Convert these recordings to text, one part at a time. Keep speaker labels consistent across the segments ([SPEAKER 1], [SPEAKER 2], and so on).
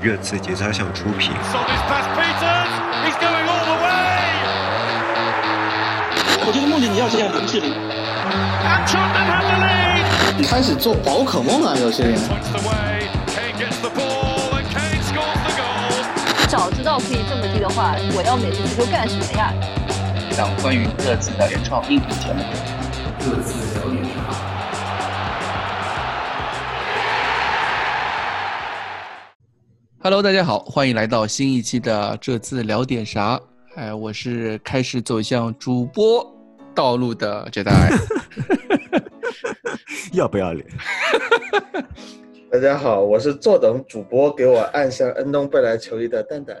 [SPEAKER 1] 热刺节操项出品。
[SPEAKER 2] Sold his past Peters. He's going all the way.
[SPEAKER 3] 我觉得梦见你要实现零视力。
[SPEAKER 2] And Tottenham have the lead.
[SPEAKER 4] 开始做宝可梦啊，有些人。
[SPEAKER 2] Points the way. Kane gets the ball and Kane scores the goal.
[SPEAKER 5] 早知道可以这么低的话，我要每次足球干什么呀？
[SPEAKER 6] 一档关于各自的原创音频节目。Hello，大家好，欢迎来到新一期的这次聊点啥？哎，我是开始走向主播道路的 Jedi。
[SPEAKER 7] 要不要脸？
[SPEAKER 8] 大家好，我是坐等主播给我按下恩东贝莱球衣的蛋蛋。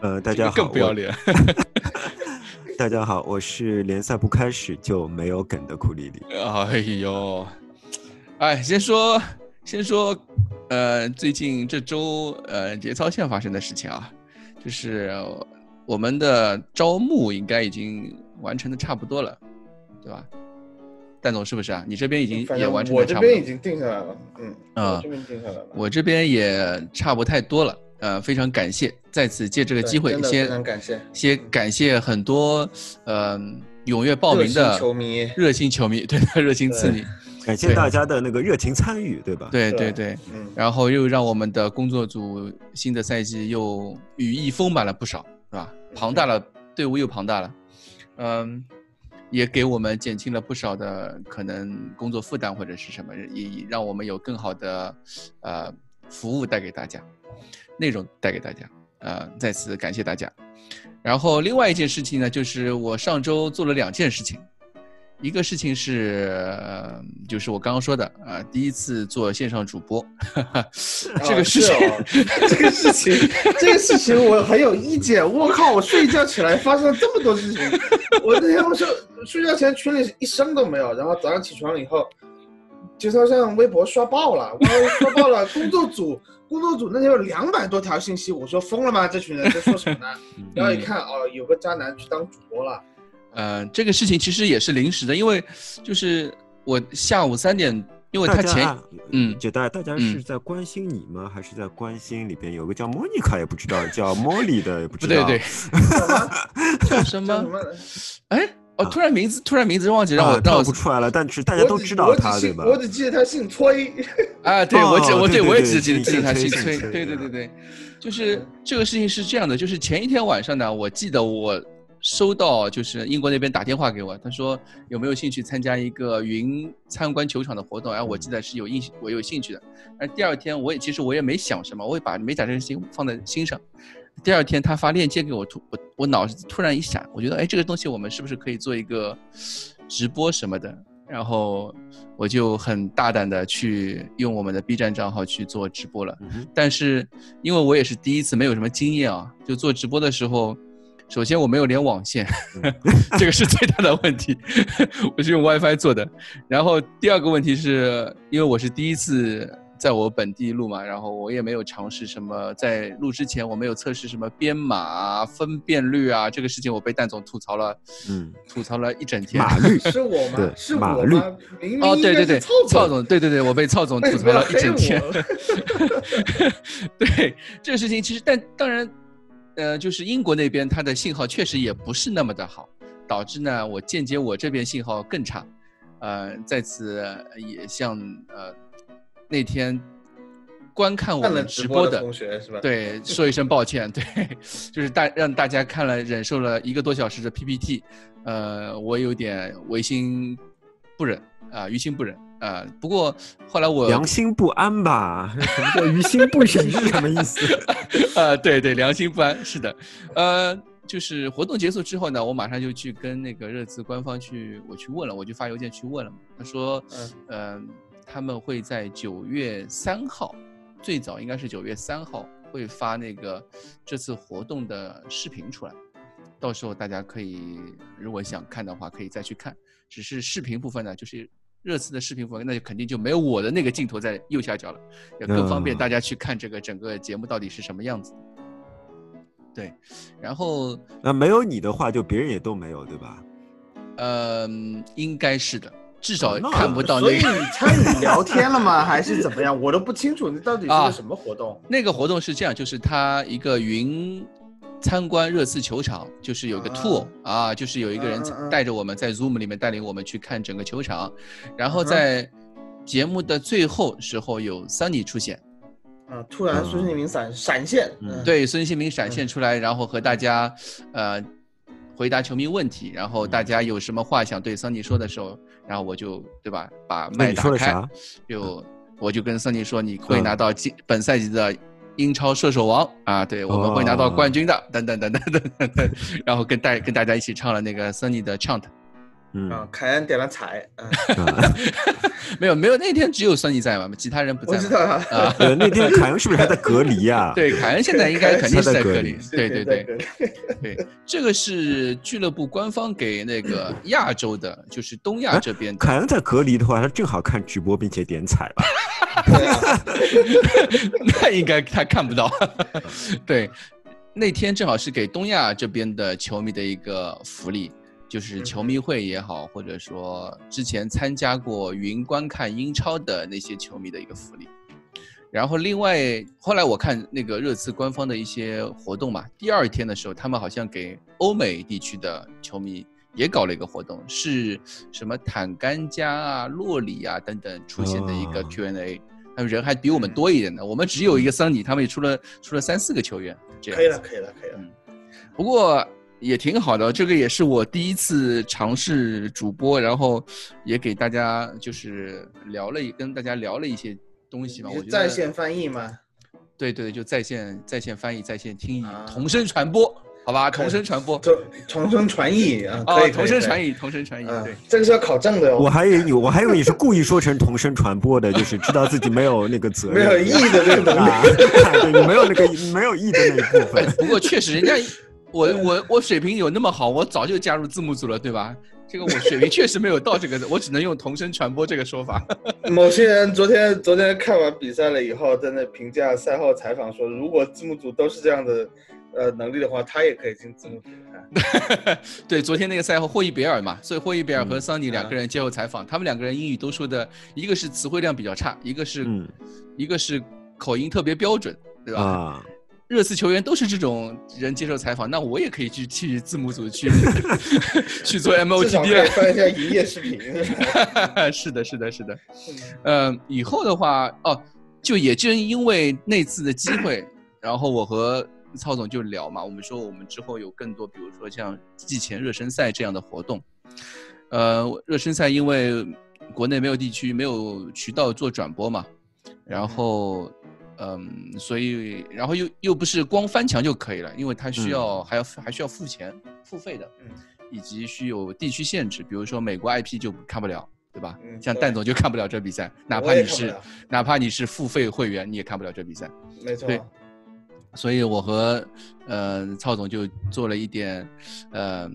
[SPEAKER 7] 呃，大家好，
[SPEAKER 6] 更不要
[SPEAKER 7] 我。
[SPEAKER 6] 脸。
[SPEAKER 7] 大家好，我是联赛不开始就没有梗的库里里。
[SPEAKER 6] 哎呦，哎，先说先说，呃，最近这周呃节操线发生的事情啊，就是我们的招募应该已经完成的差不多了，对吧？蛋总是不是啊？你这边已经
[SPEAKER 8] 反
[SPEAKER 6] 也
[SPEAKER 8] 正
[SPEAKER 6] 完成
[SPEAKER 8] 我
[SPEAKER 6] 的
[SPEAKER 8] 这
[SPEAKER 6] 差不多
[SPEAKER 8] 边
[SPEAKER 6] 了
[SPEAKER 8] 已。经定下来了，嗯，
[SPEAKER 6] 啊
[SPEAKER 8] 我这边定下来了。
[SPEAKER 6] 我这边也差不太多了，呃，非常感谢，在此借这个
[SPEAKER 8] 对
[SPEAKER 6] 机会
[SPEAKER 8] 真的
[SPEAKER 6] 先
[SPEAKER 8] 非常感谢嗯
[SPEAKER 6] 先感谢很多呃踊跃报名
[SPEAKER 8] 热
[SPEAKER 6] 的
[SPEAKER 8] 心球迷
[SPEAKER 6] 热心球迷，对的，热心
[SPEAKER 8] 对
[SPEAKER 6] 刺迷，
[SPEAKER 7] 感谢
[SPEAKER 6] 对
[SPEAKER 7] 大家的那个热情参与，对吧？，
[SPEAKER 6] 对对
[SPEAKER 8] 对
[SPEAKER 6] 对。
[SPEAKER 8] 嗯，
[SPEAKER 6] 然后又让我们的工作组新的赛季又羽翼丰满了不少，是吧？庞大了，队伍又庞大了，嗯，也给我们减轻了不少的可能工作负担或者是什么，也让我们有更好的呃服务带给大家，内容带给大家，呃，再次感谢大家。然后另外一件事情呢，就是我上周做了两件事情，一个事情是，呃就是我刚刚说的啊、第一次做线上主播， 这个
[SPEAKER 8] 啊
[SPEAKER 6] 事
[SPEAKER 8] 是
[SPEAKER 6] 情，
[SPEAKER 8] 哦这个事情， 这个事情我很有意见。我靠，我睡觉起来发生了这么多事情，我那天我睡睡觉前群里一声都没有，然后早上起床了以后，节操上微博刷爆了，我刷爆了工作组。工作组那天有两百多条信息，我说疯了吗？这群人在说什么呢？
[SPEAKER 7] 嗯
[SPEAKER 8] 然后一看，哦，有个渣男去当主 播了。
[SPEAKER 6] 呃，这个事情其实也是临时的，因为就是我下午三点，因为
[SPEAKER 7] 大
[SPEAKER 6] 他
[SPEAKER 7] 家
[SPEAKER 6] 前
[SPEAKER 7] 啊
[SPEAKER 6] 嗯
[SPEAKER 7] 姐大大家是在关心你吗？还是在关心里边有个叫莫妮卡也不知道，叫莫莉的也不
[SPEAKER 6] 不
[SPEAKER 7] 知
[SPEAKER 6] 对
[SPEAKER 7] 道，啊
[SPEAKER 6] 对，叫什
[SPEAKER 8] 叫什
[SPEAKER 6] 么？
[SPEAKER 8] 么？啊
[SPEAKER 6] 哎，哦，突然名字突然名字忘记，让我
[SPEAKER 7] 啊
[SPEAKER 6] 让
[SPEAKER 7] 跳
[SPEAKER 6] 我
[SPEAKER 7] 不出来了。但是大
[SPEAKER 8] 大
[SPEAKER 7] 家都知道他，对吧？
[SPEAKER 8] 我只记得他姓崔，
[SPEAKER 6] 啊，对我记
[SPEAKER 7] 哦
[SPEAKER 6] 我
[SPEAKER 7] 对对
[SPEAKER 6] 我也
[SPEAKER 7] 对
[SPEAKER 6] 只记得
[SPEAKER 7] 你
[SPEAKER 6] 记得
[SPEAKER 7] 姓
[SPEAKER 6] 他
[SPEAKER 7] 崔
[SPEAKER 6] 姓
[SPEAKER 7] 姓
[SPEAKER 6] 崔，
[SPEAKER 7] 崔
[SPEAKER 6] 对对
[SPEAKER 7] 对
[SPEAKER 6] 对对，就是这个事情是这样的，就是前一天晚上呢，我记得我收到就是英国那边打电话给我，他说有没有兴趣参加一个云参观球场的活动，哎，我记得是有兴我有兴趣的，但第二天我也其实我也没想什么，我也把没把这个事情放在心上。第二天他发链接给我，突我我脑子突然一闪，我觉得哎，这个东西我们是不是可以做一个直播什么的？然后我就很大胆的去用我们的 B 站账号去做直播了。
[SPEAKER 7] 嗯哼
[SPEAKER 6] 但是因为我也是第一次，没有什么经验啊，就做直播的时候，首先我没有连网线， 这个是最大的问题，我是用 WiFi 做的。然后第二个问题是因为我是第一次在我本地录嘛，然后我也没有尝试什么，在录之前我没有测试什么编码啊、分辨率啊，这个事情我被蛋总吐槽了，
[SPEAKER 7] 嗯，
[SPEAKER 6] 吐槽了一整天。
[SPEAKER 7] 马律
[SPEAKER 8] 是我吗
[SPEAKER 7] 对？
[SPEAKER 8] 是我
[SPEAKER 7] 马 律
[SPEAKER 8] 吗？明明
[SPEAKER 6] 哦，对对
[SPEAKER 8] 应该
[SPEAKER 6] 对，
[SPEAKER 8] 是曹
[SPEAKER 6] 曹
[SPEAKER 8] 总
[SPEAKER 6] 总，对对对，我被曹总
[SPEAKER 8] 哎
[SPEAKER 6] 吐
[SPEAKER 8] 不
[SPEAKER 6] 槽
[SPEAKER 8] 要
[SPEAKER 6] 了一
[SPEAKER 8] 黑
[SPEAKER 6] 整
[SPEAKER 8] 我
[SPEAKER 6] 天。 对这个事情，其实但当然，呃，就是英国那边它的信号确实也不是那么的好，导致呢我间接我这边信号更差。呃，在此呃也向呃那天观看我
[SPEAKER 8] 看了
[SPEAKER 6] 们
[SPEAKER 8] 直
[SPEAKER 6] 直播
[SPEAKER 8] 的
[SPEAKER 6] 的
[SPEAKER 8] 同 学是吧？，
[SPEAKER 6] 对，说一声抱歉，对，就是大让大家看了忍受了一个多小时的 PPT，呃，我有点违心不忍啊、于心不忍啊、不过后来我
[SPEAKER 7] 良心不安吧？ 什么叫于心不忍是什么意思？
[SPEAKER 6] 呃，对对，良心不安，是的，呃，就是活动结束之后呢，我马上就去跟那个热刺官方去，我去问了，我就发邮件去问了嘛，他说，
[SPEAKER 8] 嗯
[SPEAKER 6] 呃，他们会在九月三号，最早应该是九月三号会发那个这次活动的视频出来，到时候大家可以如果想看的话，可以再去看，只是视频部分呢，就是。热刺的视频部分，那就肯定就没有我的那个镜头在右下角了，也更方便
[SPEAKER 7] 嗯
[SPEAKER 6] 大家去看这个整个节目到底是什么样子的。对，然后
[SPEAKER 7] 那没有你的话，就别人也都没有，对吧？
[SPEAKER 6] 呃嗯、应该是的，至少
[SPEAKER 7] 那
[SPEAKER 6] 看不到
[SPEAKER 8] 哦所
[SPEAKER 6] 那
[SPEAKER 8] 以
[SPEAKER 6] 个。
[SPEAKER 8] 你参与聊天了吗？还是怎么样？我都不清楚，那到底是
[SPEAKER 6] 啊
[SPEAKER 8] 个什么活动？
[SPEAKER 6] 那个活动是这样，就是它一个云参观热刺球场，就是有个
[SPEAKER 8] 啊
[SPEAKER 6] tour 啊就是有一个人
[SPEAKER 8] 嗯嗯嗯
[SPEAKER 6] 带着我们在 Zoom 里面带领我们去看整个球场，然
[SPEAKER 8] 嗯
[SPEAKER 6] 后
[SPEAKER 8] 哼
[SPEAKER 6] 在节目的最后时候有 Sunny 出现，
[SPEAKER 8] 啊，突然孙兴民闪闪现，
[SPEAKER 7] 嗯
[SPEAKER 8] 嗯，
[SPEAKER 6] 对孙兴民闪现出来，然后和大家呃回答球迷问题，然后大家有什么话想对 Sunny 说的时候，然后我就对吧把
[SPEAKER 7] 那
[SPEAKER 6] 麦
[SPEAKER 7] 你说
[SPEAKER 6] 打
[SPEAKER 7] 了
[SPEAKER 6] 开
[SPEAKER 7] 啥？？
[SPEAKER 6] 就我就跟桑尼说，你会
[SPEAKER 7] 嗯
[SPEAKER 6] 拿到今本赛季的英超射手王啊，对，我们会拿到
[SPEAKER 7] 哦
[SPEAKER 6] 冠军的，等等等等等等等， 然后跟大跟大家一起唱了那个桑尼的 chant，
[SPEAKER 7] 嗯
[SPEAKER 8] 啊，凯恩点了彩，嗯，
[SPEAKER 7] 啊
[SPEAKER 6] 没有没有，那天只有桑尼在嘛，其他人不
[SPEAKER 8] 我
[SPEAKER 6] 在
[SPEAKER 8] 知
[SPEAKER 6] 嘛
[SPEAKER 8] 道了。
[SPEAKER 6] 啊。
[SPEAKER 7] 对，那天凯恩是不是还在隔离呀？
[SPEAKER 6] 对，凯恩现在应该肯定是在隔离
[SPEAKER 7] 他，
[SPEAKER 6] 对对对
[SPEAKER 8] 对，
[SPEAKER 6] 对，这个是俱乐部官方给那个亚洲的，就是东亚这边的，
[SPEAKER 7] 凯恩在隔离的话，他正好看直播并且点彩吧。
[SPEAKER 8] 啊
[SPEAKER 6] 那应该他看不到。 对，那天正好是给东亚这边的球迷的一个福利，就是球迷会也好，或者说之前参加过云观看英超的那些球迷的一个福利。然后另外，后来我看那个热刺官方的一些活动嘛，第二天的时候，他们好像给欧美地区的球迷也搞了一个活动，是什么坦甘加啊、洛里啊等等出现的一个
[SPEAKER 7] 哦
[SPEAKER 6] Q&A，、他们人还比我
[SPEAKER 8] 嗯
[SPEAKER 6] 们多一点的，我们只有一个桑尼，他们也出了出了三四个球员，这样
[SPEAKER 8] 可以
[SPEAKER 6] 子
[SPEAKER 8] 了，。可以了，可以了。
[SPEAKER 6] 不过也挺好的，这个也是我第一次尝试主播，然后也给大家就是聊了一跟大家聊了一些东西嘛。
[SPEAKER 8] 你
[SPEAKER 6] 我
[SPEAKER 8] 是
[SPEAKER 6] 觉得
[SPEAKER 8] 在线翻译吗？
[SPEAKER 6] 对对，就在线在线翻译、在线听译、
[SPEAKER 8] 啊
[SPEAKER 6] 同声传播，好吧，
[SPEAKER 8] 可以
[SPEAKER 6] 同声传播
[SPEAKER 8] 重重声传译啊，可
[SPEAKER 6] 啊，
[SPEAKER 8] 以，
[SPEAKER 6] 同声传
[SPEAKER 8] 译，
[SPEAKER 6] 译，同声传译，
[SPEAKER 8] 嗯
[SPEAKER 6] 对。，
[SPEAKER 8] 这个是要考证的
[SPEAKER 7] 我
[SPEAKER 8] 哦，
[SPEAKER 7] 还以为你，我还以为你是故意说成同声传播的，就是知道自己没有那个责
[SPEAKER 8] 没
[SPEAKER 7] 任，
[SPEAKER 8] 有意义的这个 能力。
[SPEAKER 7] 啊，对，你没有那个没有意的那一部
[SPEAKER 6] 哎
[SPEAKER 7] 分。
[SPEAKER 6] 不过确实，人家我我我水平有那么好，我早就加入字幕组了，对吧？这个我水平确实没有到这个的，我只能用同声传播这个说法。
[SPEAKER 8] 某些人昨天昨天看完比赛了以后，在那评价赛后采访说，如果字幕组都是这样的呃能力的话，他也可以进字幕组看。
[SPEAKER 6] 对，昨天那个赛后，霍伊别尔嘛，所以霍伊别尔和桑尼
[SPEAKER 8] 嗯
[SPEAKER 6] 两个人接受采访，他们两个人英语都说的，一个是词汇量比较差，一个是、
[SPEAKER 7] 嗯
[SPEAKER 6] 一个是口音特别标准， 对吧？
[SPEAKER 7] 啊，
[SPEAKER 6] 热刺球员都是这种人接受采访，那我也可以去去字幕组去
[SPEAKER 8] 至
[SPEAKER 6] 去做
[SPEAKER 8] 少可以
[SPEAKER 6] MOTB
[SPEAKER 8] 翻一下营业视频。是吧
[SPEAKER 6] 了。 是的，是的，是的。嗯，以后的话，哦，就也正因为那次的机会，然后我和曹总就聊嘛，我们说我们之后有更多，比如说像季前热身赛这样的活动。呃，热身赛因为国内没有地区没有渠道做转播嘛，然后。嗯，所以然后又又不是光翻墙就可以了，因为它需要、还要还需要付钱付费的，
[SPEAKER 8] 嗯
[SPEAKER 6] 以及需有地区限制，比如说美国 IP 就看不了，对吧？
[SPEAKER 8] 嗯
[SPEAKER 6] 像
[SPEAKER 8] 对
[SPEAKER 6] 蛋总就看不了这比赛， 哪怕
[SPEAKER 8] 我也
[SPEAKER 6] 你
[SPEAKER 8] 看不
[SPEAKER 6] 是
[SPEAKER 8] 了
[SPEAKER 6] 哪怕你是付费会员，你也看不了这比赛。
[SPEAKER 8] 没错，
[SPEAKER 6] 对所以我和呃曹总就做了一点，呃，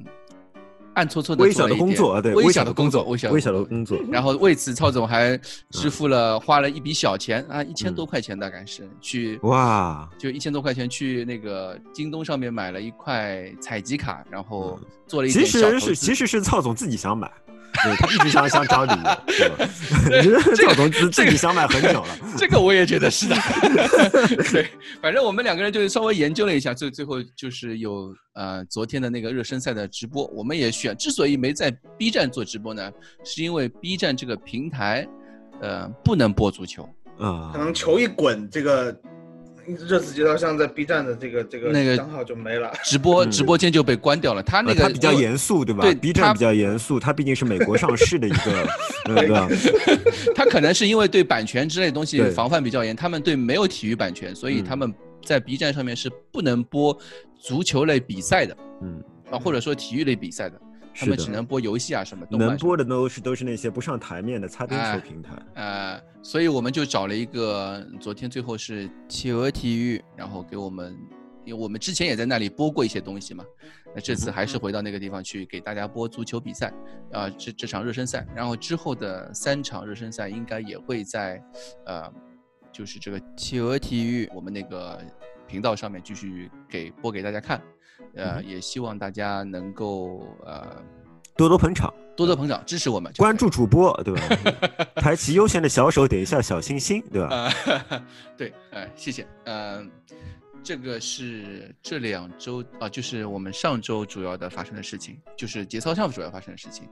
[SPEAKER 6] 暗搓搓的
[SPEAKER 7] 微小的工作啊，对，
[SPEAKER 6] 微
[SPEAKER 7] 小
[SPEAKER 6] 的
[SPEAKER 7] 工
[SPEAKER 6] 作，微小
[SPEAKER 7] 微
[SPEAKER 6] 小
[SPEAKER 7] 小的工作。嗯
[SPEAKER 6] 然后为此，曹总还支付了花了一笔小钱啊，一千多块钱大概是去
[SPEAKER 7] 哇，
[SPEAKER 6] 就一千多块钱去那个京东上面买了一块采集卡，然后做了
[SPEAKER 7] 嗯
[SPEAKER 6] 一
[SPEAKER 7] 其
[SPEAKER 6] 点小
[SPEAKER 7] 实
[SPEAKER 6] 投
[SPEAKER 7] 是
[SPEAKER 6] 资。
[SPEAKER 7] 其实是曹总自己想 买。对他一直想想找理由，对吧？ 赵总自自己想买很 久了，
[SPEAKER 6] 这个我也觉得是的。 对，反正我们两个人就稍微研究了一下，最最后就是有呃昨天的那个热身赛的直播，我们也选。之所以没在 B 站做直播呢，是因为 B 站这个平台，呃，不能播足球。
[SPEAKER 7] 啊
[SPEAKER 8] 可，能球一滚，这个热刺街道上在 B 站的这个这个
[SPEAKER 6] 那个
[SPEAKER 8] 账号就没了。
[SPEAKER 6] 直播
[SPEAKER 7] 嗯
[SPEAKER 6] 直播间就被关掉了，他那
[SPEAKER 7] 呃
[SPEAKER 6] 个、
[SPEAKER 7] 它比较，严肃，对吧
[SPEAKER 6] 对
[SPEAKER 7] ？B
[SPEAKER 6] 它
[SPEAKER 7] 站比较严肃，它毕竟是美国上市的一 个，嗯对吧？
[SPEAKER 6] 他可能是因为对版权之类的东西
[SPEAKER 7] 对
[SPEAKER 6] 防范比较严，他们对没有体育版权，所以
[SPEAKER 7] 嗯
[SPEAKER 6] 他们在 B 站上面是不能播足球类比赛的
[SPEAKER 7] 嗯，
[SPEAKER 6] 啊，或者说体育类比赛的，他
[SPEAKER 7] 是
[SPEAKER 6] 们只
[SPEAKER 7] 的，
[SPEAKER 6] 能播游戏啊什么动漫哎
[SPEAKER 7] 能
[SPEAKER 6] 什么
[SPEAKER 7] 播的都是都是那些不上台面的擦边球平台。
[SPEAKER 6] 呃，所以我们就找了一个，昨天最后是企鹅体育，然后给我们，因为我们之前也在那里播过一些东西嘛，那
[SPEAKER 7] 嗯
[SPEAKER 6] 这次还是回到那个地方去给大家播足球比赛，啊、这这场热身赛，然后之后的三场热身赛应该也会在，呃，就是这个企鹅体育我们那个频道上面继
[SPEAKER 7] 嗯
[SPEAKER 6] 续给播给大家看，呃，也希望大家能够呃
[SPEAKER 3] 多多捧场，
[SPEAKER 6] 多多捧场，支持我们，就
[SPEAKER 3] 关注主播，对 吧？抬起悠闲的小手，点一下小心心，对吧？
[SPEAKER 6] 啊，对，哎、谢谢，嗯、这个是这两周啊、就是我们上周主要的发生的事情，就是节操上主要发生的事情。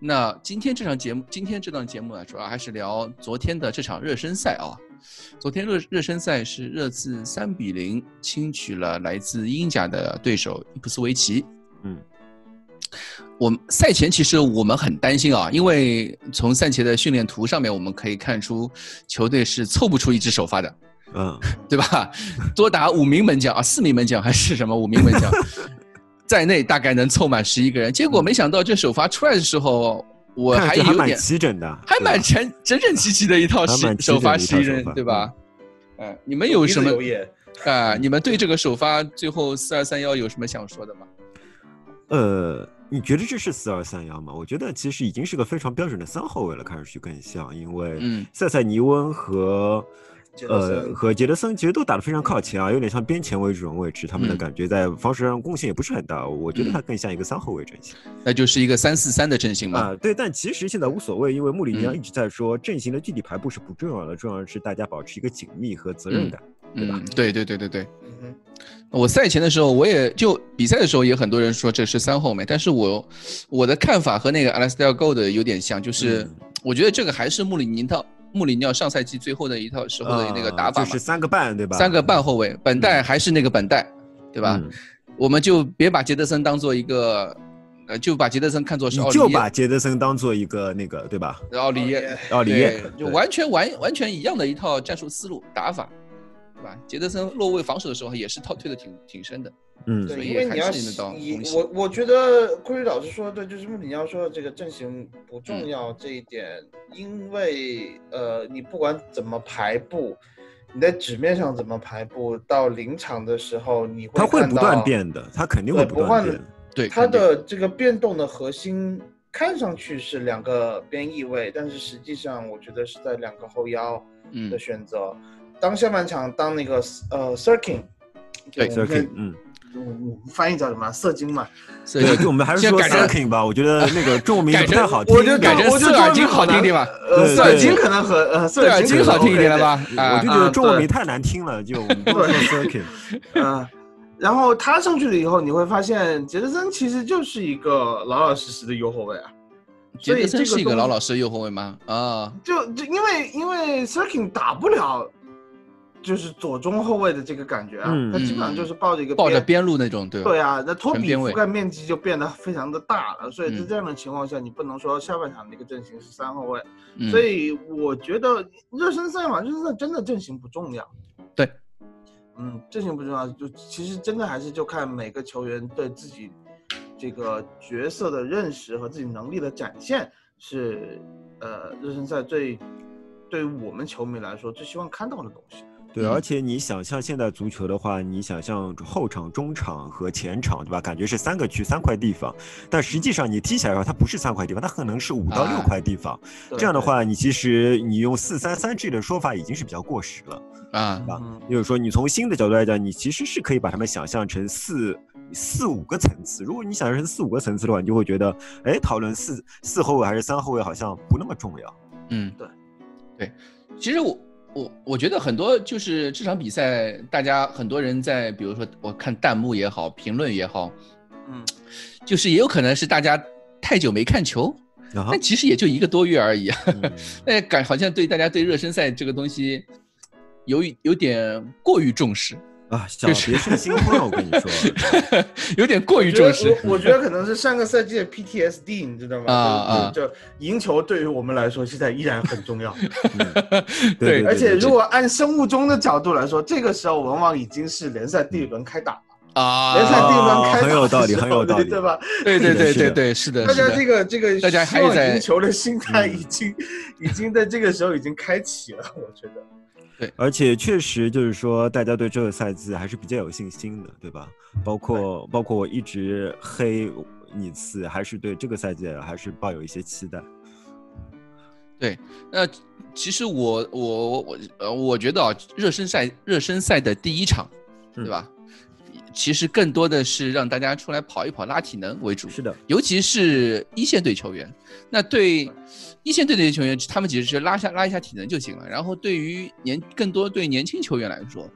[SPEAKER 6] 那今天这场节目，今天这档节目呢，主要还是聊昨天的这场热身赛啊。昨天热热身赛是热刺三比零轻取了来自英甲的对手伊普斯维奇。
[SPEAKER 3] 嗯，
[SPEAKER 6] 我们赛前其实我们很担心啊，因为从赛前的训练图上面我们可以看出，球队是凑不出一支首发的，
[SPEAKER 3] 嗯，
[SPEAKER 6] 对吧？多达五名门将啊，四名门将还是什么五名门将在内，大概能凑满十一个人。结果没想到这首发出来的时候，我
[SPEAKER 3] 看上
[SPEAKER 6] 还
[SPEAKER 3] 去还
[SPEAKER 6] 有
[SPEAKER 3] 蛮
[SPEAKER 6] 点
[SPEAKER 3] 齐整的，
[SPEAKER 6] 还
[SPEAKER 3] 对吧
[SPEAKER 6] 蛮整整整齐齐的一套
[SPEAKER 3] 还
[SPEAKER 6] 十
[SPEAKER 3] 蛮齐整的
[SPEAKER 6] 首发
[SPEAKER 3] 一
[SPEAKER 6] 十一
[SPEAKER 3] 套首
[SPEAKER 6] 人
[SPEAKER 3] 发，嗯
[SPEAKER 6] 对吧？哎，你们有什么
[SPEAKER 8] 留言？
[SPEAKER 6] 啊、你们对这个首发最后四二三幺有什么想说的吗？
[SPEAKER 3] 呃，你觉得这是四二三幺吗？我觉得其实已经是个非常标准的三后卫了，看上去更像，因为
[SPEAKER 6] 嗯
[SPEAKER 3] 塞塞尼翁和、
[SPEAKER 8] 杰德
[SPEAKER 3] 呃
[SPEAKER 8] 森
[SPEAKER 3] 和杰德森其实都打得非常靠前啊，有点像边前卫这种位置，他们的
[SPEAKER 6] 嗯
[SPEAKER 3] 感觉在防守上贡献也不是很大，我觉得
[SPEAKER 6] 嗯
[SPEAKER 3] 他更像一个三后卫阵型啊、
[SPEAKER 6] 那就是一个三四三的阵型嘛。
[SPEAKER 3] 对，但其实现在无所谓，因为穆里尼奥
[SPEAKER 6] 嗯
[SPEAKER 3] 一直在说阵型的具体排布是不重要的，重要的是大家保持一个紧密和责任感。对吧
[SPEAKER 6] 嗯，对对对对对。
[SPEAKER 8] 嗯哼
[SPEAKER 6] 我赛前的时候，我也就比赛的时候，也很多人说这是三后卫，但是我我的看法和那个 a l a s t a i r Gold 有点像，就是、
[SPEAKER 3] 嗯
[SPEAKER 6] 我觉得这个还是穆里尼套穆里尼奥上赛季最后的一套时候的那个
[SPEAKER 3] 啊
[SPEAKER 6] 打法嘛
[SPEAKER 3] 就，是三个半对吧？嗯
[SPEAKER 6] 三个半后卫，本代还是那个本代，对
[SPEAKER 3] 对
[SPEAKER 6] 吧？我们就别把杰德森当做一个，呃，就把杰德森看作是
[SPEAKER 3] 你
[SPEAKER 6] 奥利
[SPEAKER 3] 就
[SPEAKER 6] 耶，
[SPEAKER 3] 把杰德森当做一个那个对吧？
[SPEAKER 8] 奥
[SPEAKER 6] 奥利
[SPEAKER 8] 利
[SPEAKER 6] 耶
[SPEAKER 8] 耶，
[SPEAKER 3] 奥里耶
[SPEAKER 6] 对，就
[SPEAKER 3] 对
[SPEAKER 6] 完全完完全一样的一套战术思路打法，对吧？杰德森落位防守的时候也是套退的挺挺深的，
[SPEAKER 3] 嗯，
[SPEAKER 6] 所
[SPEAKER 8] 对，
[SPEAKER 6] 以
[SPEAKER 8] 因为你要
[SPEAKER 6] 还是那道
[SPEAKER 8] 你
[SPEAKER 6] 东西嗯
[SPEAKER 8] 我我觉得坤宇老师说的对，就是穆里尼奥说的这个阵型不重
[SPEAKER 6] 嗯
[SPEAKER 8] 要这一点，因为呃，你不管怎么排布，你在纸面上怎么排布，到临场的时候你会
[SPEAKER 3] 他会
[SPEAKER 8] 看
[SPEAKER 3] 不断
[SPEAKER 8] 到
[SPEAKER 3] 变的，他肯定
[SPEAKER 8] 对
[SPEAKER 3] 会不
[SPEAKER 8] 不
[SPEAKER 3] 断
[SPEAKER 8] 换
[SPEAKER 3] 变。
[SPEAKER 6] 对，
[SPEAKER 8] 它
[SPEAKER 6] 肯定
[SPEAKER 8] 的这个变动的核心看上去是两个边翼位，但是实际上我觉得是在两个后腰
[SPEAKER 6] 嗯
[SPEAKER 8] 的选择。当下半场，当那个呃 s i r k i n
[SPEAKER 6] 对
[SPEAKER 3] s i r k i n 嗯，
[SPEAKER 8] 嗯，翻译叫什么？色精嘛。
[SPEAKER 6] 所以
[SPEAKER 3] 对，就我们还是
[SPEAKER 6] 现在
[SPEAKER 3] 说 s
[SPEAKER 6] 改
[SPEAKER 3] i r
[SPEAKER 6] 成
[SPEAKER 3] k i n 吧，我觉得那个中文名
[SPEAKER 6] 改
[SPEAKER 3] 字不
[SPEAKER 6] 成
[SPEAKER 3] 太好听。
[SPEAKER 8] 我觉得
[SPEAKER 6] 改成
[SPEAKER 8] 我觉
[SPEAKER 6] 色
[SPEAKER 8] 得
[SPEAKER 6] 耳
[SPEAKER 8] 中
[SPEAKER 6] 金
[SPEAKER 8] 文
[SPEAKER 6] 好听一点吧，
[SPEAKER 8] 呃，
[SPEAKER 3] 对
[SPEAKER 8] 色尔
[SPEAKER 3] 对
[SPEAKER 8] 金可能和呃色
[SPEAKER 6] 对啊，
[SPEAKER 8] 尔
[SPEAKER 6] 金
[SPEAKER 8] 金
[SPEAKER 6] 好听一点了？吧？
[SPEAKER 3] 我
[SPEAKER 6] 啊
[SPEAKER 3] 就觉得中文
[SPEAKER 8] 对
[SPEAKER 3] 名太难听了，就我们不说 s i r k i n
[SPEAKER 8] 嗯、然后他上去了以后，你会发现杰德森其实就是一个老老实实的右后卫啊。
[SPEAKER 6] 杰
[SPEAKER 8] 所以
[SPEAKER 6] 德
[SPEAKER 8] 这
[SPEAKER 6] 森是一个
[SPEAKER 8] 东
[SPEAKER 6] 老老实的右后卫吗？啊，
[SPEAKER 8] 就就因为因为 s i r k i n 打不了，就是左中后卫的这个感觉啊，
[SPEAKER 3] 嗯
[SPEAKER 8] 他基本上就是抱着一个
[SPEAKER 6] 抱着边路那种，对吧？
[SPEAKER 8] 对啊，那托
[SPEAKER 6] 全
[SPEAKER 8] 比
[SPEAKER 6] 边位
[SPEAKER 8] 覆盖面积就变得非常的大了，所以在
[SPEAKER 6] 嗯
[SPEAKER 8] 这样的情况下，你不能说下半场的一个阵型是三后卫，
[SPEAKER 6] 嗯
[SPEAKER 8] 所以我觉得热身赛嘛，热身赛真的阵型不重要。
[SPEAKER 6] 对，
[SPEAKER 8] 嗯，阵型不重要，就其实真的还是就看每个球员对自己这个角色的认识和自己能力的展现是，呃，热身赛最对于我们球迷来说最希望看到的东西。
[SPEAKER 3] 对，
[SPEAKER 6] 嗯
[SPEAKER 3] 而且你想象现在足球的话，你想象后场、中场和前场，对吧？感觉是三个区、三块地方，但实际上你踢起来的话，它不是三块地方，它可能是五到六
[SPEAKER 6] 啊
[SPEAKER 3] 块地方。
[SPEAKER 8] 对
[SPEAKER 3] 这样的，话，你其实你用四三三这的说法已经是比较过时了。
[SPEAKER 6] 啊，
[SPEAKER 3] 吧
[SPEAKER 8] 嗯，
[SPEAKER 3] 就是说，你从新的角度来讲，你其实是可以把它们想象成四四五个层次。如果你想象成四五个层次的话，你就会觉得，哎，讨论四四后卫还是三后卫好像不那么重要。
[SPEAKER 6] 嗯，
[SPEAKER 8] 对，
[SPEAKER 6] 对，其实我我我觉得很多就是这场比赛，大家很多人在，比如说我看弹幕也好，评论也好，
[SPEAKER 8] 嗯，
[SPEAKER 6] 就是也有可能是大家太久没看球，
[SPEAKER 3] 然后
[SPEAKER 6] 但，其实也就一个多月而已啊。
[SPEAKER 3] 啊 嗯
[SPEAKER 6] 那感好像对大家对热身赛这个东西有一有点过于重视，
[SPEAKER 3] 啊，小别 胜新婚，我跟你说，
[SPEAKER 6] 有点过于
[SPEAKER 8] 我觉
[SPEAKER 6] 重
[SPEAKER 8] 得
[SPEAKER 6] 视。
[SPEAKER 8] 我我觉得可能是上个赛季的 PTSD，你知道吗？
[SPEAKER 6] 啊
[SPEAKER 8] 就就就赢球对于我们来说现在依然很重要，
[SPEAKER 3] 对
[SPEAKER 8] 而且
[SPEAKER 3] 对
[SPEAKER 8] 如果按生物钟的角度来说，这个时候往往已经是联赛第一轮开打了，
[SPEAKER 6] 啊，
[SPEAKER 8] 联赛第一轮开打的时
[SPEAKER 3] 嗯哦
[SPEAKER 8] 候
[SPEAKER 3] 很有道理很有道理
[SPEAKER 8] 对吧？
[SPEAKER 6] 对
[SPEAKER 3] 是
[SPEAKER 6] 对
[SPEAKER 3] 的
[SPEAKER 6] 对
[SPEAKER 3] 是的
[SPEAKER 6] 对对，是的，
[SPEAKER 8] 大
[SPEAKER 6] 是
[SPEAKER 8] 家
[SPEAKER 6] 的
[SPEAKER 8] 这个这个
[SPEAKER 6] 大家
[SPEAKER 8] 希
[SPEAKER 6] 还是
[SPEAKER 8] 望
[SPEAKER 6] 在
[SPEAKER 8] 赢球的心态
[SPEAKER 3] 嗯
[SPEAKER 8] 已经已经在这个时候已经开启了，我觉得。
[SPEAKER 3] 而且确实就是说，大家对这个赛季还是比较有信心的，对吧？包括包括我一直黑你次，还是对这个赛季还是抱有一些期待。
[SPEAKER 6] 那其实我我我呃，我觉得啊，热身赛热身赛的第一场，
[SPEAKER 3] 嗯
[SPEAKER 6] 对吧？其实更多的是让大家出来跑一跑、拉体能为主。
[SPEAKER 3] 是的，
[SPEAKER 6] 尤其是一线队球员。那对一线队的球员，他们只是拉下拉一下体能就行了。然后对于年更多对年轻球员来说，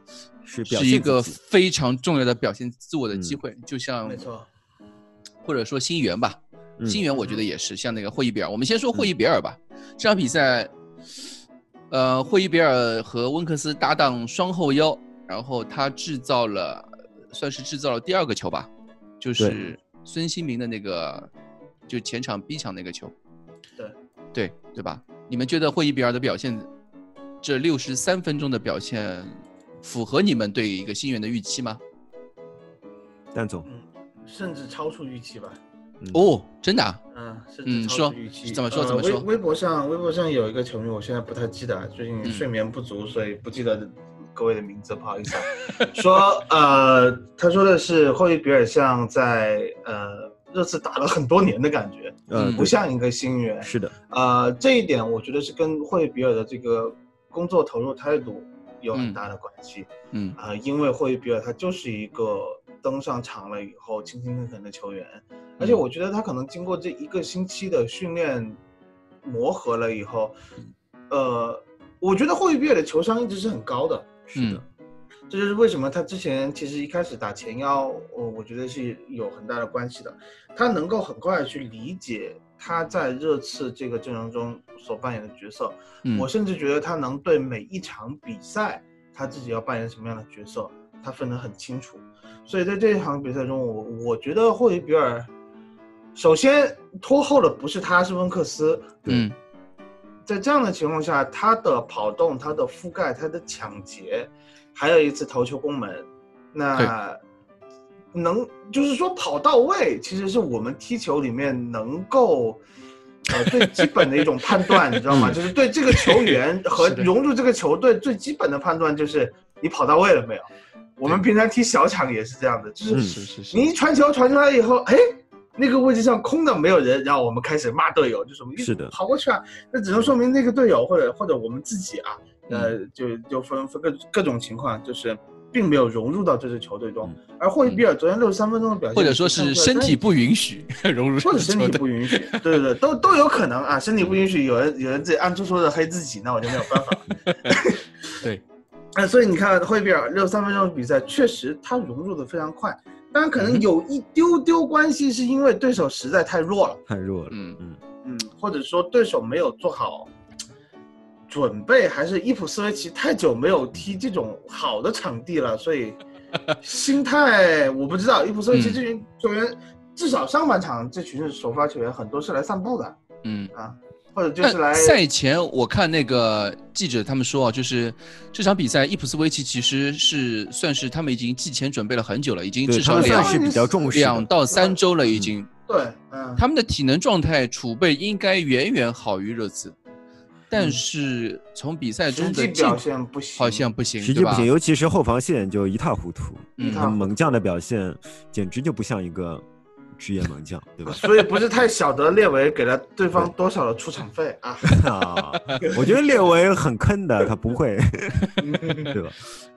[SPEAKER 3] 是表
[SPEAKER 6] 是
[SPEAKER 3] 现
[SPEAKER 6] 一个
[SPEAKER 3] 自己
[SPEAKER 6] 非常重要的表现自我的机
[SPEAKER 3] 嗯
[SPEAKER 6] 会。就像
[SPEAKER 8] 没错，
[SPEAKER 6] 或者说新源吧，
[SPEAKER 3] 嗯
[SPEAKER 6] 新源我觉得也是，像那个霍伊比尔。我们先说霍伊比尔吧，这场比赛，呃，霍伊比尔和温克斯搭档双后腰，然后他制造了，算是制造了第二个球吧，就是孙兴民的那个，就前场逼抢那个球。
[SPEAKER 8] 对，
[SPEAKER 6] 对对吧？你们觉得霍伊比尔的表现，这六十三分钟的表现，符合你们对一个新源的预期吗？
[SPEAKER 3] 蛋总，
[SPEAKER 8] 嗯，甚至超出预期吧。
[SPEAKER 3] 嗯，
[SPEAKER 6] 哦，真的、啊？
[SPEAKER 8] 嗯，甚
[SPEAKER 6] 嗯
[SPEAKER 8] 至超
[SPEAKER 6] 说
[SPEAKER 8] 出预期。
[SPEAKER 6] 怎么说
[SPEAKER 8] 呃
[SPEAKER 6] 怎么说
[SPEAKER 8] 微微博上，微博上有一个球迷，我现在不太记得啊，最近
[SPEAKER 6] 嗯
[SPEAKER 8] 睡眠不足，所以不记得各位的名字，不好意思啊。说呃，他说的是霍伊比尔像在呃热刺打了很多年的感觉，
[SPEAKER 3] 呃，
[SPEAKER 6] 嗯
[SPEAKER 3] 对
[SPEAKER 8] 不像一个新援。
[SPEAKER 3] 是的，
[SPEAKER 8] 呃，这一点我觉得是跟霍伊比尔的这个工作投入态度有很大的关系。
[SPEAKER 6] 嗯
[SPEAKER 8] 啊、因为霍伊比尔他就是一个登上场了以后勤勤恳恳的球员，而且我觉得他可能经过这一个星期的训练磨合了以后，呃，我觉得霍伊比尔的球商一直是很高的，
[SPEAKER 3] 是的，
[SPEAKER 8] 这就是为什么他之前其实一开始打前腰，我我觉得是有很大的关系的。他能够很快地去理解他在热刺这个阵容中所扮演的角色，
[SPEAKER 6] 嗯，
[SPEAKER 8] 我甚至觉得他能对每一场比赛他自己要扮演什么样的角色，他分得很清楚。所以在这一场比赛中，我我觉得霍伊比尔，首先拖后的不是他，是温克斯。
[SPEAKER 6] 嗯
[SPEAKER 8] 在这样的情况下，他的跑动、他的覆盖、他的抢劫，还有一次头球攻门，那能就是说跑到位，其实是我们踢球里面能够。呃，最基本的一种判断，你知 道吗？
[SPEAKER 3] 嗯
[SPEAKER 8] 就是对这个球员和
[SPEAKER 6] 是的
[SPEAKER 8] 融入这个球队最基本的判断，就是你跑到位了没有？我们平常踢小场也是这样的，就是
[SPEAKER 3] 嗯
[SPEAKER 6] 是是是，
[SPEAKER 8] 你一传球传出来以后，哎，那个位置上空的没有人，然后我们开始骂队友，就什么意
[SPEAKER 3] 是的
[SPEAKER 8] 跑过去啊，那只能说明那个队友或者或者我们自己啊，呃，
[SPEAKER 6] 嗯
[SPEAKER 8] 就就分分各各种情况，就是并没有融入到这支球队中。而霍伊比尔昨天六十三分钟的表现，
[SPEAKER 6] 嗯或者说是身体不允许融入
[SPEAKER 8] 或者身
[SPEAKER 6] 球
[SPEAKER 8] 体
[SPEAKER 6] 队。
[SPEAKER 8] 不允许，对对对，都都有可能啊，身体不允许，有人有人自己暗戳戳的黑自己，那我就没有办法了。
[SPEAKER 6] 对，
[SPEAKER 8] 那所以你看，惠比尔六三分钟的比赛，确实他融入的非常快，当然可能
[SPEAKER 6] 嗯
[SPEAKER 8] 有一丢丢关系，是因为对手实在太弱了，
[SPEAKER 3] 太弱了，
[SPEAKER 6] 嗯
[SPEAKER 3] 嗯，
[SPEAKER 8] 嗯，或者说对手没有做好准备，还是伊普斯维奇太久没有踢这种好的场地了，所 以心态我不知道，伊普斯维奇
[SPEAKER 6] 嗯
[SPEAKER 8] 这群球员，至少上半场这群首发球员很多是来散步的
[SPEAKER 6] 嗯，
[SPEAKER 8] 啊，或者就
[SPEAKER 6] 但
[SPEAKER 8] 是来
[SPEAKER 6] 呃赛前我看那个记者他们说啊，就是这场比赛伊普斯维奇其实是算是他们已经季前准备了很久了，已经
[SPEAKER 3] 对
[SPEAKER 6] 至
[SPEAKER 3] 他
[SPEAKER 6] 少
[SPEAKER 3] 们算
[SPEAKER 6] 两
[SPEAKER 3] 是比较重视的
[SPEAKER 6] 两到三周了，已经
[SPEAKER 8] 对，嗯，
[SPEAKER 6] 他们的体能状态储备应该远远好于热刺，但
[SPEAKER 3] 嗯
[SPEAKER 6] 是从比赛
[SPEAKER 8] 实
[SPEAKER 6] 中
[SPEAKER 8] 际
[SPEAKER 6] 的进
[SPEAKER 8] 表现不行，
[SPEAKER 6] 好像不行，
[SPEAKER 3] 实
[SPEAKER 6] 对
[SPEAKER 3] 际不
[SPEAKER 6] 吧
[SPEAKER 3] 行，？尤其是后防线就一塌糊涂，
[SPEAKER 6] 嗯
[SPEAKER 8] 一
[SPEAKER 3] 他
[SPEAKER 8] 塌
[SPEAKER 3] 们
[SPEAKER 8] 糊？
[SPEAKER 3] 猛将的表现简直就不像一个职业猛将，对吧
[SPEAKER 8] 所以不是太晓得列维给了对方多少的出场费 啊？
[SPEAKER 3] 啊，我觉得列维很坑的，他不会，
[SPEAKER 8] 嗯
[SPEAKER 3] 对吧？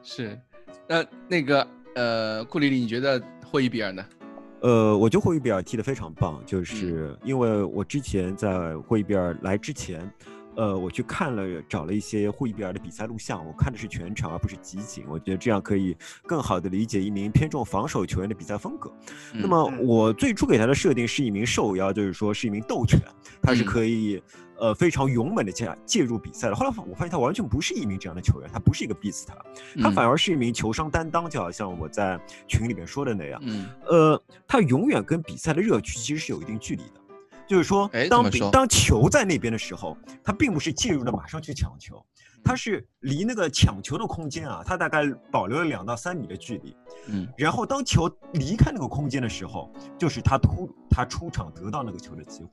[SPEAKER 6] 是，那那个呃，库里里，你觉得霍伊比尔呢？
[SPEAKER 3] 呃，我觉得霍伊比尔踢得非常棒，
[SPEAKER 6] 嗯
[SPEAKER 3] 就是因为我之前在霍伊比尔来之前，呃，我去看了找了一些霍伊比尔的比赛录像，我看的是全场而不是集锦，我觉得这样可以更好的理解一名偏重防守球员的比赛风格。那
[SPEAKER 6] 嗯
[SPEAKER 3] 么
[SPEAKER 8] 嗯
[SPEAKER 3] 我最初给他的设定是一名受邀，就是说是一名斗犬，他是
[SPEAKER 6] 嗯
[SPEAKER 3] 可以、呃非常勇猛的介介入比赛的。后来我发现他完全不是一名这样的球员，他不是一个 beast，他
[SPEAKER 6] 嗯
[SPEAKER 3] 反而是一名球商担当，就好像我在群里面说的那样，
[SPEAKER 6] 嗯
[SPEAKER 3] 呃，他永远跟比赛的热区其实是有一定距离的。就是说
[SPEAKER 6] 哎，怎
[SPEAKER 3] 当
[SPEAKER 6] 么
[SPEAKER 3] 比
[SPEAKER 6] 说
[SPEAKER 3] 当球在那边的时候，他并不是介入了马上去抢球，
[SPEAKER 6] 嗯
[SPEAKER 3] 他是离那个抢球的空间啊，他大概保留了两到三米的距离。
[SPEAKER 6] 嗯
[SPEAKER 3] 然后当球离开那个空间的时候，就是他突他出场得到那个球的机会，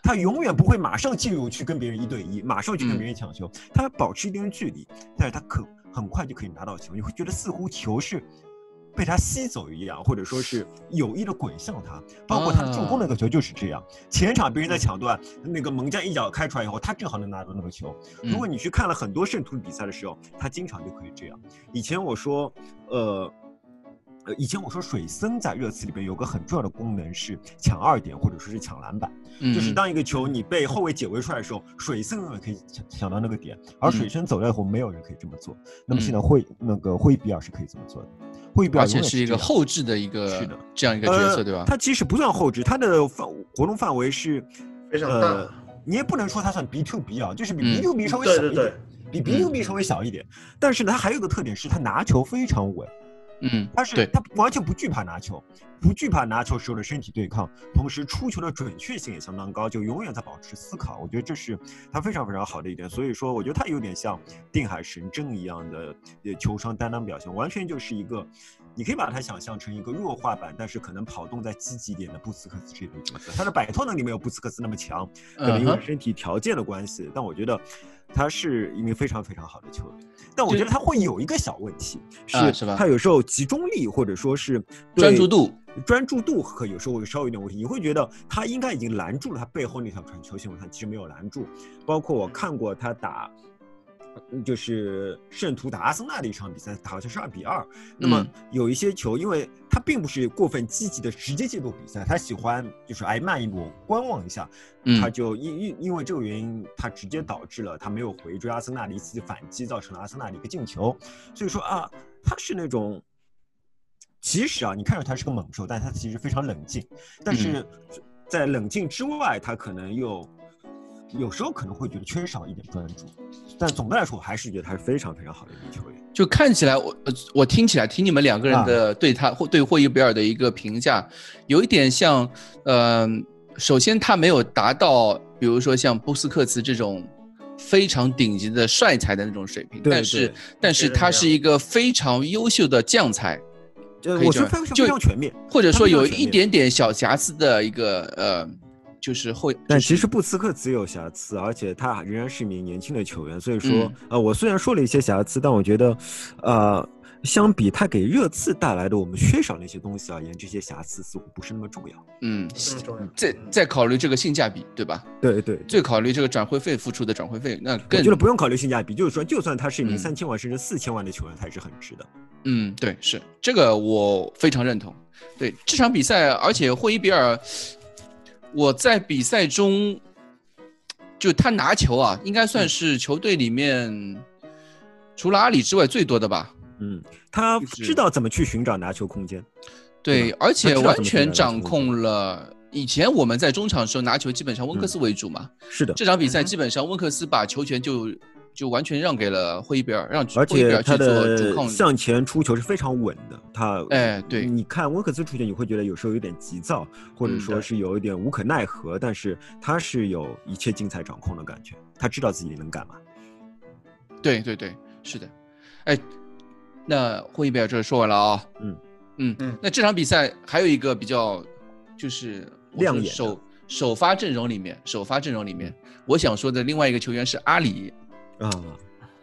[SPEAKER 3] 他永远不会马上进入去跟别人一对一，马上去跟别人抢球，他保持一定的距离，但是他可很快就可以拿到球，你会觉得似乎球是。被他吸走一样，或者说是有意的滚向他，包括他助攻那个球就是这样。前场别人在抢断，那个门将一脚开出来以后，他正好能拿到那个球。
[SPEAKER 6] 嗯
[SPEAKER 3] 如果你去看了很多圣徒比赛的时候，他经常就可以这样。以前我说，呃，呃，以前我说水森在热刺里边有个很重要的功能是抢二点或者说是抢篮板，
[SPEAKER 6] 嗯
[SPEAKER 3] 就是当一个球你被后卫解围出来的时候，水森永远可以抢抢到那个点，
[SPEAKER 6] 嗯
[SPEAKER 3] 而水森走掉以后没有人可以这么做。那么现在会那个惠比尔是可以这么做的，惠比尔
[SPEAKER 6] 而
[SPEAKER 3] 啊永
[SPEAKER 6] 且
[SPEAKER 3] 远
[SPEAKER 6] 是一
[SPEAKER 3] 这
[SPEAKER 6] 个
[SPEAKER 3] 样
[SPEAKER 6] 后置的一个
[SPEAKER 3] 是的
[SPEAKER 6] 这样一个角
[SPEAKER 3] 呃，
[SPEAKER 6] 色，对吧？
[SPEAKER 3] 他其实不算后置，他的范活动范围是
[SPEAKER 8] 非常大
[SPEAKER 3] 呃，你也不能说他算 B to B 啊，就是比
[SPEAKER 6] 嗯
[SPEAKER 3] B to B 稍微
[SPEAKER 8] 对
[SPEAKER 3] 小
[SPEAKER 8] 对
[SPEAKER 3] 一点，比 B to
[SPEAKER 6] 嗯
[SPEAKER 3] B 稍微小一点。但是呢，他还有一个特点是他拿球非常稳，
[SPEAKER 6] 嗯，
[SPEAKER 3] 他是
[SPEAKER 6] 对，
[SPEAKER 3] 他完全不惧怕拿球，不惧怕拿球时候的身体对抗，同时出球的准确性也相当高，就永远在保持思考。我觉得这是他非常非常好的一点。所以说，我觉得他有点像定海神针一样的呃球商担当表现，完全就是一个，你可以把它想象成一个弱化版，但是可能跑动再积极一点的布斯克斯这类角色。他的摆脱能力没有布斯克斯那么强，可能
[SPEAKER 6] 嗯
[SPEAKER 3] 因为
[SPEAKER 6] 哼，
[SPEAKER 3] 身体条件的关系，但我觉得他是一名非常非常好的球员。但我
[SPEAKER 6] 就
[SPEAKER 3] 觉得他会有一个小问题，
[SPEAKER 6] 啊
[SPEAKER 3] 是
[SPEAKER 6] 是吧
[SPEAKER 3] 他有时候集中力或者说是对
[SPEAKER 6] 专注度、
[SPEAKER 3] 专注度和有时候会稍微有点问题。你会觉得他应该已经拦住了他背后那条传球，结果他其实没有拦住。包括我看过他打。嗯就是圣徒打阿森纳的一场比赛，打好像是二比二。那么
[SPEAKER 6] 嗯
[SPEAKER 3] 有一些球，因为他并不是过分积极的直接介入比赛，他喜欢就是挨慢一步，观望一下，
[SPEAKER 6] 嗯
[SPEAKER 3] 他就因因因为这个原因，他直接导致了他没有回追阿森纳的一次反击，造成了阿森纳的一个进球。所以说啊，他是那种，其实啊，你看着他是个猛兽，但他其实非常冷静，但是
[SPEAKER 6] 嗯
[SPEAKER 3] 在冷静之外，他可能又有时候可能会觉得缺少一点专注。但总的来说，我还是觉得他是非常非常好的一名球员。
[SPEAKER 6] 就看起来我呃我听起来听你们两个人的对他或对霍伊比尔的一个评价，有一点像，呃，首先他没有达到，比如说像布斯克茨这种非常顶级的帅才的那种水平，
[SPEAKER 3] 对
[SPEAKER 6] 但是
[SPEAKER 3] 对
[SPEAKER 6] 但是
[SPEAKER 8] 是这
[SPEAKER 6] 他
[SPEAKER 8] 样
[SPEAKER 6] 是一个非常优秀的将才，
[SPEAKER 3] 呃，
[SPEAKER 6] 可以
[SPEAKER 3] 我
[SPEAKER 6] 这
[SPEAKER 3] 是
[SPEAKER 6] 样
[SPEAKER 3] 非常
[SPEAKER 6] 就
[SPEAKER 3] 非常全面，
[SPEAKER 6] 或者
[SPEAKER 3] 他
[SPEAKER 6] 说
[SPEAKER 3] 非常
[SPEAKER 6] 有
[SPEAKER 3] 全
[SPEAKER 6] 一
[SPEAKER 3] 面
[SPEAKER 6] 点点小瑕疵的一个呃，就是后，
[SPEAKER 3] 但
[SPEAKER 6] 就是
[SPEAKER 3] 其实布斯克茨有瑕疵，而且他仍然是一名年轻的球员，所以说，
[SPEAKER 6] 嗯
[SPEAKER 3] 呃，我虽然说了一些瑕疵，但我觉得，呃，相比他给热刺带来的我们缺少那些东西而言，这些瑕疵似乎不是那么重要。
[SPEAKER 6] 嗯，
[SPEAKER 8] 这么重要。
[SPEAKER 6] 再再考虑这个性价比，对吧？
[SPEAKER 3] 对对，
[SPEAKER 6] 最考虑这个转会费付出的转会费，那
[SPEAKER 3] 我
[SPEAKER 6] 更
[SPEAKER 3] 觉得不用考虑性价比，就是说，就算他是一名
[SPEAKER 6] 嗯
[SPEAKER 3] 三千万甚至四千万的球员，他也是很值的。
[SPEAKER 6] 嗯，对，是这个我非常认同。对这场比赛，而且霍伊比尔，我在比赛中，就他拿球啊，应该算是球队里面除了阿里之外最多的吧。
[SPEAKER 3] 嗯，他
[SPEAKER 6] 就是
[SPEAKER 3] 知道怎么去寻找拿球空间。对，
[SPEAKER 6] 对而且
[SPEAKER 3] 他知道
[SPEAKER 6] 完
[SPEAKER 3] 怎么进
[SPEAKER 6] 全
[SPEAKER 3] 来的
[SPEAKER 6] 掌控了。以前我们在中场的时候拿球基本上温克斯为主嘛，
[SPEAKER 3] 是的，
[SPEAKER 6] 这场比赛基本上温克斯把球权就就完全让给了霍伊比尔，让
[SPEAKER 3] 而
[SPEAKER 6] 霍伊比
[SPEAKER 3] 且
[SPEAKER 6] 尔去
[SPEAKER 3] 他
[SPEAKER 6] 做主
[SPEAKER 3] 的
[SPEAKER 6] 控。
[SPEAKER 3] 向前出球是非常稳的，他
[SPEAKER 6] 哎对
[SPEAKER 3] 你看温克斯出球，你会觉得有时候有点急躁，或者
[SPEAKER 6] 嗯
[SPEAKER 3] 说
[SPEAKER 6] 对
[SPEAKER 3] 是有一点无可奈何，但是他是有一切精彩掌控的感觉，他知道自己能干嘛。
[SPEAKER 6] 对对对，是的。哎，那霍伊比尔这说完了啊、
[SPEAKER 3] 嗯
[SPEAKER 6] 嗯
[SPEAKER 8] 嗯
[SPEAKER 6] 那这场比赛还有一个比较就是我说
[SPEAKER 3] 亮眼的嗯
[SPEAKER 6] 首首发阵容里面，首发阵容里面，我想说的另外一个球员是阿里，
[SPEAKER 3] 啊，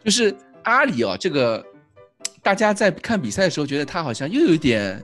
[SPEAKER 6] 就是阿里啊、这个大家在看比赛的时候觉得他好像又有一点，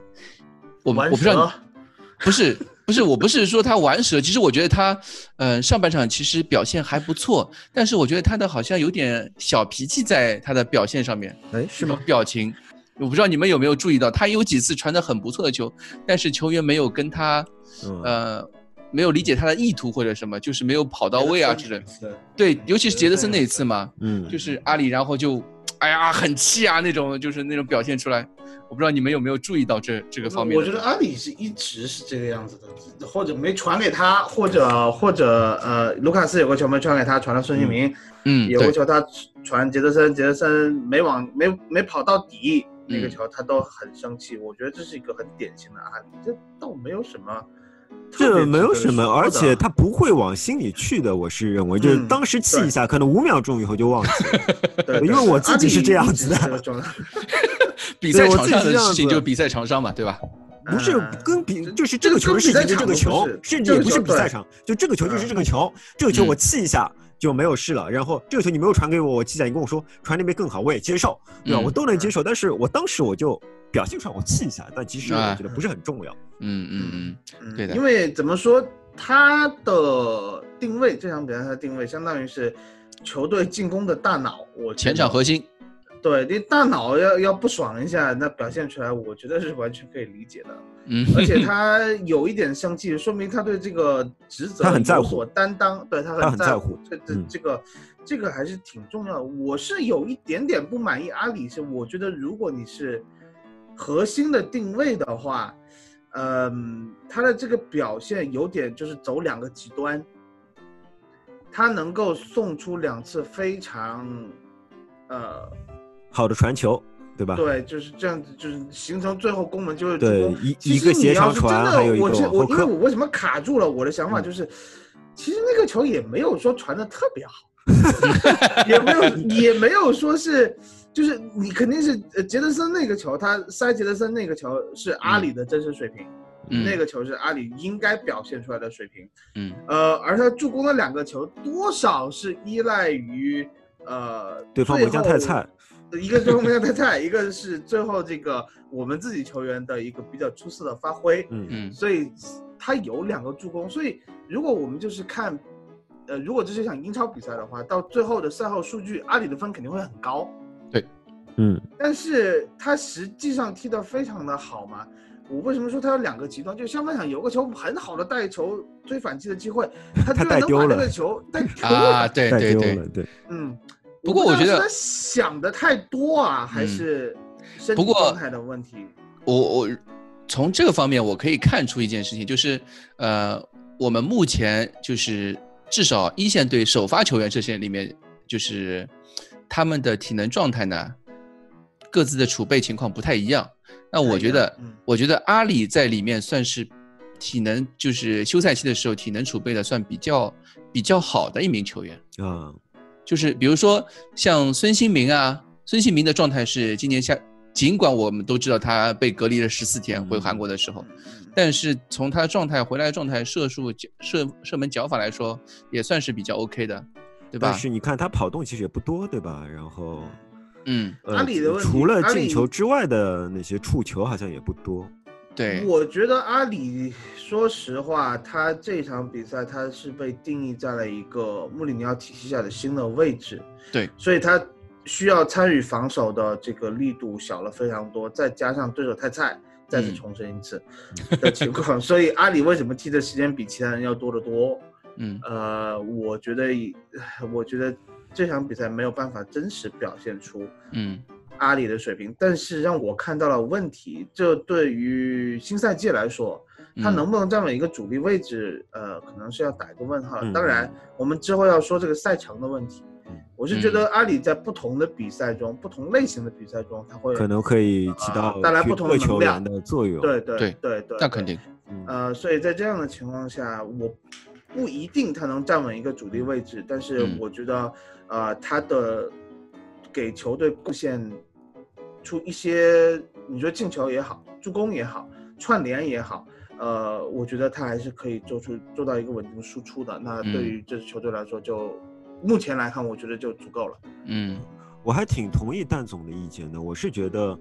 [SPEAKER 6] 我我
[SPEAKER 8] 玩
[SPEAKER 6] 不知道
[SPEAKER 8] 蛇
[SPEAKER 6] 你，不是不是，我不是说他玩蛇，其实我觉得他，嗯、上半场其实表现还不错，但是我觉得他的好像有点小脾气在他的表现上面，
[SPEAKER 3] 哎，是
[SPEAKER 6] 这
[SPEAKER 3] 吗？
[SPEAKER 6] 种表情，我不知道你们有没有注意到，他有几次传的很不错的球，但是球员没有跟他，
[SPEAKER 3] 嗯
[SPEAKER 6] 呃，没有理解他的意图或者什么，就是没有跑到位啊之类的。
[SPEAKER 8] 的。
[SPEAKER 6] 对，尤其是杰
[SPEAKER 8] 杰
[SPEAKER 6] 德森
[SPEAKER 8] 德森
[SPEAKER 6] 那一次嘛，
[SPEAKER 3] 嗯，
[SPEAKER 6] 就是阿里，然后就哎呀很气啊那种，就是那种表现出来。我不知道你们有没有注意到这这个方面的。
[SPEAKER 8] 我觉得阿里是一直是这个样子的，或者没传给他，或者或者呃，卢卡斯有个球没传给他，传了孙兴民；
[SPEAKER 6] 嗯，
[SPEAKER 8] 有个
[SPEAKER 6] 对，
[SPEAKER 8] 球他传杰德森，杰德森没往没没跑到底，那个
[SPEAKER 6] 嗯
[SPEAKER 8] 球他都很生气。我觉得这是一个很典型的阿里，这倒没有什么特别值得说的。
[SPEAKER 3] 这没有什么，而且他不会往心里去的，我是认为，就是
[SPEAKER 8] 嗯
[SPEAKER 3] 当时气
[SPEAKER 8] 对
[SPEAKER 3] 一下，可能五秒钟以后就忘记了。
[SPEAKER 8] 对，对
[SPEAKER 3] 因为我自己是这样子的
[SPEAKER 8] 阿里一直是这个状态
[SPEAKER 6] 比赛
[SPEAKER 3] 对我
[SPEAKER 6] 场
[SPEAKER 3] 自己
[SPEAKER 6] 上
[SPEAKER 3] 是
[SPEAKER 6] 的
[SPEAKER 3] 这样
[SPEAKER 6] 事情
[SPEAKER 3] 子
[SPEAKER 6] 就是比赛场上嘛，对吧？
[SPEAKER 3] 不是
[SPEAKER 8] 嗯
[SPEAKER 3] 跟比，就是
[SPEAKER 8] 这
[SPEAKER 3] 这个球的事情
[SPEAKER 8] 这
[SPEAKER 3] 就
[SPEAKER 8] 个
[SPEAKER 3] 这个
[SPEAKER 8] 场
[SPEAKER 3] 球
[SPEAKER 8] 不是，
[SPEAKER 3] 甚
[SPEAKER 8] 这
[SPEAKER 3] 至
[SPEAKER 8] 个
[SPEAKER 3] 也不是
[SPEAKER 8] 球
[SPEAKER 3] 比赛
[SPEAKER 8] 对
[SPEAKER 3] 场，就这个球就是
[SPEAKER 8] 嗯
[SPEAKER 3] 这个球，这个球
[SPEAKER 6] 嗯
[SPEAKER 3] 我气一下就没有事了。然后这个球你没有传给我，我气一下，你跟我说传那边更好，我也接受，对吧？
[SPEAKER 6] 嗯
[SPEAKER 3] 我都能接受，但是我当时我就表现出来我气一下，但其实我
[SPEAKER 6] 哎
[SPEAKER 3] 觉得不是很重要。
[SPEAKER 6] 嗯嗯嗯，
[SPEAKER 8] 嗯
[SPEAKER 6] 对的
[SPEAKER 8] 因为怎么说，他的定位这场比赛他的定位相当于是球队进攻的大脑，我觉得
[SPEAKER 6] 前场核心，
[SPEAKER 8] 对，你大脑要要不爽一下，那表现出来，我觉得是完全可以理解的。
[SPEAKER 6] 嗯，
[SPEAKER 8] 而且他有一点像技术，说明他对这个职责
[SPEAKER 3] 他很在乎
[SPEAKER 8] 有所担当，对他
[SPEAKER 3] 他
[SPEAKER 8] 很
[SPEAKER 3] 很
[SPEAKER 8] 在
[SPEAKER 3] 在乎
[SPEAKER 8] 这这
[SPEAKER 3] 嗯
[SPEAKER 8] 这个这个还是挺重要的。我是有一点点不满意阿里，是我觉得如果你是核心的定位的话，嗯，他的这个表现有点就是走两个极端，他能够送出两次非常呃
[SPEAKER 3] 好的传球，对吧？
[SPEAKER 8] 对，就是这样子，就是形成最后攻门就是助
[SPEAKER 3] 对
[SPEAKER 8] 攻
[SPEAKER 3] 一
[SPEAKER 8] 其
[SPEAKER 3] 一
[SPEAKER 8] 实
[SPEAKER 3] 个
[SPEAKER 8] 你
[SPEAKER 3] 斜
[SPEAKER 8] 要
[SPEAKER 3] 长
[SPEAKER 8] 是真
[SPEAKER 3] 传还有
[SPEAKER 8] 的，
[SPEAKER 3] 一
[SPEAKER 8] 我
[SPEAKER 3] 个
[SPEAKER 8] 是
[SPEAKER 3] 往
[SPEAKER 8] 我，
[SPEAKER 3] 后
[SPEAKER 8] 因为
[SPEAKER 3] 磕
[SPEAKER 8] 我为什么卡住了？我的想法
[SPEAKER 3] 嗯
[SPEAKER 8] 就是，其实那个球也没有说传的特 别好，也没有也没有说是，就是你肯定是呃杰德森那个球，他塞杰德森那个球是阿里的真实水平，
[SPEAKER 6] 嗯
[SPEAKER 8] 那个球是阿里应该表现出来的水平。
[SPEAKER 6] 嗯
[SPEAKER 8] 呃，而他助攻的两个球多少是依赖于呃
[SPEAKER 3] 对方
[SPEAKER 8] 最
[SPEAKER 3] 门将
[SPEAKER 8] 后
[SPEAKER 3] 太菜，
[SPEAKER 8] 一个是中间太菜，一个是最后这个我们自己球员的一个比较出色的发挥，
[SPEAKER 3] 嗯，
[SPEAKER 6] 嗯
[SPEAKER 8] 所以他有两个助攻。所以如果我们就是看，呃，如果这是一场英超比赛的话，到最后的赛后数据，阿里的分肯定会很高。
[SPEAKER 6] 对，
[SPEAKER 3] 嗯，
[SPEAKER 8] 但是他实际上踢得非常的好嘛。我为什么说他有两个极端？就上半场有个球很好的带球追反击的机会，他居
[SPEAKER 3] 他带
[SPEAKER 8] 然能
[SPEAKER 3] 丢
[SPEAKER 8] 把那
[SPEAKER 3] 了
[SPEAKER 8] 个球 带丢了
[SPEAKER 6] 啊，对
[SPEAKER 3] 带
[SPEAKER 6] 对
[SPEAKER 3] 丢
[SPEAKER 6] 对，
[SPEAKER 3] 了，对，
[SPEAKER 8] 嗯，
[SPEAKER 6] 不过我
[SPEAKER 8] 不知
[SPEAKER 6] 觉
[SPEAKER 8] 道
[SPEAKER 6] 得
[SPEAKER 8] 是他
[SPEAKER 6] 嗯
[SPEAKER 8] 想的太多啊，还是身
[SPEAKER 6] 不
[SPEAKER 8] 体
[SPEAKER 6] 过
[SPEAKER 8] 状态的问题。
[SPEAKER 6] 我我从这个方面我可以看出一件事情，就是呃，我们目前就是至少一线队首发球员这些里面，就是他们的体能状态呢，各自的储备情况不太一样。那我觉得，
[SPEAKER 8] 不太一样嗯
[SPEAKER 6] 我觉得阿里在里面算是体能就是休赛期的时候体能储备的算比较比较好的一名球员。
[SPEAKER 3] 啊，
[SPEAKER 6] 就是比如说像孙兴民啊，孙兴民的状态是今年夏，尽管我们都知道他被隔离了十四天
[SPEAKER 3] 嗯
[SPEAKER 6] 回韩国的时候，
[SPEAKER 8] 嗯
[SPEAKER 6] 但是从他的状态回来的状态、射术、射射门脚法来说，也算是比较 OK 的，对
[SPEAKER 3] 但
[SPEAKER 6] 吧？
[SPEAKER 3] 是你看他跑动其实也不多，对吧？然后，
[SPEAKER 6] 嗯，
[SPEAKER 3] 呃
[SPEAKER 8] 阿里的问题
[SPEAKER 3] 除了
[SPEAKER 8] 阿
[SPEAKER 3] 进
[SPEAKER 8] 里
[SPEAKER 3] 球之外的那些触球好像也不多，
[SPEAKER 6] 对，
[SPEAKER 8] 我觉得阿里，说实话，他这场比赛他是被定义在了一个穆里尼奥体系下的新的位置，
[SPEAKER 6] 对，
[SPEAKER 8] 所以他需要参与防守的这个力度小了非常多，再加上对手太菜，再次
[SPEAKER 6] 嗯
[SPEAKER 8] 重申一 次的情况，所以阿里为什么踢的时间比其他人要多得多？
[SPEAKER 6] 嗯
[SPEAKER 8] 呃，我觉得，我觉得这场比赛没有办法真实表现出
[SPEAKER 6] 嗯
[SPEAKER 8] 阿里的水平，但是让我看到了问题。这对于新赛季来说，他
[SPEAKER 6] 嗯
[SPEAKER 8] 能不能站稳一个主力位置，呃，可能是要打一个问号了。
[SPEAKER 3] 嗯
[SPEAKER 8] 当然，我们之后要说这个赛程的问题
[SPEAKER 3] 嗯。
[SPEAKER 8] 我是觉得阿里在不同的比赛中，不同类型的比赛中，他会
[SPEAKER 3] 可能可以起
[SPEAKER 8] 啊
[SPEAKER 3] 到
[SPEAKER 8] 带来
[SPEAKER 3] 去
[SPEAKER 8] 不同
[SPEAKER 3] 各
[SPEAKER 8] 的能
[SPEAKER 3] 球员
[SPEAKER 8] 量
[SPEAKER 3] 的作用。
[SPEAKER 8] 对对
[SPEAKER 6] 对
[SPEAKER 8] 对对，
[SPEAKER 6] 那
[SPEAKER 8] 对
[SPEAKER 6] 肯定，
[SPEAKER 3] 嗯，
[SPEAKER 8] 呃，所以在这样的情况下，我不一定他能站稳一个主力位置，但是
[SPEAKER 6] 嗯
[SPEAKER 8] 我觉得，呃，他的给球队贡献出一些，你说进球也好，助攻也好，串联也好。呃，我觉得他还是可以做出做到一个稳定输出的。那对
[SPEAKER 6] 嗯
[SPEAKER 8] 于这支球队来说就，目前来看，我觉得就足够了。
[SPEAKER 6] 嗯
[SPEAKER 3] 我还挺同意蛋总的意见的。我是觉得，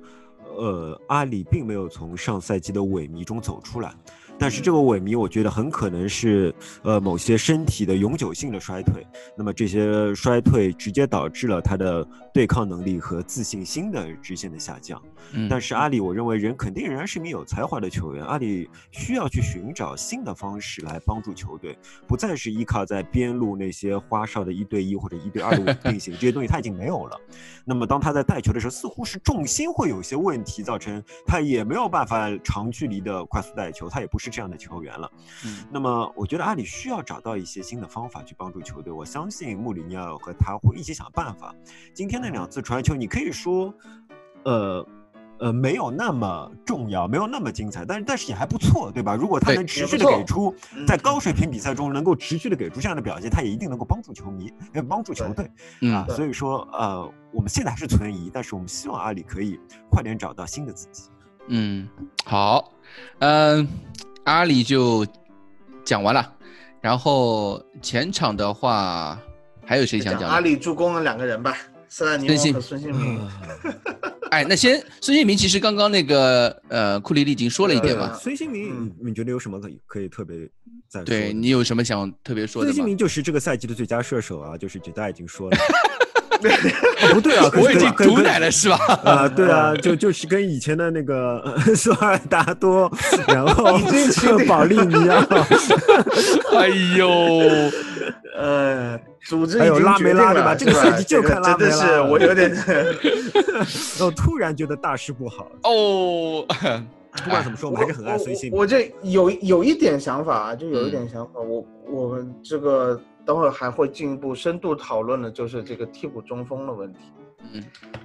[SPEAKER 3] 呃，阿里并没有从上赛季的萎靡中走出来，但是这个萎靡，我觉得很可能是呃某些身体的永久性的衰退。那么这些衰退直接导致了他的对抗能力和自信心的直线的下降。
[SPEAKER 6] 嗯，
[SPEAKER 3] 但是阿里，我认为人肯定仍然是名有才华的球员，阿里需要去寻找新的方式来帮助球队，不再是依靠在边路那些花哨的一对一或者一对二的稳定 性，这些东西他已经没有了。那么当他在带球的时候，似乎是重心会有一些问题，造成他也没有办法长距离的快速带球，他也不是这样的球员了。
[SPEAKER 6] 嗯
[SPEAKER 3] 那么我觉得阿里需要找到一些新的方法去帮助球队，我相信穆里尼奥和他会一起想办法。今天那两次传球，你可以说，呃。呃，没有那么重要，没有那么精彩，但是但是也还不错，对吧？如果他
[SPEAKER 6] 对
[SPEAKER 3] 能持
[SPEAKER 8] 也
[SPEAKER 3] 续
[SPEAKER 8] 不
[SPEAKER 3] 的
[SPEAKER 8] 错
[SPEAKER 3] 给出，
[SPEAKER 8] 嗯
[SPEAKER 3] 在高水平比赛中能够持续的给出这样的表现，他也一定能够帮助球迷，呃，帮助球队。啊
[SPEAKER 6] 嗯，
[SPEAKER 8] 对
[SPEAKER 3] 所以说呃，我们现在还是存疑，但是我们希望阿里可以快点找到新的自己。
[SPEAKER 6] 嗯，好，嗯，阿里就讲完了，然后前场的话，还有谁想讲的？
[SPEAKER 8] 阿里助攻了两个人吧，塞拉尼
[SPEAKER 6] 孙兴嗯
[SPEAKER 8] 奥和孙兴民。
[SPEAKER 6] 哎，那先孙兴民，其实刚刚那个呃，库里利已经说了一遍
[SPEAKER 8] 对
[SPEAKER 6] 嘛
[SPEAKER 8] 啊，
[SPEAKER 3] 孙兴民，
[SPEAKER 8] 嗯
[SPEAKER 3] 你你觉得有什么可以可以特别再说
[SPEAKER 6] 对
[SPEAKER 3] 的
[SPEAKER 6] 你有什么想特别说的
[SPEAKER 3] 孙兴
[SPEAKER 6] 吗？
[SPEAKER 3] 民就是这个赛季的最佳射手啊，就是大家已经说了，
[SPEAKER 7] 哦不对啊，可是
[SPEAKER 6] 我已经
[SPEAKER 7] 跟
[SPEAKER 6] 毒奶了是吧？
[SPEAKER 3] 啊，对啊，就就是跟以前的那个 呃索尔达多，然后 保利尼奥，
[SPEAKER 6] 哎呦，
[SPEAKER 8] 呃，组织
[SPEAKER 3] 还
[SPEAKER 8] 已
[SPEAKER 3] 有
[SPEAKER 8] 经
[SPEAKER 3] 拉
[SPEAKER 8] 决
[SPEAKER 3] 梅
[SPEAKER 8] 定
[SPEAKER 3] 拉
[SPEAKER 8] 了，
[SPEAKER 3] 对吧这个
[SPEAKER 8] 是
[SPEAKER 3] 赛季就看拉
[SPEAKER 8] 真的
[SPEAKER 3] 梅拉
[SPEAKER 8] 是
[SPEAKER 3] 了
[SPEAKER 8] 我有点
[SPEAKER 3] 我突然觉得大师不好。
[SPEAKER 6] 哦，
[SPEAKER 3] 不管怎么说，我们还是很爱随性
[SPEAKER 8] 我。我。我这有有一点想法啊，就有一点想法，我我们这个等会儿还会进一步深度讨论的，就是这个替补中锋的问题。
[SPEAKER 6] 嗯，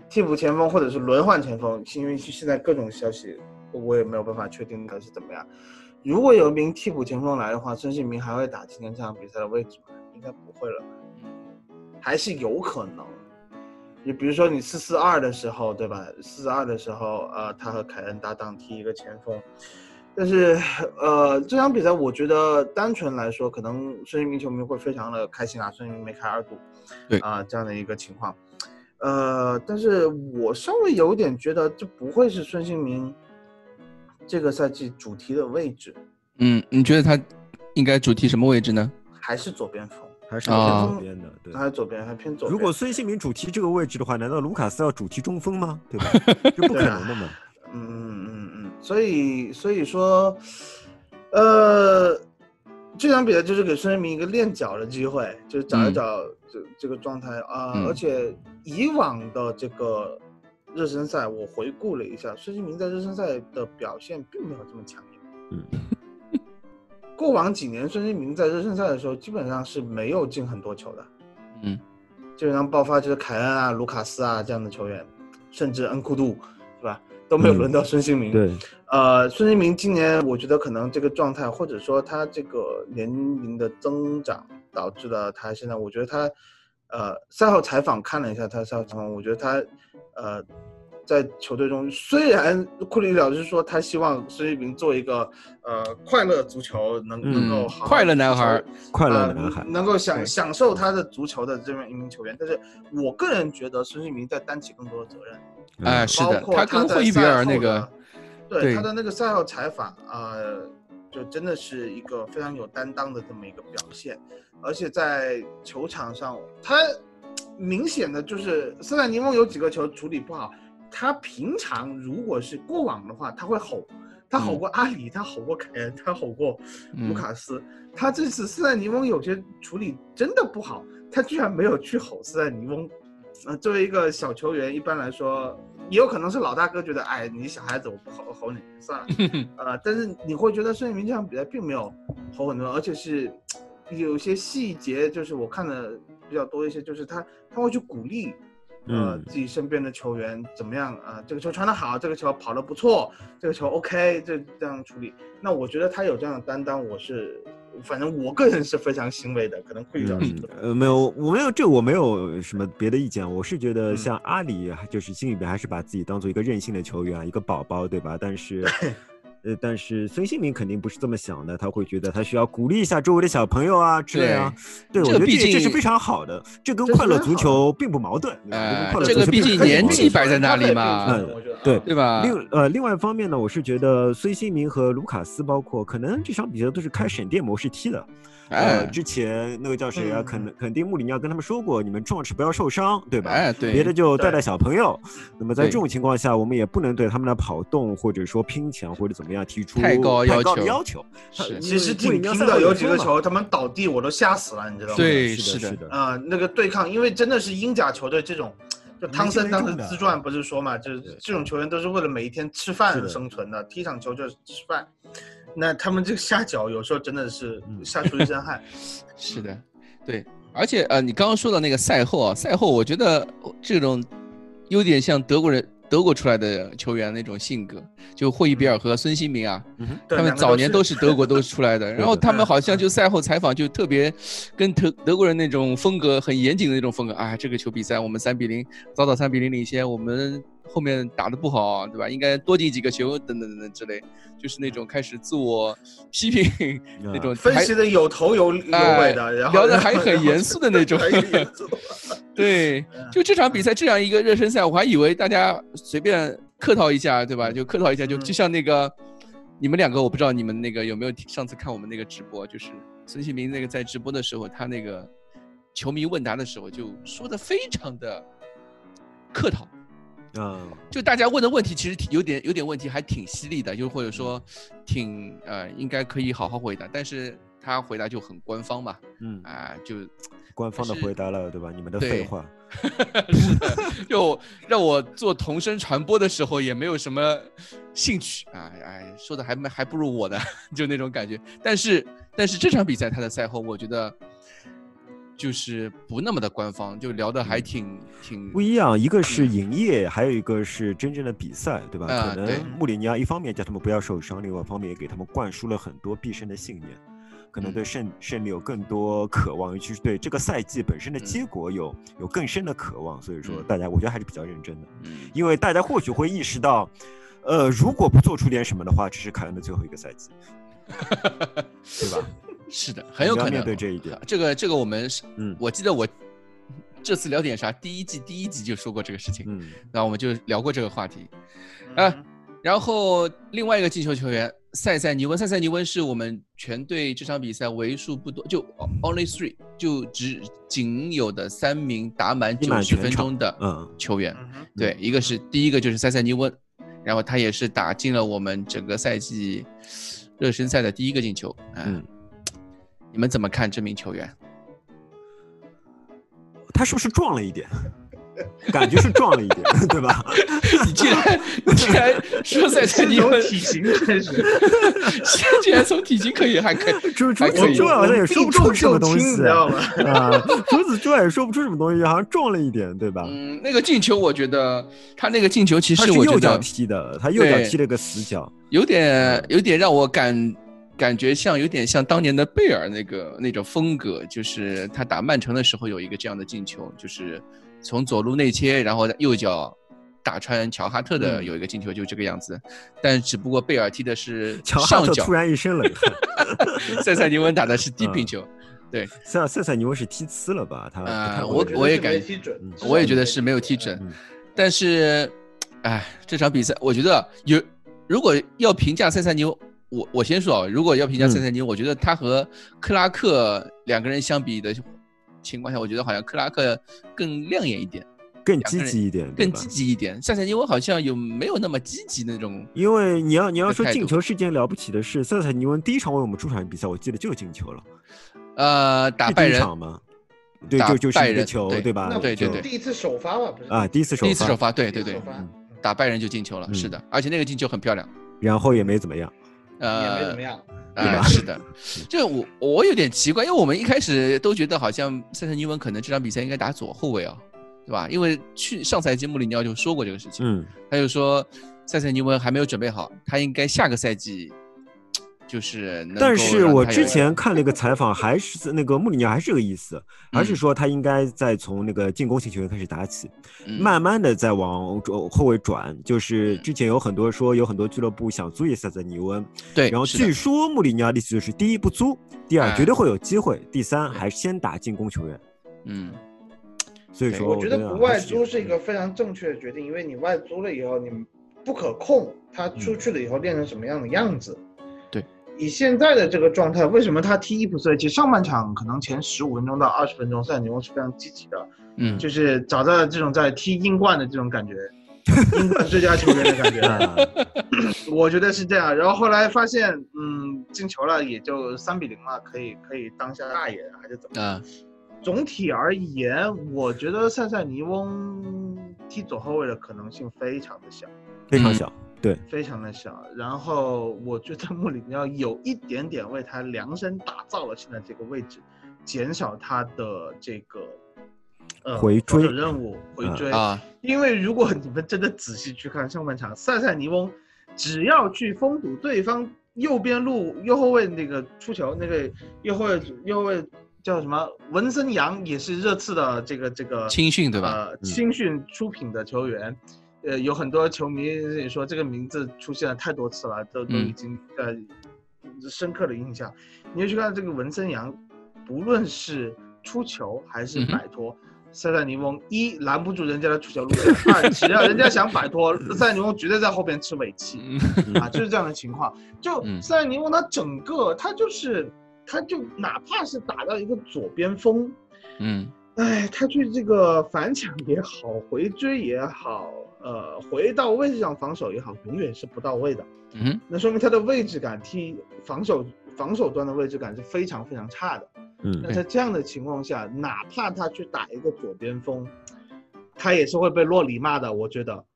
[SPEAKER 8] 替补前锋或者是轮换前锋，因为现在各种消息，我也没有办法确定他是怎么样。如果有一名替补前锋来的话，孙兴民还会打今天这场比赛的位置吗？应该不会了，还是有可能。你比如说你四四二的时候，对吧？四四二的时候，呃，他和凯恩搭档踢一个前锋，但是呃，这场比赛我觉得单纯来说，可能孙兴民球迷会非常的开心啊，孙兴民没开二度，
[SPEAKER 6] 对
[SPEAKER 8] 啊、这样的一个情况，呃，但是我稍微有点觉得这不会是孙兴民这个赛季主题的位置，
[SPEAKER 6] 嗯，你觉得他应该主题什么位置呢？
[SPEAKER 8] 还是左边锋，
[SPEAKER 3] 还是偏左边的，对
[SPEAKER 8] 还。是左边，还偏左边。
[SPEAKER 3] 如果孙兴民主踢这个位置的话，难道卢卡斯要主踢中锋吗？对吧？ 这不可能的嘛。
[SPEAKER 8] 嗯嗯嗯嗯，所以所以说，呃，这场比赛就是给孙兴民一个练脚的机会，就是找一
[SPEAKER 6] 嗯
[SPEAKER 8] 找这、这个状态啊、
[SPEAKER 6] 嗯
[SPEAKER 8] 而且以往的这个热身赛，我回顾了一下，孙兴民在热身赛的表现并没有这么抢眼。
[SPEAKER 3] 嗯，
[SPEAKER 8] 过往几年孙兴民在热身赛的时候，基本上是没有进很多球的。
[SPEAKER 6] 嗯，
[SPEAKER 8] 基本上爆发就是凯恩啊、卢卡斯啊这样的球员，甚至恩库杜，是吧？都没有轮到孙兴民。，
[SPEAKER 3] 对，
[SPEAKER 8] 呃，孙兴民今年我觉得可能这个状态，或者说他这个年龄的增长，导致了他现在，我觉得他，呃，赛后采访看了一下他赛后采访，我觉得他，呃，在球队中，虽然库里老师说他希望孙兴民做一个呃快乐足球，能能够
[SPEAKER 6] 嗯
[SPEAKER 8] 好好
[SPEAKER 6] 快乐男孩儿
[SPEAKER 8] 地
[SPEAKER 3] 快乐
[SPEAKER 8] 呃
[SPEAKER 3] 的男孩。
[SPEAKER 8] 能够享
[SPEAKER 3] 对
[SPEAKER 8] 享受他的足球的这么一名球员，但是我个人觉得孙兴民在担起更多的责任，
[SPEAKER 6] 哎，
[SPEAKER 3] 嗯
[SPEAKER 6] 是的
[SPEAKER 8] 包，括
[SPEAKER 6] 他
[SPEAKER 8] 他
[SPEAKER 6] 跟
[SPEAKER 8] 在
[SPEAKER 6] 霍伊比
[SPEAKER 8] 赛
[SPEAKER 6] 尔
[SPEAKER 8] 后
[SPEAKER 6] 那
[SPEAKER 8] 的
[SPEAKER 6] 个，
[SPEAKER 8] 对
[SPEAKER 6] 对
[SPEAKER 8] 他的那个赛后采访啊、呃就真的是一个非常有担当的这么一个表现，而且在球场上，他明显的就是斯坦尼翁有几个球处理不好，他平常如果是过往的话，他会吼。他吼过阿里，他吼过凯恩，他吼过卢
[SPEAKER 6] 嗯
[SPEAKER 8] 卡斯。他这次斯坦尼翁有些处理真的不好，他居然没有去吼斯坦尼翁。呃，作为一个小球员，一般来说，也有可能是老大哥觉得，哎，你小孩子，我不吼吼你 算了。呃，但是你会觉得孙兴民这场比赛并没有吼很多，而且是有些细节，就是我看的比较多一些，就是他他会去鼓励。呃
[SPEAKER 3] 嗯，
[SPEAKER 8] 自己身边的球员怎么样啊、这个球传的好，这个球跑的不错，这个球 OK，这这样处理。那我觉得他有这样的担当，我是，反正我个人是非常欣慰的。可能会有点
[SPEAKER 3] 嗯，呃，没有，我没有这，我没有什么别的意见。我是觉得
[SPEAKER 6] 嗯
[SPEAKER 3] 像阿里，就是心里边还是把自己当做一个任性的球员，一个宝宝，对吧？但是， 呃，但是孙兴民肯定不是这么想的，他会觉得他需要鼓励一下周围的小朋友啊之类啊。对，我
[SPEAKER 6] 这
[SPEAKER 3] 觉得
[SPEAKER 6] 毕
[SPEAKER 3] 这这是
[SPEAKER 6] 竟
[SPEAKER 3] 非常好的，这跟
[SPEAKER 8] 这是
[SPEAKER 3] 快乐
[SPEAKER 8] 非常
[SPEAKER 3] 足
[SPEAKER 8] 好
[SPEAKER 3] 球并不矛盾。对吧
[SPEAKER 6] 哎
[SPEAKER 3] 跟快乐
[SPEAKER 6] 这
[SPEAKER 3] 足
[SPEAKER 6] 个
[SPEAKER 3] 球
[SPEAKER 6] 毕
[SPEAKER 3] 并
[SPEAKER 6] 竟
[SPEAKER 3] 不
[SPEAKER 6] 年
[SPEAKER 3] 矛
[SPEAKER 6] 纪
[SPEAKER 3] 盾
[SPEAKER 6] 摆在那里嘛
[SPEAKER 3] 嗯
[SPEAKER 8] 我觉得
[SPEAKER 3] 对
[SPEAKER 6] 对吧？
[SPEAKER 3] 另呃，另外一方面呢，我是觉得孙兴民和卢卡斯，包括可能这场比赛都是
[SPEAKER 6] 嗯
[SPEAKER 3] 开闪电模式踢的。呃，
[SPEAKER 6] 哎
[SPEAKER 3] 之前那个叫谁啊？
[SPEAKER 8] 嗯
[SPEAKER 3] 肯肯定穆里尼奥跟他们说过，你们壮士不要受伤，对吧？
[SPEAKER 6] 哎，对，
[SPEAKER 3] 别的就带
[SPEAKER 8] 对
[SPEAKER 3] 带小朋友。那么在
[SPEAKER 6] 对
[SPEAKER 3] 这种情况下，我们也不能对他们的跑动或者说拼抢或者怎么样提出
[SPEAKER 6] 太高要
[SPEAKER 3] 太高的
[SPEAKER 6] 求
[SPEAKER 3] 要求。
[SPEAKER 6] 是
[SPEAKER 8] 其实
[SPEAKER 3] 穆里
[SPEAKER 8] 仅
[SPEAKER 3] 尼奥
[SPEAKER 8] 听
[SPEAKER 3] 赛
[SPEAKER 8] 到
[SPEAKER 3] 后
[SPEAKER 8] 有
[SPEAKER 3] 也
[SPEAKER 8] 几
[SPEAKER 3] 说
[SPEAKER 8] 个
[SPEAKER 3] 嘛
[SPEAKER 8] 球他们倒地，我都吓死了，你知道吗？
[SPEAKER 6] 对
[SPEAKER 3] 是
[SPEAKER 6] 是的
[SPEAKER 3] 是的，
[SPEAKER 8] 啊、那个对抗，因为真的是英甲球队这种，就
[SPEAKER 3] 没
[SPEAKER 8] 汤
[SPEAKER 3] 劲
[SPEAKER 8] 森
[SPEAKER 3] 没
[SPEAKER 8] 当时
[SPEAKER 3] 用的
[SPEAKER 8] 自传不是说嘛，就是
[SPEAKER 3] 对
[SPEAKER 8] 这种球员都是为了每一天吃
[SPEAKER 3] 是
[SPEAKER 8] 饭
[SPEAKER 3] 的
[SPEAKER 8] 生存的，踢场球就是吃饭。那他们这个下脚有时候真的是
[SPEAKER 3] 嗯
[SPEAKER 8] 吓出一身 汗。
[SPEAKER 6] 是的，
[SPEAKER 8] 嗯
[SPEAKER 6] 对，而且呃，你刚刚说的那个赛后啊，赛后我觉得哦这种有点像德国人德国出来的球员那种性格，就霍伊比尔和孙兴民啊，
[SPEAKER 8] 嗯对
[SPEAKER 6] 他们
[SPEAKER 8] 两个
[SPEAKER 6] 早年
[SPEAKER 8] 都
[SPEAKER 6] 都是德国都是出来的，然后他们好像就赛后采访就特别跟德德国人那种风格很严谨的那种风格啊，这个球比赛我们三比零早早三比零领先，我们后面打的不好，啊对吧？应该多进几个球等等等等之类，就是那种开始自我批评 那 种
[SPEAKER 8] 分
[SPEAKER 6] 还
[SPEAKER 8] 析的有头有有
[SPEAKER 6] 哎
[SPEAKER 8] 尾的，然后。
[SPEAKER 6] 聊的还很严肃的那 种
[SPEAKER 8] 很严 肃嗯
[SPEAKER 6] 对，就这场比赛这样一个热身赛，我还以为大家随便客套一下，对吧？就客套一下，就
[SPEAKER 8] 嗯
[SPEAKER 6] 就像那个你们两个，我不知道你们那个有没有听上次看我们那个直播，就是孙兴民那个在直播的时候，他那个球迷问答的时候就说的非常的客套，
[SPEAKER 3] 嗯
[SPEAKER 6] 就大家问的问题其实挺有点有点问题，还挺犀利的，就或者说挺呃应该可以好好回答，但是他回答就很官方嘛，
[SPEAKER 3] 嗯，
[SPEAKER 6] 啊、就
[SPEAKER 3] 官方的
[SPEAKER 6] 是
[SPEAKER 3] 回答了，对吧？你们的
[SPEAKER 6] 对
[SPEAKER 3] 废话，
[SPEAKER 6] 是的，就让我做同声传播的时候也没有什么兴趣啊，哎，说的还蛮还不如我呢， 就那种感觉。但是但是这场比赛他的赛后，我觉得就是不那么的官方，就聊的还挺挺
[SPEAKER 3] 嗯不一样，一个是营业，还有一个是真正的比赛，对吧？
[SPEAKER 6] 啊
[SPEAKER 3] 可
[SPEAKER 6] 对
[SPEAKER 3] 能穆里尼奥一方面叫他们不要受伤，另外一方面也给他们灌输了很多必胜的信念，可能
[SPEAKER 6] 嗯
[SPEAKER 3] 对胜胜利有更多渴望，尤其是对这个赛季本身的结果有有更深的渴望。所以说，
[SPEAKER 6] 嗯
[SPEAKER 3] 大家我觉得还是比较认真的，
[SPEAKER 6] 嗯
[SPEAKER 3] 因为大家或许会意识到，呃，如果不做出点什么的话，这是凯恩的最后一个赛 季，对吧？
[SPEAKER 6] 是的，很有可能
[SPEAKER 3] 你要面对这一点。
[SPEAKER 6] 这个这个我们是，
[SPEAKER 3] 嗯
[SPEAKER 6] 我记得我这次聊点啥，第一季第一集就说过这个事情，
[SPEAKER 3] 嗯，
[SPEAKER 6] 那我们就聊过这个话题。啊，然后另外一个进球球员塞塞尼翁，塞塞尼翁是我们全队这场比赛为数不多，就 only three，就只仅有的三名打满
[SPEAKER 3] 踢
[SPEAKER 6] 九
[SPEAKER 3] 满
[SPEAKER 6] 十
[SPEAKER 3] 全
[SPEAKER 6] 分钟的
[SPEAKER 3] 嗯，
[SPEAKER 6] 球员。
[SPEAKER 8] 嗯哼
[SPEAKER 6] 对，一个是第一个就是塞塞尼翁，然后他也是打进了我们整个赛季热身赛的第一个进球。嗯
[SPEAKER 3] 嗯，
[SPEAKER 6] 你们怎么看这名球员？
[SPEAKER 3] 他是不是壮了一点？感觉是壮了一点， 对吧？
[SPEAKER 6] 你竟 然你竟然说塞塞
[SPEAKER 8] 这
[SPEAKER 6] 尼翁，
[SPEAKER 8] 种体型真是，
[SPEAKER 6] 竟然从体型可以还可以，
[SPEAKER 3] 就是
[SPEAKER 6] 还
[SPEAKER 3] 除
[SPEAKER 6] 可
[SPEAKER 3] 此
[SPEAKER 6] 以
[SPEAKER 3] 之外好像也说不出什么东
[SPEAKER 8] 哎我避重就
[SPEAKER 3] 西
[SPEAKER 8] 轻你知道吗？
[SPEAKER 3] 啊。除此之外也说不出什么东西，好像壮了一点，对吧？
[SPEAKER 6] 嗯，那个进球，我觉得他那个进球其
[SPEAKER 3] 他
[SPEAKER 6] 实
[SPEAKER 3] 是
[SPEAKER 6] 我
[SPEAKER 3] 右
[SPEAKER 6] 觉
[SPEAKER 3] 脚
[SPEAKER 6] 得
[SPEAKER 3] 踢的，他右脚
[SPEAKER 6] 对
[SPEAKER 3] 踢了个死角。
[SPEAKER 6] 有点有点让我感感觉像有点像当年的贝尔那个那种风格，就是他打曼城的时候有一个这样的进球，就是从左路内切，然后右脚。打穿乔哈特的
[SPEAKER 3] 嗯
[SPEAKER 6] 有一个进球就这个样子，但只不过贝尔踢的是
[SPEAKER 3] 乔哈
[SPEAKER 6] 上
[SPEAKER 3] 特
[SPEAKER 6] 脚
[SPEAKER 3] 突，然一嗯身冷汗，
[SPEAKER 6] 塞塞尼翁打的是低平球，
[SPEAKER 3] 塞塞塞尼翁是踢呲了吧？他不太
[SPEAKER 6] 啊
[SPEAKER 3] 会
[SPEAKER 6] 我
[SPEAKER 3] 的
[SPEAKER 6] 我也
[SPEAKER 8] 觉得
[SPEAKER 6] 感
[SPEAKER 8] 是没踢准
[SPEAKER 3] 嗯
[SPEAKER 8] 至少
[SPEAKER 6] 我也觉得是没有踢准。
[SPEAKER 3] 嗯
[SPEAKER 6] 但是，哎，这场比赛我觉得有，如果要评价塞塞尼，我我先说啊，如果要评价
[SPEAKER 3] 嗯
[SPEAKER 6] 塞塞尼，我觉得他和克拉克两个人相比的情况下，我觉得好像克拉克更亮眼一点，
[SPEAKER 3] 更积极一点，对
[SPEAKER 6] 更
[SPEAKER 3] 吧
[SPEAKER 6] 积极一点。塞塞尼，我好像有没有那么积极那种？
[SPEAKER 3] 因为你要你要
[SPEAKER 6] 的
[SPEAKER 3] 说
[SPEAKER 6] 态
[SPEAKER 3] 进
[SPEAKER 6] 度
[SPEAKER 3] 球是件了不起的事，塞塞尼翁第一场为我们主场比赛，我记得就进球了，
[SPEAKER 6] 呃，打
[SPEAKER 3] 是
[SPEAKER 6] 败
[SPEAKER 3] 第一
[SPEAKER 6] 人，
[SPEAKER 3] 场吗？对，
[SPEAKER 6] 打
[SPEAKER 3] 就就是
[SPEAKER 6] 拜
[SPEAKER 3] 一个
[SPEAKER 6] 仁
[SPEAKER 3] 球，
[SPEAKER 6] 对
[SPEAKER 3] 对吧
[SPEAKER 8] 那？
[SPEAKER 6] 对对
[SPEAKER 8] 不
[SPEAKER 6] 对
[SPEAKER 8] 第一次首发吧，不是
[SPEAKER 3] 就啊，第一次首
[SPEAKER 6] 第一次
[SPEAKER 3] 发
[SPEAKER 6] 首发，对
[SPEAKER 8] 第
[SPEAKER 6] 对
[SPEAKER 8] 一次
[SPEAKER 6] 对
[SPEAKER 8] 首，发
[SPEAKER 3] 嗯
[SPEAKER 8] 嗯
[SPEAKER 6] 打败人就进球了，是的，而且那个进球很漂亮。
[SPEAKER 3] 然后也没怎么样。
[SPEAKER 8] 也没
[SPEAKER 6] 呃
[SPEAKER 8] 怎么，样。
[SPEAKER 3] 对
[SPEAKER 6] 啊，
[SPEAKER 3] 吧
[SPEAKER 6] 是的，这我我有点奇怪，因为我们一开始都觉得好像塞塞尼文可能这场比赛应该打左后卫啊，对吧？因为去上赛季穆里尼奥就说过这个事情，
[SPEAKER 3] 嗯，
[SPEAKER 6] 他就说塞塞尼文还没有准备好，他应该下个赛季就是能够
[SPEAKER 3] 但是
[SPEAKER 6] 让
[SPEAKER 3] 我
[SPEAKER 6] 他
[SPEAKER 3] 之
[SPEAKER 6] 有
[SPEAKER 3] 前看了一个采访，还是那个穆里尼奥还是这个意思，还是
[SPEAKER 6] 嗯
[SPEAKER 3] 说他应该再从那个进攻型球员开始打起，
[SPEAKER 6] 嗯
[SPEAKER 3] 慢慢的再往中后卫转。就是
[SPEAKER 6] 嗯
[SPEAKER 3] 之前有很多说有很多俱乐部想租借塞泽尼翁，
[SPEAKER 6] 对，
[SPEAKER 3] 然后
[SPEAKER 6] 是的
[SPEAKER 3] 据说穆里尼奥的意思就是第一不租，第二
[SPEAKER 6] 哎
[SPEAKER 3] 绝对会有机会，第三
[SPEAKER 6] 对
[SPEAKER 3] 还是先打进攻球员。
[SPEAKER 6] 嗯
[SPEAKER 3] 所以
[SPEAKER 6] 对啊
[SPEAKER 3] 说，
[SPEAKER 8] 我觉得
[SPEAKER 3] 还
[SPEAKER 8] 不外
[SPEAKER 3] 是有
[SPEAKER 8] 租是一个非常正确的决定，因为你外租了以后，你不可控，他出去了以后练成什么样的样子。
[SPEAKER 6] 嗯对，
[SPEAKER 8] 以现在的这个状态，为什么他踢伊普斯？其实上半场可能前十五分钟到二十分钟，塞尼翁是非常积极的，
[SPEAKER 6] 嗯
[SPEAKER 8] 就是找到了这种在踢英冠的这种感觉，英冠最佳球员的感 觉。
[SPEAKER 3] 啊
[SPEAKER 8] 我觉得是这样。然后后来发现，嗯，进球了也就三比零了，可以可以当下大爷还是怎么样？
[SPEAKER 6] 啊
[SPEAKER 8] 总体而言，我觉得塞塞尼翁踢左后卫的可能性非常的小，
[SPEAKER 3] 非常
[SPEAKER 6] 嗯
[SPEAKER 3] 小。
[SPEAKER 8] 非常的小。然后我觉得穆里尼奥有一点点为他量身打造了现在这个位置，减少他的这个呃
[SPEAKER 3] 回追嗯
[SPEAKER 8] 防守任务回追
[SPEAKER 6] 啊
[SPEAKER 8] 因为如果你们真的仔细去看上半场，塞塞尼翁只要去封堵对方右边路右后卫那个出球，那个右后卫右后卫叫什么文森阳，也是热刺的这个这个
[SPEAKER 6] 青训对吧？嗯
[SPEAKER 8] 呃青训出品的球员。呃，有很多球迷也说这个名字出现了太多次了，都都
[SPEAKER 6] 嗯
[SPEAKER 8] 已经呃深刻的印象。你就去看这个文森阳，不论是出球还是
[SPEAKER 6] 嗯
[SPEAKER 8] 摆脱，塞塞尼翁一拦不住人家的出球路线，二只要人家想摆脱， 塞塞尼翁绝对在后边吃尾气。
[SPEAKER 6] 嗯
[SPEAKER 8] 啊，就是这样的情况。就
[SPEAKER 6] 嗯
[SPEAKER 8] 塞尼翁他整个他就是他就哪怕是打到一个左边锋，
[SPEAKER 6] 嗯
[SPEAKER 8] 哎，他去这个反抢也好，回追也好，呃，回到位置上防守也好，永远是不到位的。
[SPEAKER 6] 嗯哼，
[SPEAKER 8] 那说明他的位置感踢防守防守端的位置感是非常非常差的。
[SPEAKER 3] 嗯
[SPEAKER 8] 那在这样的情况下，哪怕他去打一个左边锋，他也是会被洛里骂的，我觉得。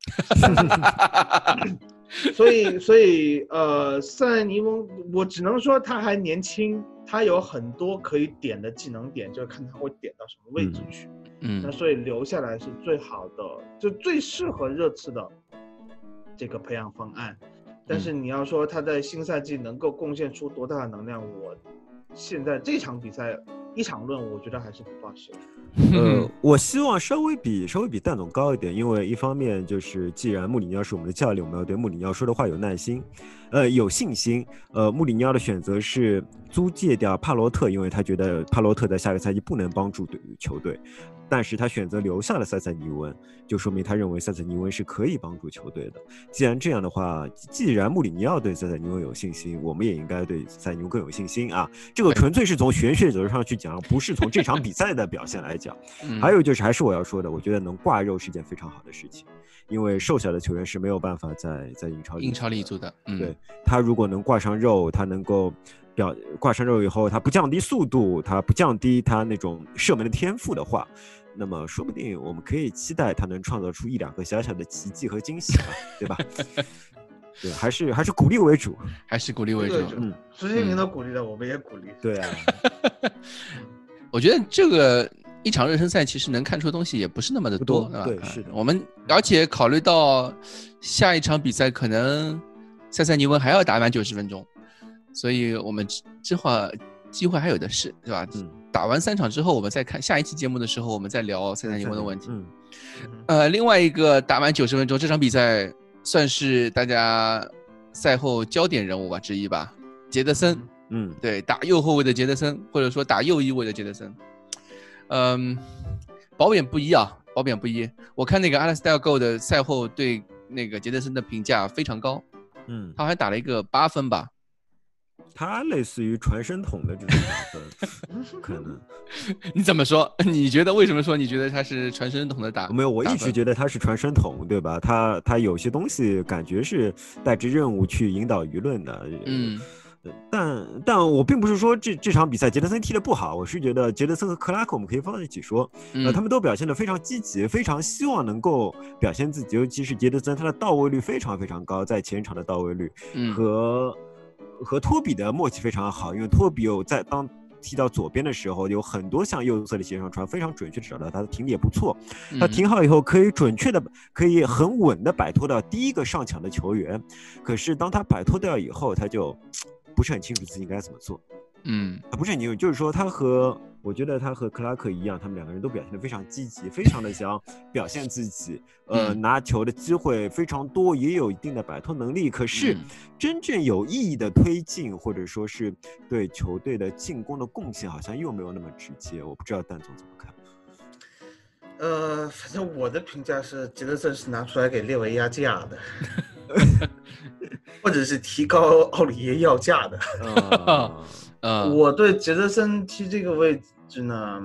[SPEAKER 8] 所以，所以，呃，塞内尼翁，我只能说他还年轻，他有很多可以点的技能点，就是看他会点到什么位置去。那
[SPEAKER 6] 嗯
[SPEAKER 8] 所以留下来是最好的，就最适合热刺的这个培养方案。但是你要说他在新赛季能够贡献出多大的能量，我现在这场比赛一场论，我觉得还是不抱希望。
[SPEAKER 3] 呃，我希望稍微比稍微比蛋总高一点，因为一方面就是既然穆里尼奥是我们的教练，我们要对穆里尼奥说的话有耐心，呃，有信心。呃，穆里尼奥的选择是租借掉帕罗特，因为他觉得帕罗特在下个赛季不能帮助队球队，但是他选择留下了塞塞尼翁，就说明他认为塞塞尼翁是可以帮助球队的。既然这样的话，既然穆里尼奥对塞塞尼翁有信心，我们也应该对塞塞尼翁更有信心啊。这个纯粹是从玄学角度上去讲，不是从这场比赛的表现来讲。
[SPEAKER 6] 嗯，
[SPEAKER 3] 还有就是，还是我要说的，我觉得能挂肉是件非常好的事情，因为瘦小的球员是没有办法在在英超立
[SPEAKER 6] 英超
[SPEAKER 3] 足
[SPEAKER 6] 立
[SPEAKER 3] 的
[SPEAKER 6] 足的，嗯，
[SPEAKER 3] 对他如果能挂上肉，他能够表挂上肉以后，他不降低速度，他不降低他那种射门的天赋的话，那么说不定我们可以期待他能创造出一两个小小的奇迹和惊喜吧，对 吧？对，还是还是鼓励为主。
[SPEAKER 6] 还是鼓励为主。
[SPEAKER 8] 对
[SPEAKER 3] 嗯
[SPEAKER 8] 石新明都鼓励了，我们也鼓励。
[SPEAKER 3] 对 啊，
[SPEAKER 6] 我觉得这个一场热身赛其实能看出的东西也不是那么的多，
[SPEAKER 3] 不
[SPEAKER 6] 啊
[SPEAKER 3] 多对是的
[SPEAKER 6] 我们而且考虑到下一场比赛可能塞塞尼翁还要打满九十分钟，所以我们这这话机会还有的是，对吧？
[SPEAKER 3] 嗯
[SPEAKER 6] 打完三场之后，我们再看下一期节目的时候，我们再聊塞塞尼翁的问题。
[SPEAKER 3] 嗯，
[SPEAKER 6] 呃，另外一个打满九十分钟，这场比赛算是大家赛后焦点人物吧之一吧，杰德森。
[SPEAKER 3] 嗯
[SPEAKER 6] 对，打右后卫的杰德森，或者说打右翼位的杰德森，嗯，褒贬不一啊，褒贬不一。我看那个阿拉斯戴尔 Go 的赛后对那个杰德森的评价非常高，
[SPEAKER 3] 嗯，
[SPEAKER 6] 他好像打了一个八分吧，
[SPEAKER 3] 他类似于传声筒的这种打分，可能。
[SPEAKER 6] 你怎么说？ 你觉得为什么说你觉得他是传声筒的打？
[SPEAKER 3] 啊没有，我
[SPEAKER 6] 打
[SPEAKER 3] 一直
[SPEAKER 6] 分
[SPEAKER 3] 觉得他是传声筒，对吧？他他有些东西感觉是带着任务去引导舆论的，呃
[SPEAKER 6] 嗯，
[SPEAKER 3] 呃但但我并不是说这这场比赛杰德森踢得不好，我是觉得杰德森和克拉克我们可以放在一起说，呃，
[SPEAKER 6] 嗯，
[SPEAKER 3] 他们都表现得非常积极，非常希望能够表现自己，尤其是杰德森，他的到位率非常非常高，在前场的到位率，
[SPEAKER 6] 嗯
[SPEAKER 3] 和和托比的默契非常好，因为托比有在当踢到左边的时候，有很多向右侧的斜上传，非常准确的找到他，停的也不错。他
[SPEAKER 6] 嗯
[SPEAKER 3] 停好以后，可以准确的、可以很稳的摆脱掉第一个上抢的球员。可是当他摆脱掉以后，他就不是很清楚自己应该怎么做。
[SPEAKER 6] 嗯
[SPEAKER 3] 啊，不是很清楚，就是说他和我觉得他和克拉克一样，他们两个人都表现得非常积极，非常的想表现自己，呃，
[SPEAKER 6] 嗯
[SPEAKER 3] 拿球的机会非常多，也有一定的摆脱能力。可是
[SPEAKER 6] 嗯
[SPEAKER 3] 真正有意义的推进，或者说是对球队的进攻的贡献，好像又没有那么直接。我不知道蛋总怎么 看。
[SPEAKER 8] 呃，反正我的评价是，杰德森是拿出来给列维压价的，或者是提高奥里耶要价的。
[SPEAKER 3] 呃
[SPEAKER 6] 呃
[SPEAKER 8] 我对杰德森踢这个位置呢，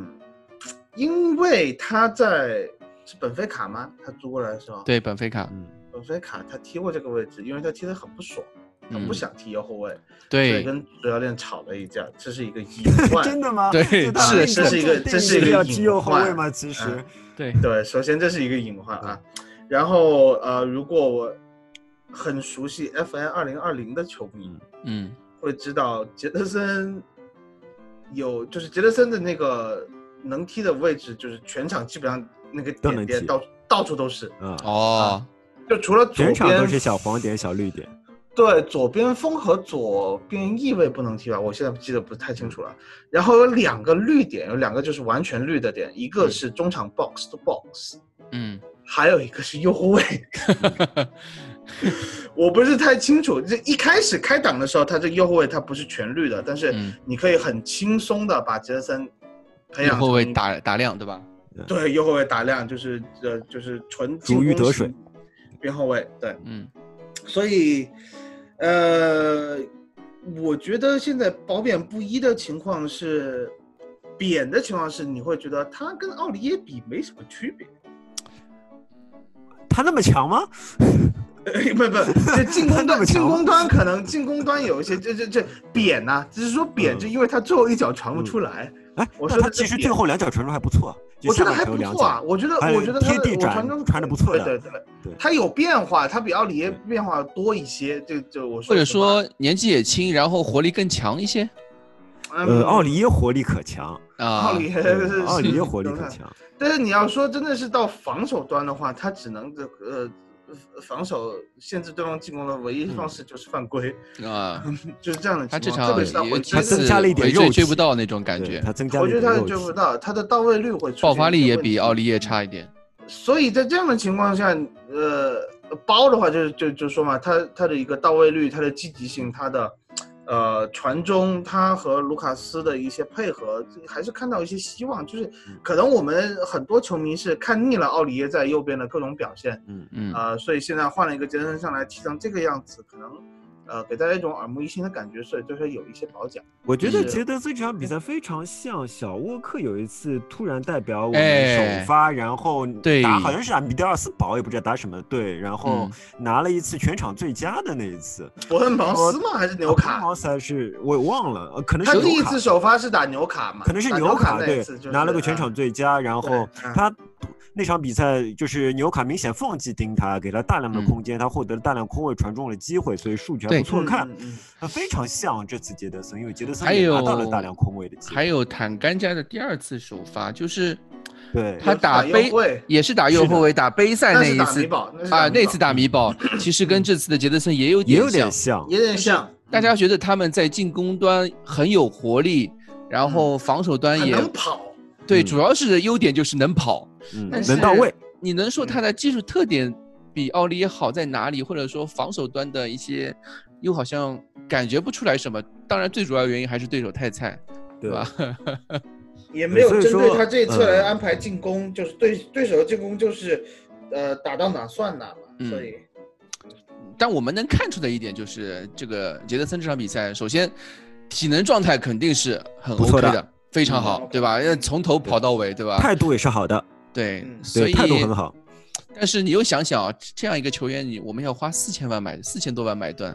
[SPEAKER 8] 因为他在是本菲卡吗？他租过来的时候，，
[SPEAKER 6] 对本菲卡，
[SPEAKER 3] 嗯
[SPEAKER 8] 本菲卡他踢过这个位置，因为他踢得很不爽，他
[SPEAKER 6] 嗯
[SPEAKER 8] 不想踢右后卫，所以
[SPEAKER 6] 对
[SPEAKER 8] 跟主教练吵了一架，这是一个隐
[SPEAKER 3] 真
[SPEAKER 8] 患。
[SPEAKER 3] 的吗？
[SPEAKER 6] 对
[SPEAKER 3] 就当
[SPEAKER 6] 是
[SPEAKER 3] 时
[SPEAKER 6] 这
[SPEAKER 3] 你
[SPEAKER 8] 是一个
[SPEAKER 3] 定
[SPEAKER 8] 这是一
[SPEAKER 3] 义
[SPEAKER 8] 个
[SPEAKER 3] 要
[SPEAKER 8] 隐
[SPEAKER 3] 踢右后卫
[SPEAKER 8] 患
[SPEAKER 3] 吗？其实
[SPEAKER 8] 嗯，
[SPEAKER 6] 对，
[SPEAKER 8] 对，首先这是一个隐患啊。然后呃，如果我很熟悉 FN 二零二零的球迷，
[SPEAKER 6] 嗯
[SPEAKER 8] 会知道杰德森有，就是杰德森的那个能踢的位置，就是全场基本上那个
[SPEAKER 3] 都能
[SPEAKER 8] 点点
[SPEAKER 3] 踢
[SPEAKER 8] 到到处都是，
[SPEAKER 3] 啊，
[SPEAKER 6] 哦，
[SPEAKER 8] 就除了嗯左
[SPEAKER 3] 全
[SPEAKER 8] 边
[SPEAKER 3] 场都是小黄点、小绿点。
[SPEAKER 8] 对左边锋和左边翼位不能踢吧？我现在记得不太清楚了。然后有两个绿点，有两个就是完全绿的点，一
[SPEAKER 3] 嗯
[SPEAKER 8] 个是中场 box to box，
[SPEAKER 6] 嗯，
[SPEAKER 8] 还有一个是右后 卫。我不是太清楚，这一开始开档的时候，他这右后卫他不是全绿的，但是
[SPEAKER 6] 嗯
[SPEAKER 8] 你可以很轻松的把杰德森培
[SPEAKER 6] 右
[SPEAKER 8] 养
[SPEAKER 6] 后卫
[SPEAKER 8] 成
[SPEAKER 6] 打打量对吧？
[SPEAKER 8] 对右后卫打量，就是呃就是纯进
[SPEAKER 3] 如鱼
[SPEAKER 8] 攻
[SPEAKER 3] 得
[SPEAKER 8] 型
[SPEAKER 3] 水
[SPEAKER 8] 边后卫对，
[SPEAKER 6] 嗯
[SPEAKER 8] 所以呃，我觉得现在褒贬不一的情况是，扁的情况是，你会觉得他跟奥里耶比没什么区别。
[SPEAKER 7] 他那么强吗？
[SPEAKER 8] 不不， 这进攻
[SPEAKER 7] 那
[SPEAKER 8] 端
[SPEAKER 7] 么强
[SPEAKER 8] 进
[SPEAKER 7] 吗
[SPEAKER 8] 攻端可能进攻端有一些这这这扁呐、只是说扁，
[SPEAKER 7] 嗯
[SPEAKER 8] 就因为他最后一脚传不出来。
[SPEAKER 7] 哎，
[SPEAKER 8] 我
[SPEAKER 7] 那
[SPEAKER 8] 说
[SPEAKER 7] 他
[SPEAKER 8] 的
[SPEAKER 7] 其
[SPEAKER 8] 是
[SPEAKER 7] 实
[SPEAKER 8] 别
[SPEAKER 7] 最
[SPEAKER 8] 的
[SPEAKER 7] 后两脚传出还不错，就
[SPEAKER 8] 我
[SPEAKER 7] 下
[SPEAKER 8] 觉得
[SPEAKER 7] 半
[SPEAKER 8] 还
[SPEAKER 7] 场有
[SPEAKER 8] 不
[SPEAKER 7] 两
[SPEAKER 8] 错啊，
[SPEAKER 7] 脚。
[SPEAKER 8] 我觉得
[SPEAKER 7] 还有
[SPEAKER 8] 我觉得他
[SPEAKER 7] 贴
[SPEAKER 8] 的
[SPEAKER 7] 地
[SPEAKER 8] 我
[SPEAKER 7] 转
[SPEAKER 8] 传中
[SPEAKER 7] 传得不错的
[SPEAKER 8] 对对对
[SPEAKER 7] 对
[SPEAKER 8] 他有变化，他比奥里耶变化多一些，就就我说
[SPEAKER 6] 或者
[SPEAKER 8] 实话
[SPEAKER 6] 说年纪也轻，然后活力更强一些
[SPEAKER 8] 嗯
[SPEAKER 7] 呃，奥里耶活力可 强，
[SPEAKER 6] 啊
[SPEAKER 8] 奥。里耶
[SPEAKER 7] 对
[SPEAKER 8] 是
[SPEAKER 7] 奥里耶活力
[SPEAKER 8] 是
[SPEAKER 7] 可强。
[SPEAKER 8] 但是你要说真的是到防守端的话，他只能这个呃防守限制对方进攻的唯
[SPEAKER 7] 嗯
[SPEAKER 8] 一方式就是犯规，
[SPEAKER 6] 啊，
[SPEAKER 8] 就是这样的
[SPEAKER 6] 他这
[SPEAKER 8] 情况。特别
[SPEAKER 6] 场
[SPEAKER 8] 是他
[SPEAKER 6] 也
[SPEAKER 8] 回
[SPEAKER 6] 这
[SPEAKER 8] 追
[SPEAKER 6] 次
[SPEAKER 7] 增
[SPEAKER 8] 的，
[SPEAKER 7] 加了一点
[SPEAKER 6] 回追
[SPEAKER 7] 肉
[SPEAKER 6] 追不
[SPEAKER 7] 气
[SPEAKER 6] 到那种感
[SPEAKER 7] 对
[SPEAKER 6] 觉，
[SPEAKER 7] 他增加
[SPEAKER 8] 我
[SPEAKER 7] 了一
[SPEAKER 8] 觉得
[SPEAKER 7] 点
[SPEAKER 8] 他
[SPEAKER 7] 肉
[SPEAKER 8] 追不
[SPEAKER 7] 气。
[SPEAKER 8] 到，他的到位率会出现
[SPEAKER 6] 爆发力也比奥
[SPEAKER 8] 利。
[SPEAKER 6] 利耶差一点。
[SPEAKER 8] 所以在这样的情况下，呃，包的话就是就就说嘛，他他的一个到位率，他的积极性，他的呃传中，他和卢卡斯的一些配合，还是看到一些希望。就是可能我们很多球迷是看腻了奥里耶在右边的各种表现，
[SPEAKER 6] 嗯，
[SPEAKER 8] 呃，所以现在换了一个杰森上来踢成这个样子，可能呃给大家一种耳目一新的感觉，所以就是有一些保奖。
[SPEAKER 3] 我觉
[SPEAKER 8] 就
[SPEAKER 3] 得
[SPEAKER 8] 是
[SPEAKER 3] 杰德斯这场比赛非常像小沃克有一次突然代表我
[SPEAKER 6] 哎
[SPEAKER 3] 们首发，然后
[SPEAKER 6] 对
[SPEAKER 3] 打好像是打米德尔斯堡，也不知道打什么队，然后
[SPEAKER 6] 嗯
[SPEAKER 3] 拿了一次全场最佳的那一次。
[SPEAKER 8] 伯恩茅斯吗？还是纽
[SPEAKER 3] 啊
[SPEAKER 8] 卡？
[SPEAKER 3] 博恩茅斯还是我忘了，呃可能
[SPEAKER 8] 他
[SPEAKER 3] 是
[SPEAKER 8] 第
[SPEAKER 3] 纽
[SPEAKER 8] 一
[SPEAKER 3] 卡
[SPEAKER 8] 次首发是打纽卡嘛？
[SPEAKER 3] 可能是
[SPEAKER 8] 打
[SPEAKER 3] 纽卡
[SPEAKER 8] 那一
[SPEAKER 3] 对
[SPEAKER 8] 次就是
[SPEAKER 3] 拿了个全
[SPEAKER 8] 啊
[SPEAKER 3] 场最佳，然后
[SPEAKER 8] 嗯
[SPEAKER 3] 他那场比赛就是纽卡明显放弃盯他，给了大量的
[SPEAKER 6] 嗯
[SPEAKER 3] 空间，他获得了大量空位传中的机会，所以数据还
[SPEAKER 6] 对
[SPEAKER 3] 不错看
[SPEAKER 8] 嗯，嗯嗯
[SPEAKER 3] 呃非常像这次杰德森，因为杰德森
[SPEAKER 6] 还
[SPEAKER 3] 也拿
[SPEAKER 6] 有
[SPEAKER 3] 到了大量空位的机
[SPEAKER 6] 还
[SPEAKER 3] 会，
[SPEAKER 6] 有坦甘加的第二次首发，就是
[SPEAKER 3] 对
[SPEAKER 6] 他打
[SPEAKER 8] 右
[SPEAKER 6] 杯
[SPEAKER 8] 卫
[SPEAKER 6] 也是打右后卫，打杯赛
[SPEAKER 8] 那
[SPEAKER 6] 一
[SPEAKER 8] 是打
[SPEAKER 6] 次
[SPEAKER 8] 米堡那是打
[SPEAKER 6] 啊，
[SPEAKER 8] 米堡
[SPEAKER 6] 那次打米堡，其实跟这次的杰德森也有
[SPEAKER 3] 也
[SPEAKER 6] 点
[SPEAKER 3] 有
[SPEAKER 6] 像
[SPEAKER 3] 点。像，
[SPEAKER 8] 有点像，
[SPEAKER 6] 大家觉得他们在进攻端很有活力，然后防守端
[SPEAKER 8] 嗯很
[SPEAKER 6] 也
[SPEAKER 8] 能跑，
[SPEAKER 6] 对，
[SPEAKER 3] 嗯
[SPEAKER 6] 主要是优点就是能跑。
[SPEAKER 3] 嗯，
[SPEAKER 6] 但
[SPEAKER 3] 能到
[SPEAKER 6] 是
[SPEAKER 3] 位，嗯
[SPEAKER 6] 你能说他的技术特点比奥利耶好在哪里，或者说防守端的一些，又好像感觉不出来什么。当然，最主要原因还是对手太菜，
[SPEAKER 3] 对
[SPEAKER 6] 吧
[SPEAKER 3] 吧？？
[SPEAKER 8] 也没有
[SPEAKER 3] 所以
[SPEAKER 8] 针对
[SPEAKER 3] 说
[SPEAKER 8] 他这一侧来
[SPEAKER 3] 嗯
[SPEAKER 8] 安排进攻，就是对对手的进攻就是，呃，打到哪算哪嘛，
[SPEAKER 6] 嗯
[SPEAKER 8] 所以
[SPEAKER 6] 但我们能看出的一点就是，这个杰德森这场比赛，首先体能状态肯定是很
[SPEAKER 3] 不
[SPEAKER 6] OK
[SPEAKER 3] 错的
[SPEAKER 6] 的，非常好，对吧？要从头跑到尾，对吧？
[SPEAKER 3] 态度也是好的，
[SPEAKER 6] 对，
[SPEAKER 8] 嗯
[SPEAKER 6] 啊 所
[SPEAKER 3] 对，
[SPEAKER 6] 以
[SPEAKER 3] 态度很好。
[SPEAKER 6] 但是你又想想啊，这样一个球员，你我们要花四千万买，四千多万买断，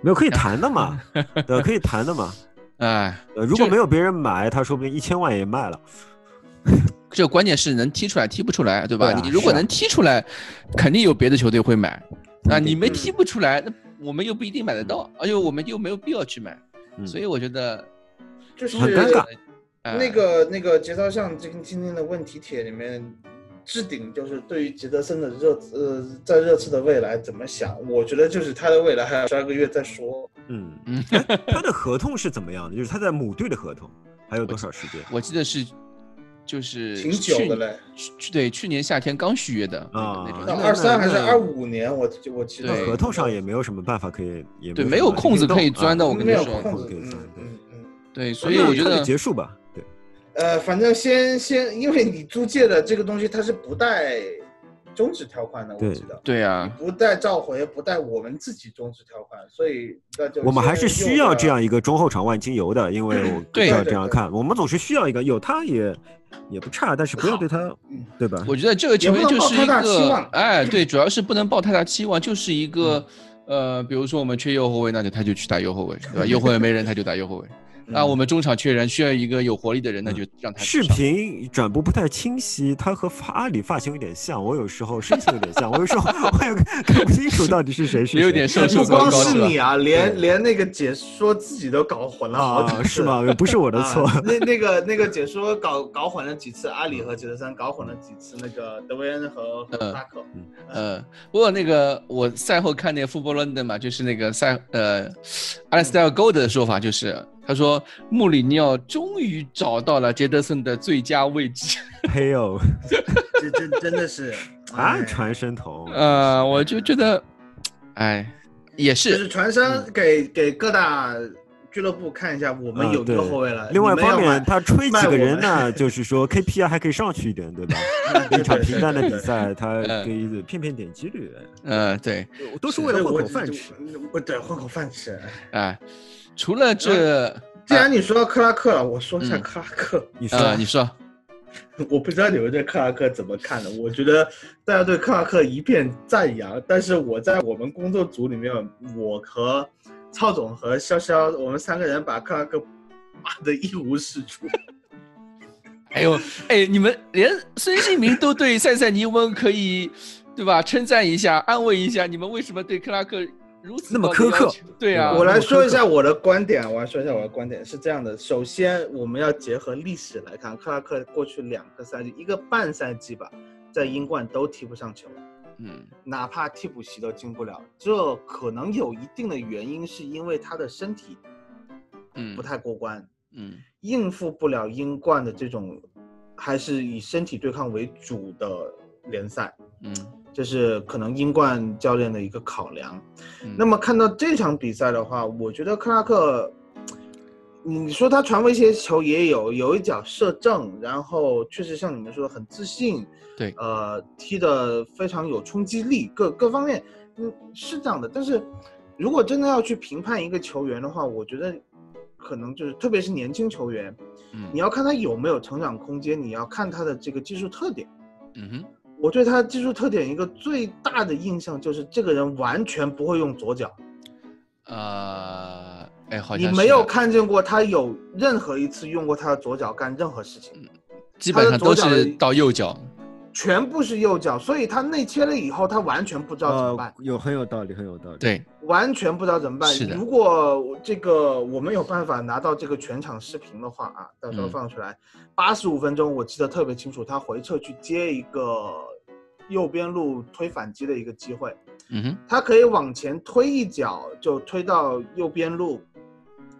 [SPEAKER 3] 没有可以谈的嘛， 对，可以谈的嘛。
[SPEAKER 6] 哎，
[SPEAKER 3] 呃，如果
[SPEAKER 6] 这
[SPEAKER 3] 没有别人买，他说不定一千万也卖了。
[SPEAKER 6] 这关键是能踢出来，踢不出来，对吧？
[SPEAKER 3] 对啊
[SPEAKER 6] 你如果
[SPEAKER 3] 是啊
[SPEAKER 6] 能踢出来，肯定有别的球队会买。那
[SPEAKER 3] 嗯
[SPEAKER 6] 你没踢不出来，那我们又不一定买得到，而且我们又没有必要去买。
[SPEAKER 3] 嗯
[SPEAKER 6] 所以我觉得
[SPEAKER 8] 就是
[SPEAKER 3] 很尴尬
[SPEAKER 6] 呃
[SPEAKER 8] 那个那个节操上今今天的问题帖里面，置顶就是对于杰德森的热呃在热刺的未来怎么想？我觉得就是他的未来还有十二个月再说。
[SPEAKER 3] 嗯
[SPEAKER 6] 嗯，
[SPEAKER 3] 哎他的合同是怎么样的？就是他在母队的合同还有多少时间？
[SPEAKER 6] 我记得是就是
[SPEAKER 8] 挺久
[SPEAKER 6] 去
[SPEAKER 8] 的嘞，
[SPEAKER 6] 去去对去年夏天刚续约的那个
[SPEAKER 3] 啊
[SPEAKER 6] 那
[SPEAKER 8] 到
[SPEAKER 6] 种
[SPEAKER 3] 那
[SPEAKER 8] 二三还是
[SPEAKER 3] 那
[SPEAKER 8] 二五年，我我记得
[SPEAKER 6] 对
[SPEAKER 3] 合同上也没有什么办法可以，也
[SPEAKER 6] 对
[SPEAKER 3] 什
[SPEAKER 6] 没有
[SPEAKER 3] 么
[SPEAKER 6] 空子
[SPEAKER 3] 运动
[SPEAKER 6] 可以钻的
[SPEAKER 3] 啊
[SPEAKER 6] 我跟你
[SPEAKER 8] 没有
[SPEAKER 6] 说
[SPEAKER 8] 空子，
[SPEAKER 3] 可以
[SPEAKER 8] 嗯
[SPEAKER 3] 钻，对
[SPEAKER 8] 嗯嗯。
[SPEAKER 6] 对，所以
[SPEAKER 3] 那
[SPEAKER 6] 我觉
[SPEAKER 3] 快
[SPEAKER 6] 得
[SPEAKER 3] 点结束吧，对，
[SPEAKER 8] 呃，反正先先，因为你租借的这个东西它是不带终止条款的，我
[SPEAKER 3] 对
[SPEAKER 8] 知道，
[SPEAKER 6] 对啊，
[SPEAKER 8] 不带召回，不带我们自己终止条款，所以那就
[SPEAKER 3] 我们还是
[SPEAKER 8] 先
[SPEAKER 3] 需
[SPEAKER 8] 用
[SPEAKER 3] 要
[SPEAKER 8] 着
[SPEAKER 3] 这样一个中后场万金油的，因为我
[SPEAKER 6] 对
[SPEAKER 3] 要
[SPEAKER 8] 对
[SPEAKER 3] 这样
[SPEAKER 8] 对
[SPEAKER 3] 看，我们总是需要一个，有他也也不差，但是不要对他
[SPEAKER 8] 嗯，
[SPEAKER 3] 对吧？
[SPEAKER 6] 我觉得这个球员就是
[SPEAKER 8] 也不能抱太
[SPEAKER 6] 一
[SPEAKER 8] 大期
[SPEAKER 6] 个
[SPEAKER 8] 望，
[SPEAKER 6] 哎，对，主要是不能抱太大期望，就是一个，
[SPEAKER 3] 嗯
[SPEAKER 6] 呃，比如说我们缺右后卫，那就他就去打右后卫，对吧？右后卫没人，他就打右后卫。那啊
[SPEAKER 8] 嗯
[SPEAKER 6] 我们中场缺人，需要一个有活力的人，那就让他去
[SPEAKER 3] 嗯视
[SPEAKER 6] 上。
[SPEAKER 3] 频转播不太清晰，他和发阿里发型有点像，我有时候身形有点像，我有时候 我也看不清楚到底是谁是谁。
[SPEAKER 6] 也有点瘦瘦
[SPEAKER 8] 不
[SPEAKER 6] 高
[SPEAKER 8] 光
[SPEAKER 6] 高是
[SPEAKER 8] 是
[SPEAKER 6] 吧？
[SPEAKER 8] 你啊，连连那个解说自己都搞混了好几
[SPEAKER 3] 啊，
[SPEAKER 8] 次，
[SPEAKER 3] 是？吗？不是我的错。
[SPEAKER 8] 哦 啊、那那个那个解说搞搞混了几次阿里和杰德森，搞混了几次那个德维恩和和
[SPEAKER 6] 嗯
[SPEAKER 8] 萨克。
[SPEAKER 6] 嗯，不过那个我赛后看那个富波伦的嘛，就是那个赛呃，阿莱斯戴尔·戈德的说法就是，他说穆里尼奥终于找到了杰德森的最佳位置。
[SPEAKER 3] 嘿呦，
[SPEAKER 8] 这真真的是
[SPEAKER 3] 啊，
[SPEAKER 8] 哎
[SPEAKER 3] 传声筒，
[SPEAKER 6] 呃，我就觉得，哎，也
[SPEAKER 8] 就是
[SPEAKER 6] 是
[SPEAKER 3] 嗯
[SPEAKER 8] 传声给给各大俱乐部看一下，我们
[SPEAKER 3] 啊
[SPEAKER 8] 有一
[SPEAKER 3] 对
[SPEAKER 8] 个后卫了。
[SPEAKER 3] 另外一
[SPEAKER 8] 你们
[SPEAKER 3] 方
[SPEAKER 8] 要
[SPEAKER 3] 面，
[SPEAKER 8] 买
[SPEAKER 3] 他吹
[SPEAKER 8] 卖
[SPEAKER 3] 几个
[SPEAKER 8] 我
[SPEAKER 3] 人
[SPEAKER 8] 们
[SPEAKER 3] 呢，就是说 KPI 还可以上去一点，对吧？一场平淡的比赛，他
[SPEAKER 6] 嗯
[SPEAKER 3] 可以骗骗点击率，
[SPEAKER 6] 呃，对，
[SPEAKER 3] 都是为
[SPEAKER 8] 对
[SPEAKER 3] 了混
[SPEAKER 8] 我嗯
[SPEAKER 3] 口饭吃。。
[SPEAKER 8] 我对，混口饭吃。
[SPEAKER 6] 哎、除了这，
[SPEAKER 8] 既
[SPEAKER 3] 啊
[SPEAKER 8] 然你说到克拉克了，我说一下
[SPEAKER 6] 嗯
[SPEAKER 8] 克拉克。
[SPEAKER 3] 哎 你说，
[SPEAKER 6] 呃，你说，
[SPEAKER 8] 我不知道你们对克拉克怎么看的，我觉得大家对克拉克一片赞扬，但是我在我们工作组里面，我和曹总和潇潇，我们三个人把克拉克骂得一无是处。
[SPEAKER 6] 哎呦，哎，你们连孙兴民都对塞塞尼翁可以，对吧？称赞一下，安慰一下，你们为什么对克拉克如此
[SPEAKER 3] 那么
[SPEAKER 6] 高的
[SPEAKER 3] 苛刻
[SPEAKER 6] 要求？对啊，
[SPEAKER 8] 我来说一下我的观点，我来说一下我的观点是这样的：首先，我们要结合历史来看，克拉克过去两个赛季，一个半赛季吧，在英冠都踢不上球，
[SPEAKER 6] 嗯
[SPEAKER 8] 哪怕替补席都进不了。这可能有一定的原因，是因为他的身体
[SPEAKER 6] 嗯
[SPEAKER 8] 不太过关，
[SPEAKER 6] 嗯
[SPEAKER 8] 应付不了英冠的这种还是以身体对抗为主的联赛，
[SPEAKER 6] 嗯，
[SPEAKER 8] 这是可能英冠教练的一个考量。
[SPEAKER 6] 嗯
[SPEAKER 8] 那么看到这场比赛的话，我觉得克拉克，你说他传威胁球也有，有一脚射正，然后确实像你们说的很自信，
[SPEAKER 6] 对
[SPEAKER 8] 呃，踢得非常有冲击力，各各方面，嗯，是这样的。但是如果真的要去评判一个球员的话，我觉得可能就是特别是年轻球员，
[SPEAKER 6] 嗯
[SPEAKER 8] 你要看他有没有成长空间，你要看他的这个技术特点。
[SPEAKER 6] 嗯哼
[SPEAKER 8] 我对他技术特点一个最大的印象就是，这个人完全不会用左脚。
[SPEAKER 6] 呃，哎，好
[SPEAKER 8] 你
[SPEAKER 6] 像
[SPEAKER 8] 没
[SPEAKER 6] 是
[SPEAKER 8] 有
[SPEAKER 6] 的，
[SPEAKER 8] 看见过他有任何一次用过他的左脚干任何事情，
[SPEAKER 6] 基
[SPEAKER 8] 他
[SPEAKER 6] 本
[SPEAKER 8] 的
[SPEAKER 6] 上
[SPEAKER 8] 左
[SPEAKER 6] 都
[SPEAKER 8] 脚
[SPEAKER 6] 是
[SPEAKER 8] 的
[SPEAKER 6] 到右脚，
[SPEAKER 8] 全部是右脚，所以他内切了以后，他完全不知道怎么办
[SPEAKER 3] 呃，，有很有道理，很有道理。，
[SPEAKER 6] 对，
[SPEAKER 8] 完全不知道怎么办
[SPEAKER 6] 是。的
[SPEAKER 8] 如果这个我们有办法拿到这个全场视频的话啊，到时候
[SPEAKER 6] 嗯
[SPEAKER 8] 放出来，八十五分钟我记得特别清楚，他回撤去接一个右边路推反击的一个机会，
[SPEAKER 6] 嗯哼，
[SPEAKER 8] 他可以往前推一脚，就推到右边路，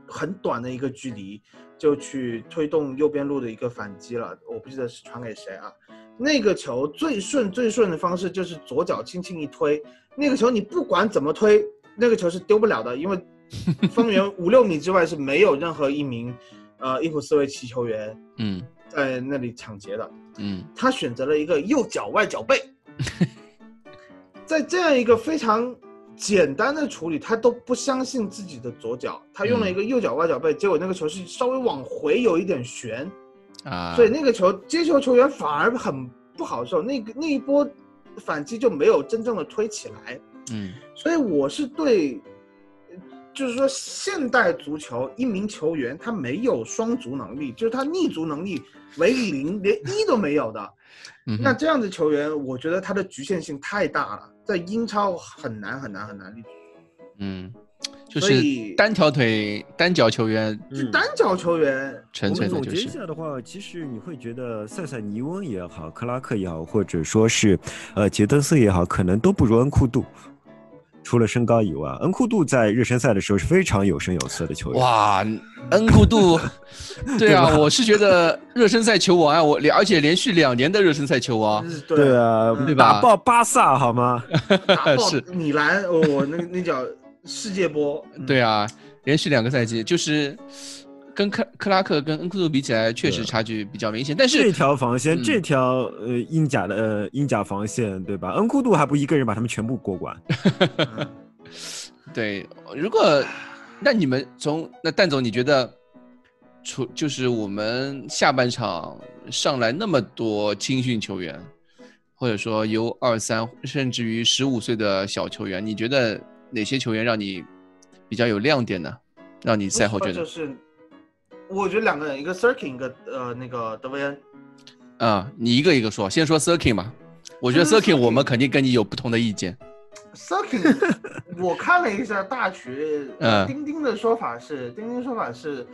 [SPEAKER 8] 很短的一个距离，就去推动右边路的一个反击了。我不记得是传给谁啊。那个球最顺最顺的方式就是左脚轻轻一推，那个球你不管怎么推，那个球是丢不了的，因为方圆五六米之外是没有任何一名，呃，伊普斯维奇球员
[SPEAKER 6] 嗯
[SPEAKER 8] 在那里抢劫的。
[SPEAKER 6] 嗯
[SPEAKER 8] 他选择了一个右脚外脚背，在这样一个非常简单的处理，他都不相信自己的左脚，他用了一个右脚外脚背，结果那个球是稍微往回有一点旋，
[SPEAKER 6] 啊，
[SPEAKER 8] 所以那个球接球球员反而很不好受，那个那一波反击就没有真正的推起来，
[SPEAKER 6] 嗯
[SPEAKER 8] 所以我是对。呃就是说，现代足球一名球员他没有双足能力，就是他逆足能力为零，连一都没有的。
[SPEAKER 6] 嗯哼，
[SPEAKER 8] 那这样的球员，我觉得他的局限性太大了，在英超很难很难很难立足。
[SPEAKER 6] 嗯，就
[SPEAKER 8] 所
[SPEAKER 6] 是
[SPEAKER 8] 以
[SPEAKER 6] 单条腿单脚球员，
[SPEAKER 8] 就
[SPEAKER 3] 嗯
[SPEAKER 8] 单脚球员，
[SPEAKER 6] 纯
[SPEAKER 3] 我
[SPEAKER 6] 粹
[SPEAKER 3] 们总
[SPEAKER 6] 的就
[SPEAKER 3] 结
[SPEAKER 6] 是
[SPEAKER 3] 一，下的话，其实你会觉得塞塞尼翁也好，克拉克也好，或者说是呃杰登斯也好，可能都不如恩库杜。除了身高以外，恩库杜在热身赛的时候是非常有声有色的球员。
[SPEAKER 6] 哇，恩库杜，对啊，我是觉得热身赛球王啊，我连而且连续两年的热身赛球王，
[SPEAKER 8] 是对
[SPEAKER 3] 对啊，
[SPEAKER 8] 嗯
[SPEAKER 6] 哦对吧
[SPEAKER 3] 打爆巴萨好吗？
[SPEAKER 8] 打爆
[SPEAKER 6] 是
[SPEAKER 8] 米兰，哦，我那那叫世界波。嗯
[SPEAKER 6] 对啊，连续两个赛季就是跟克克拉克跟恩库杜比起来，确实差距比较明显，但
[SPEAKER 3] 这
[SPEAKER 6] 是
[SPEAKER 3] 条防线，
[SPEAKER 6] 嗯
[SPEAKER 3] 这条呃英甲的呃英甲防线，对吧？恩库杜还不一个人把他们全部过关？
[SPEAKER 6] 对，如果那你们从那蛋总，你觉得除就是我们下半场上来那么多青训球员，或者说由二三甚至于十五岁的小球员，你觉得哪些球员让你比较有亮点呢？让你赛后觉
[SPEAKER 8] 就
[SPEAKER 6] 得
[SPEAKER 8] 是，我觉得两个人，一个 Sirkin，一个呃那个德维恩。
[SPEAKER 6] 啊、你一个一个说，先说 Sirkin 嘛。我觉得
[SPEAKER 8] 嗯
[SPEAKER 6] Sirkin，
[SPEAKER 8] ，Sirkin
[SPEAKER 6] 我们肯定跟你有不同的意见。
[SPEAKER 8] Sirkin，我看了一下大学，
[SPEAKER 6] 嗯
[SPEAKER 8] 钉钉的说法是，钉钉说法是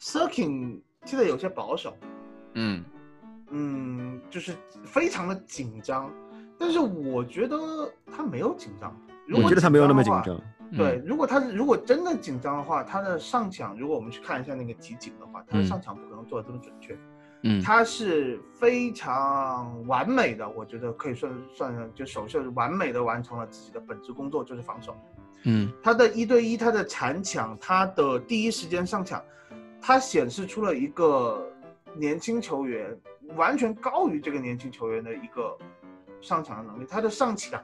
[SPEAKER 8] ，Sirkin 踢得有些保守。
[SPEAKER 6] 嗯
[SPEAKER 8] 嗯，就是非常的紧张，但是我觉得他没有紧张。如
[SPEAKER 3] 我
[SPEAKER 8] 果
[SPEAKER 3] 觉得他没有那么紧
[SPEAKER 8] 的话。
[SPEAKER 3] 张。嗯
[SPEAKER 8] 对，如果他如果真的紧张的话，他的上抢，如果我们去看一下那个集锦的话，他的
[SPEAKER 6] 嗯
[SPEAKER 8] 上抢不可能做的这么准确，
[SPEAKER 6] 嗯
[SPEAKER 8] 他是非常完美的，我觉得可以算算上，就手是完美的完成了自己的本职工作，就是防守。
[SPEAKER 6] 嗯
[SPEAKER 8] 他的一对一，他的铲抢，他的第一时间上抢，他显示出了一个年轻球员完全高于这个年轻球员的一个上抢的能力。他的上抢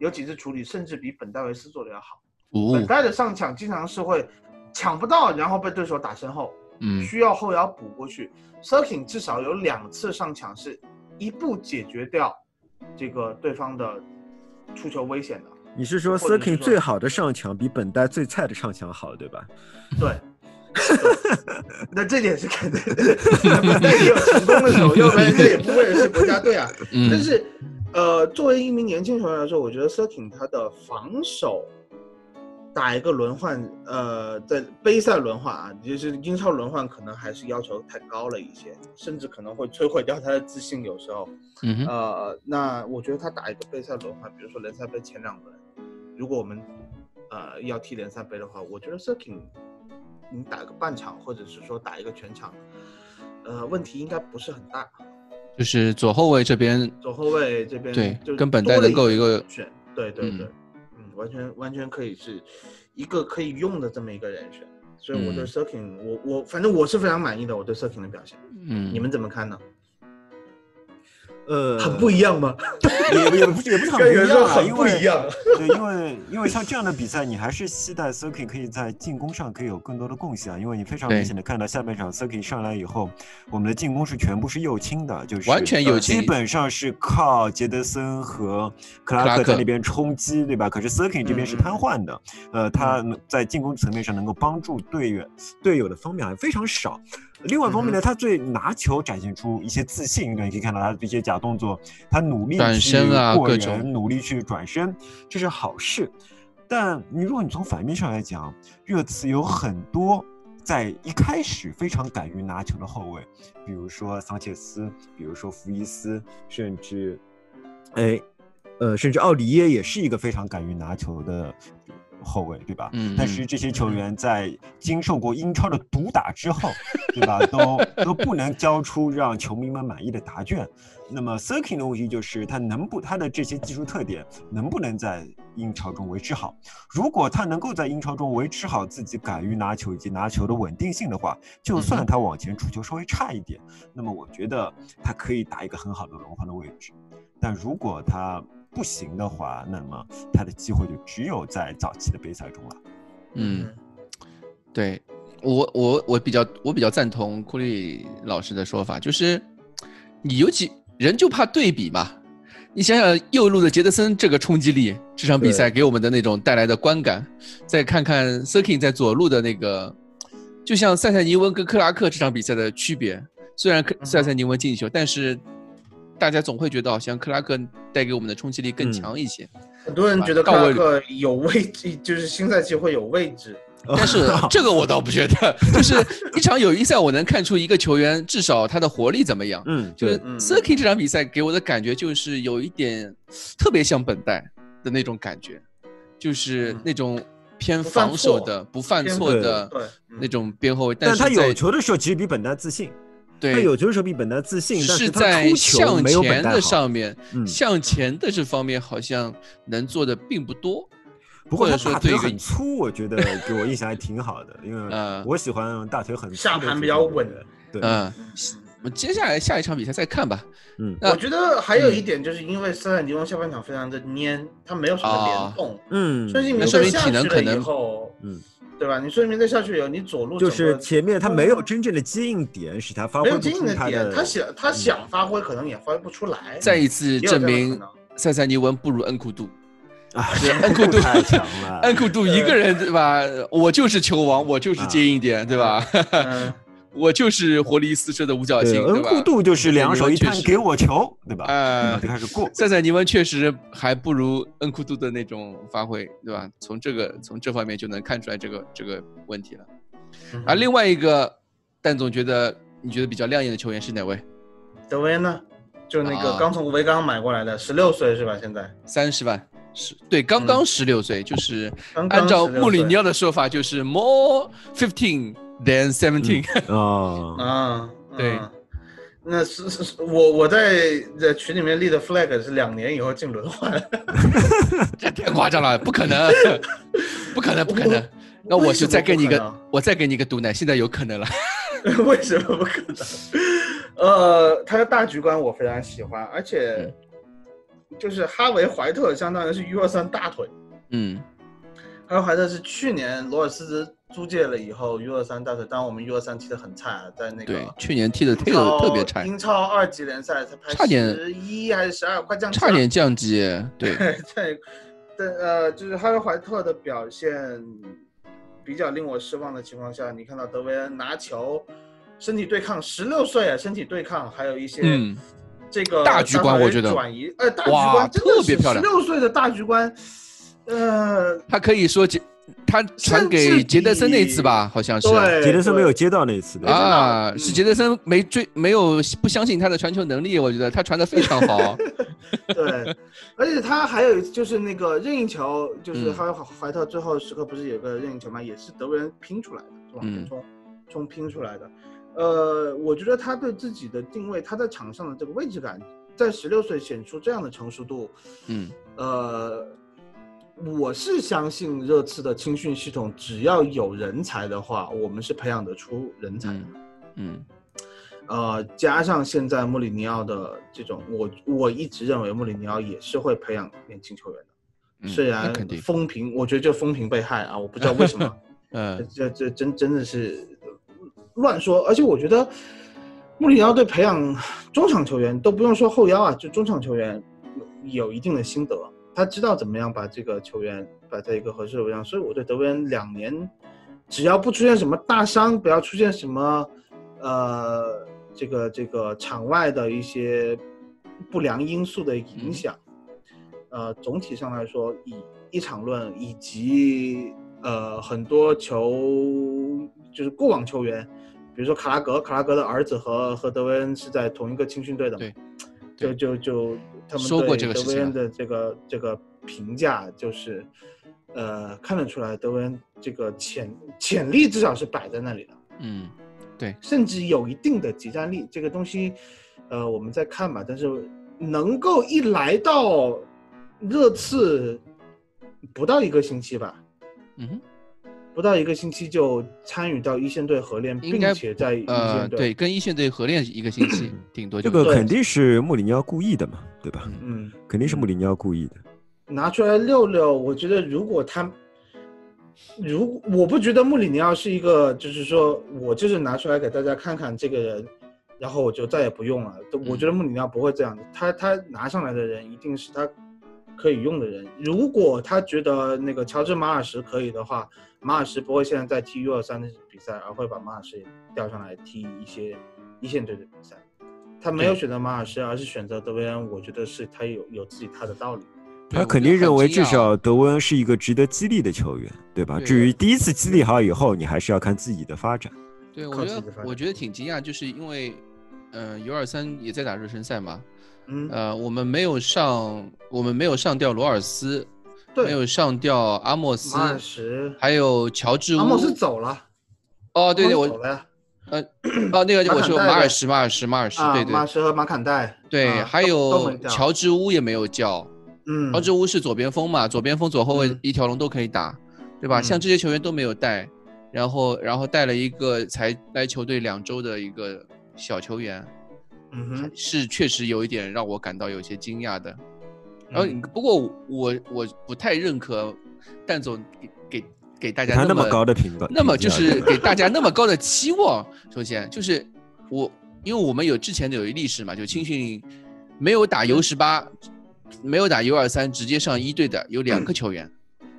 [SPEAKER 8] 有几次处理，甚至比本戴维斯做的要好。
[SPEAKER 6] 哦
[SPEAKER 8] 本戴的上抢经常是会抢不到，然后被对手打身后，
[SPEAKER 6] 嗯
[SPEAKER 8] 需要后腰补过去。s i r k i n 至少有两次上抢是一步解决掉这个对方的出球危险的。
[SPEAKER 9] 你是说
[SPEAKER 8] 或者是
[SPEAKER 9] Sirkin
[SPEAKER 8] 说
[SPEAKER 9] 最好的上墙比本代最菜的上墙好，对吧？
[SPEAKER 8] 对， 那这点是肯定的。那也有成功的时候，要不然这也不会是国家队啊。
[SPEAKER 6] 嗯，
[SPEAKER 8] 但是，呃，作为一名年轻球员来说，我觉得 s i r k i n 他的防守打一个轮换，呃，在杯赛轮换啊，就是英超轮换，可能还是要求太高了一些，甚至可能会摧毁掉他的自信。有时候，
[SPEAKER 6] 嗯哼
[SPEAKER 8] 呃，那我觉得他打一个杯赛轮换，比如说联赛杯前两轮，如果我们呃要踢联赛杯的话，我觉得 s i r k i n 你打个半场，或者是说打一个全场，呃，问题应该不是很大。
[SPEAKER 6] 就是左后卫这边
[SPEAKER 8] 左后卫这边
[SPEAKER 6] 对
[SPEAKER 8] 就
[SPEAKER 6] 跟本
[SPEAKER 8] 多
[SPEAKER 6] 代
[SPEAKER 8] 了
[SPEAKER 6] 能够有一个
[SPEAKER 8] 选，对对对，嗯，完全完全可以是一个可以用的这么一个人选，所以我对
[SPEAKER 6] 嗯
[SPEAKER 8] Sirkin，、我我反正我是非常满意的，我对 Sirkin 的表现，
[SPEAKER 6] 嗯，
[SPEAKER 8] 你们怎么看呢？
[SPEAKER 9] 呃，
[SPEAKER 8] 很不一样吗？
[SPEAKER 3] 也也不是也不是很不
[SPEAKER 8] 跟有
[SPEAKER 3] 一
[SPEAKER 8] 时候
[SPEAKER 3] 样啊，
[SPEAKER 8] 很
[SPEAKER 3] 因
[SPEAKER 8] 不
[SPEAKER 3] 为
[SPEAKER 8] 一样，
[SPEAKER 3] 对，因为因为像这样的比赛，你还是期待 s i r k i 可以在进攻上可以有更多的贡献啊，因为你非常明
[SPEAKER 6] 对
[SPEAKER 3] 显的看到下半场 s i r k i 上来以后，我们的进攻是全部是右倾的，就是
[SPEAKER 6] 完全右倾
[SPEAKER 3] 基本上是靠杰德森和克
[SPEAKER 6] 克拉
[SPEAKER 3] 拉克
[SPEAKER 6] 克
[SPEAKER 3] 在那边冲击，对吧？可是 s i r k i 这边是
[SPEAKER 8] 嗯
[SPEAKER 3] 瘫痪的，呃，他能在进攻层面上能够帮助队员队友的方面还非常少。另外一
[SPEAKER 8] 嗯
[SPEAKER 3] 方面呢，他对拿球展现出一些自信，对，你可以看到他的一些假动作，他努力
[SPEAKER 6] 转
[SPEAKER 3] 去
[SPEAKER 6] 身啊
[SPEAKER 3] 过
[SPEAKER 6] 各
[SPEAKER 3] 人
[SPEAKER 6] 种
[SPEAKER 3] 努力去转身，这是好事。但你如果你从反面上来讲，热刺有很多在一开始非常敢于拿球的后卫，比如说桑切斯，比如说福伊斯，甚至，哎，呃，甚至奥里耶也是一个非常敢于拿球的后卫，对吧？
[SPEAKER 6] 嗯
[SPEAKER 3] 但是这些球员在经受过英超的毒打之后，对吧， 都都不能交出让球迷们满意的答卷。那么 s i r k i n 的问题就是他能不他的这些技术特点能不能在英超中维持好？如果他能够在英超中维持好自己敢于拿球以及拿球的稳定性的话，就
[SPEAKER 6] 嗯哼
[SPEAKER 3] 算他往前出球稍微差一点，那么我觉得他可以打一个很好的轮换的位置。但如果他不行的话，那么他的机会就只有在早期的杯赛中了。
[SPEAKER 6] 嗯。对我我我比较我比较赞同库里老师的说法，就是你尤其人就怕对比嘛。你想想右路的杰德森这个冲击力，这场比赛给我们的那种带来的观感，再看看 Sirkin 在左路的那个，就像塞塞尼翁跟克拉克这场比赛的区别。虽然克
[SPEAKER 8] 嗯哼
[SPEAKER 6] 塞塞尼翁进球，但是大家总会觉得好像克拉克带给我们的冲击力更
[SPEAKER 9] 嗯
[SPEAKER 6] 强一些。
[SPEAKER 8] 很多人觉得克
[SPEAKER 6] 到位
[SPEAKER 8] 拉克有位置， 就是新赛季会有位置，
[SPEAKER 6] 但 是这个我倒不觉得，就是一场友谊赛，我能看出一个球员至少他的活力怎么样。
[SPEAKER 9] 嗯，
[SPEAKER 6] 就是
[SPEAKER 9] 对，
[SPEAKER 8] 嗯
[SPEAKER 6] s i r k i 这场比赛给我的感觉就是有一点特别像本代的那种感觉，
[SPEAKER 9] 嗯
[SPEAKER 6] 就是那种偏
[SPEAKER 8] 不犯
[SPEAKER 6] 防守
[SPEAKER 8] 错
[SPEAKER 6] 的、不犯
[SPEAKER 8] 偏
[SPEAKER 6] 错
[SPEAKER 9] 对
[SPEAKER 6] 的
[SPEAKER 8] 对嗯
[SPEAKER 6] 那种边后卫，
[SPEAKER 9] 但
[SPEAKER 6] 是
[SPEAKER 9] 他有
[SPEAKER 6] 在
[SPEAKER 9] 球的时候其实比本代自信，他
[SPEAKER 6] 对
[SPEAKER 9] 有球的时候比本代自信，但
[SPEAKER 6] 是
[SPEAKER 9] 他的
[SPEAKER 6] 在
[SPEAKER 9] 出球
[SPEAKER 6] 向
[SPEAKER 9] 没有本
[SPEAKER 6] 前
[SPEAKER 9] 代
[SPEAKER 6] 的
[SPEAKER 9] 好。
[SPEAKER 6] 上面，
[SPEAKER 9] 嗯
[SPEAKER 6] 向前的这方面好像能做的并不多。
[SPEAKER 9] 不过
[SPEAKER 6] 或
[SPEAKER 9] 他
[SPEAKER 6] 者说
[SPEAKER 9] 大
[SPEAKER 6] 对
[SPEAKER 9] 腿
[SPEAKER 6] 一个
[SPEAKER 9] 很粗，我觉得给我印象还挺好的，因
[SPEAKER 6] 呃
[SPEAKER 9] 为我喜欢那种大腿很粗
[SPEAKER 8] 下
[SPEAKER 9] 的
[SPEAKER 8] 盘
[SPEAKER 9] 这
[SPEAKER 8] 比较
[SPEAKER 9] 种
[SPEAKER 8] 稳
[SPEAKER 9] 人。对，
[SPEAKER 6] 嗯，我们接下来下一场比赛再看吧。
[SPEAKER 9] 嗯
[SPEAKER 6] 那
[SPEAKER 8] 我觉得还有一点，就是因为塞尔尼翁下半场非常的蔫，他没有什么联动。
[SPEAKER 9] 嗯，
[SPEAKER 8] 孙兴
[SPEAKER 6] 那
[SPEAKER 8] 民
[SPEAKER 6] 说
[SPEAKER 8] 在
[SPEAKER 6] 明
[SPEAKER 8] 下
[SPEAKER 6] 体能
[SPEAKER 8] 去
[SPEAKER 6] 啊可
[SPEAKER 8] 了以
[SPEAKER 6] 能
[SPEAKER 8] 后，
[SPEAKER 9] 嗯，
[SPEAKER 8] 对吧？你孙兴民在下去以后，你左路
[SPEAKER 9] 就是
[SPEAKER 8] 整个
[SPEAKER 9] 前面他没有真正的接应点，使他发
[SPEAKER 8] 没
[SPEAKER 9] 挥
[SPEAKER 8] 有
[SPEAKER 9] 不
[SPEAKER 8] 经
[SPEAKER 9] 出
[SPEAKER 8] 验
[SPEAKER 9] 他
[SPEAKER 8] 点，
[SPEAKER 9] 的。嗯
[SPEAKER 8] 他想他想发挥，可能也发挥不出来。
[SPEAKER 6] 再一次
[SPEAKER 8] 也有这
[SPEAKER 6] 证
[SPEAKER 8] 样的
[SPEAKER 6] 明
[SPEAKER 8] 可能
[SPEAKER 6] 塞塞尼翁不如恩库杜。
[SPEAKER 3] 啊，
[SPEAKER 6] 恩库杜
[SPEAKER 3] 太强
[SPEAKER 9] 啊
[SPEAKER 3] 了，
[SPEAKER 6] 恩库杜一个人对吧？我就是球王，我
[SPEAKER 9] 啊
[SPEAKER 6] 就是接应点对吧？
[SPEAKER 8] 嗯，
[SPEAKER 6] 我就是活力四射的五角星
[SPEAKER 9] 对，
[SPEAKER 6] 对
[SPEAKER 9] 恩
[SPEAKER 6] 吧？嗯
[SPEAKER 9] 库杜就是两手一
[SPEAKER 6] 确
[SPEAKER 3] 摊
[SPEAKER 6] 实
[SPEAKER 3] 给我球，对吧？
[SPEAKER 6] 呃
[SPEAKER 3] 然后就开始过。
[SPEAKER 6] 塞塞尼翁确实还不如恩库杜的那种发挥，对吧？从这个从这方面就能看出来这个这个问题了。而啊另外一个，蛋总觉得你觉得比较亮眼的球员是哪位？
[SPEAKER 8] 嗯德维呢，就那个
[SPEAKER 6] 啊
[SPEAKER 8] 刚从维冈买过来的，十六岁是吧？现在
[SPEAKER 6] 三十万是对，刚
[SPEAKER 9] 嗯
[SPEAKER 6] 刚十六岁，就是
[SPEAKER 8] 刚刚
[SPEAKER 6] 按照
[SPEAKER 8] 16
[SPEAKER 6] 穆里尼
[SPEAKER 8] 岁
[SPEAKER 6] 奥的说法，就是
[SPEAKER 8] 嗯
[SPEAKER 6] 啊 more fifteen than seventeen，、
[SPEAKER 9] 哦，
[SPEAKER 8] 啊，
[SPEAKER 6] 嗯对
[SPEAKER 8] 嗯那是是是我我在在群里面立的 flag 是两年以后进轮换，
[SPEAKER 6] 这太夸张了，不可能，不可能，不可能。那我就再给你一个，我再给你一个毒奶，现在有可能了。
[SPEAKER 8] 为什么不可能？呃，他的大局观我非常喜欢，而
[SPEAKER 6] 嗯
[SPEAKER 8] 且就是哈维怀特相当于是 U 二三大腿，
[SPEAKER 6] 嗯
[SPEAKER 8] 哈维怀特是去年罗尔斯租借了以后 U 二三大腿，当然我们 U 二三踢得很菜啊，在那个
[SPEAKER 6] 对，去年踢的
[SPEAKER 8] 英
[SPEAKER 6] 特
[SPEAKER 8] 超
[SPEAKER 6] 特别差，
[SPEAKER 8] 英超二级联赛才排
[SPEAKER 6] 差点
[SPEAKER 8] 十一还是十二，快降级了
[SPEAKER 6] 差点降级。对，
[SPEAKER 8] 在在呃，就是哈维怀特的表现比较令我失望的情况下，你看到德维恩拿球，身体对抗，十六岁啊，身体对抗，还有一些
[SPEAKER 6] 嗯，
[SPEAKER 8] 这个
[SPEAKER 6] 大局观
[SPEAKER 8] 三罚人
[SPEAKER 6] 我觉得
[SPEAKER 8] 转移，呃，大局
[SPEAKER 6] 哇
[SPEAKER 8] 观真的
[SPEAKER 6] 特别漂亮
[SPEAKER 8] 十六岁的大局观，呃，
[SPEAKER 6] 他可以说杰，他传给杰德森那一次吧，好像是。
[SPEAKER 8] 对，
[SPEAKER 3] 啊杰德森没有
[SPEAKER 8] 对
[SPEAKER 3] 接到那一次的，
[SPEAKER 6] 啊，
[SPEAKER 8] 嗯
[SPEAKER 6] 是杰德森没追，没有不相信他的传球能力，我觉得他传的非常 好。
[SPEAKER 8] 对，而且他还有一次就是那个任意球，就是
[SPEAKER 6] 嗯
[SPEAKER 8] 哈维怀特最后时刻不是有个任意球嘛，也是德国人拼出来的，是往前
[SPEAKER 6] 嗯
[SPEAKER 8] 冲冲拼出来的。呃，我觉得他对自己的定位，他在场上的这个位置感，在十六岁显出这样的成熟度，
[SPEAKER 6] 嗯
[SPEAKER 8] 呃，我是相信热刺的青训系统，只要有人才的话，我们是培养得出人才的。
[SPEAKER 6] 嗯嗯
[SPEAKER 8] 呃，加上现在穆里尼奥的这种，我我一直认为穆里尼奥也是会培养年轻球员的，
[SPEAKER 6] 嗯，
[SPEAKER 8] 虽然
[SPEAKER 6] 那肯定，
[SPEAKER 8] 风评，我觉得就风评被害啊，我不知道为什么，
[SPEAKER 6] 嗯
[SPEAKER 8] 这这真真的是乱说，而且我觉得穆里尼奥对培养中场球员都不用说后腰啊，就中场球员有有一定的心得，他知道怎么样把这个球员摆在一个合适的位置上，所以我对德文两年只要不出现什么大伤，不要出现什么呃这个这个场外的一些不良因素的影响，呃，总体上来说，以一场论以及呃很多球就是过往球员，比如说卡拉格，卡拉格的儿子和和德维恩是在同一个青训队的嘛，就
[SPEAKER 6] 对对
[SPEAKER 8] 就就他们
[SPEAKER 6] 说过
[SPEAKER 8] 对
[SPEAKER 6] 这个
[SPEAKER 8] 德
[SPEAKER 6] 事
[SPEAKER 8] 维
[SPEAKER 6] 情
[SPEAKER 8] 恩
[SPEAKER 6] 啊
[SPEAKER 8] 的这个这个评价就是，呃，看得出来德维恩这个潜潜力至少是摆在那里的，
[SPEAKER 6] 嗯，
[SPEAKER 8] 甚至有一定的集战力。这个东西，呃，我们再看吧。但是能够一来到热刺，不到一个星期吧，
[SPEAKER 6] 嗯哼，
[SPEAKER 8] 不到一个星期就参与到一线队合练，
[SPEAKER 6] 应
[SPEAKER 8] 并
[SPEAKER 6] 该
[SPEAKER 8] 且在一
[SPEAKER 6] 呃，
[SPEAKER 8] 线
[SPEAKER 6] 对，嗯
[SPEAKER 8] 队，
[SPEAKER 6] 跟一线队合练一个星期，顶多就
[SPEAKER 3] 这个
[SPEAKER 8] 对
[SPEAKER 3] 肯定是穆里尼奥故意的嘛，对吧？
[SPEAKER 8] 嗯，
[SPEAKER 3] 肯定是穆里尼奥故意的。
[SPEAKER 8] 拿出来遛遛，我觉得如果他，如果我不觉得穆里尼奥是一个，就是说我就是拿出来给大家看看这个人，然后我就再也不用了。都我觉得穆里尼奥不会这样的，他他拿上来的人一定是他可以用的人。如果他觉得那个乔治马尔什可以的话，马尔什不会现在在踢 U 二三的比赛，而会把马尔什调上来踢一些一线队的比赛。他没有
[SPEAKER 6] 对
[SPEAKER 8] 选择马尔什，而是选择德维恩，我觉得是他有有自己他的道理。
[SPEAKER 6] 对
[SPEAKER 3] 他
[SPEAKER 6] 我
[SPEAKER 3] 肯
[SPEAKER 6] 觉
[SPEAKER 3] 定
[SPEAKER 6] 得很
[SPEAKER 3] 认为
[SPEAKER 6] 惊
[SPEAKER 3] 至
[SPEAKER 6] 讶
[SPEAKER 3] 少德温是一个值得激励的球员，对吧？
[SPEAKER 6] 对
[SPEAKER 3] 至于第一次激励好以后，你还是要看自己的发展。
[SPEAKER 6] 对，
[SPEAKER 8] 靠
[SPEAKER 6] 我觉
[SPEAKER 8] 自己
[SPEAKER 6] 得
[SPEAKER 8] 发
[SPEAKER 6] 我
[SPEAKER 8] 展
[SPEAKER 6] 觉得挺惊讶，就是因为，呃，U 二三也在打热身赛嘛，
[SPEAKER 8] 嗯，
[SPEAKER 6] 呃，我们没有上，我们没有上掉罗尔斯，
[SPEAKER 8] 对，
[SPEAKER 6] 没有上掉阿莫斯，
[SPEAKER 8] 马尔什，
[SPEAKER 6] 还有乔治乌。
[SPEAKER 8] 阿莫斯走了，
[SPEAKER 6] 哦，对对，
[SPEAKER 8] 阿莫
[SPEAKER 6] 我
[SPEAKER 8] 斯走了呀，
[SPEAKER 6] 呃，哦，那个就
[SPEAKER 8] 马
[SPEAKER 6] 我
[SPEAKER 8] 坎
[SPEAKER 6] 说
[SPEAKER 8] 代
[SPEAKER 6] 马尔
[SPEAKER 8] 的
[SPEAKER 6] 什，马尔什，马尔什，
[SPEAKER 8] 啊，
[SPEAKER 6] 对
[SPEAKER 8] 马
[SPEAKER 6] 对
[SPEAKER 8] 尔什和马坎代，
[SPEAKER 6] 对，
[SPEAKER 8] 啊
[SPEAKER 6] 还
[SPEAKER 8] 都都
[SPEAKER 6] 有
[SPEAKER 8] 没掉
[SPEAKER 6] 乔治乌也没有叫，
[SPEAKER 8] 嗯
[SPEAKER 6] 乔，治乌是左边锋嘛，左边锋左后卫
[SPEAKER 8] 嗯
[SPEAKER 6] 一条龙都可以打，对吧？
[SPEAKER 8] 嗯
[SPEAKER 6] 像这些球员都没有带，然后然后带了一个才来球队两周的一个小球员，
[SPEAKER 8] 嗯哼，
[SPEAKER 6] 是确实有一点让我感到有些惊讶的。然
[SPEAKER 8] 嗯
[SPEAKER 6] 后不过我我不太认可蛋总给给给大家
[SPEAKER 3] 他
[SPEAKER 6] 那
[SPEAKER 3] 那么高的评价，
[SPEAKER 6] 那么就
[SPEAKER 3] 评价
[SPEAKER 6] 是给大家那么高的期望。首先就是我，因为我们有之前的有一历史嘛，就青训没有打 U 十八，没有打 U 二三，直接上一队的有两个球员，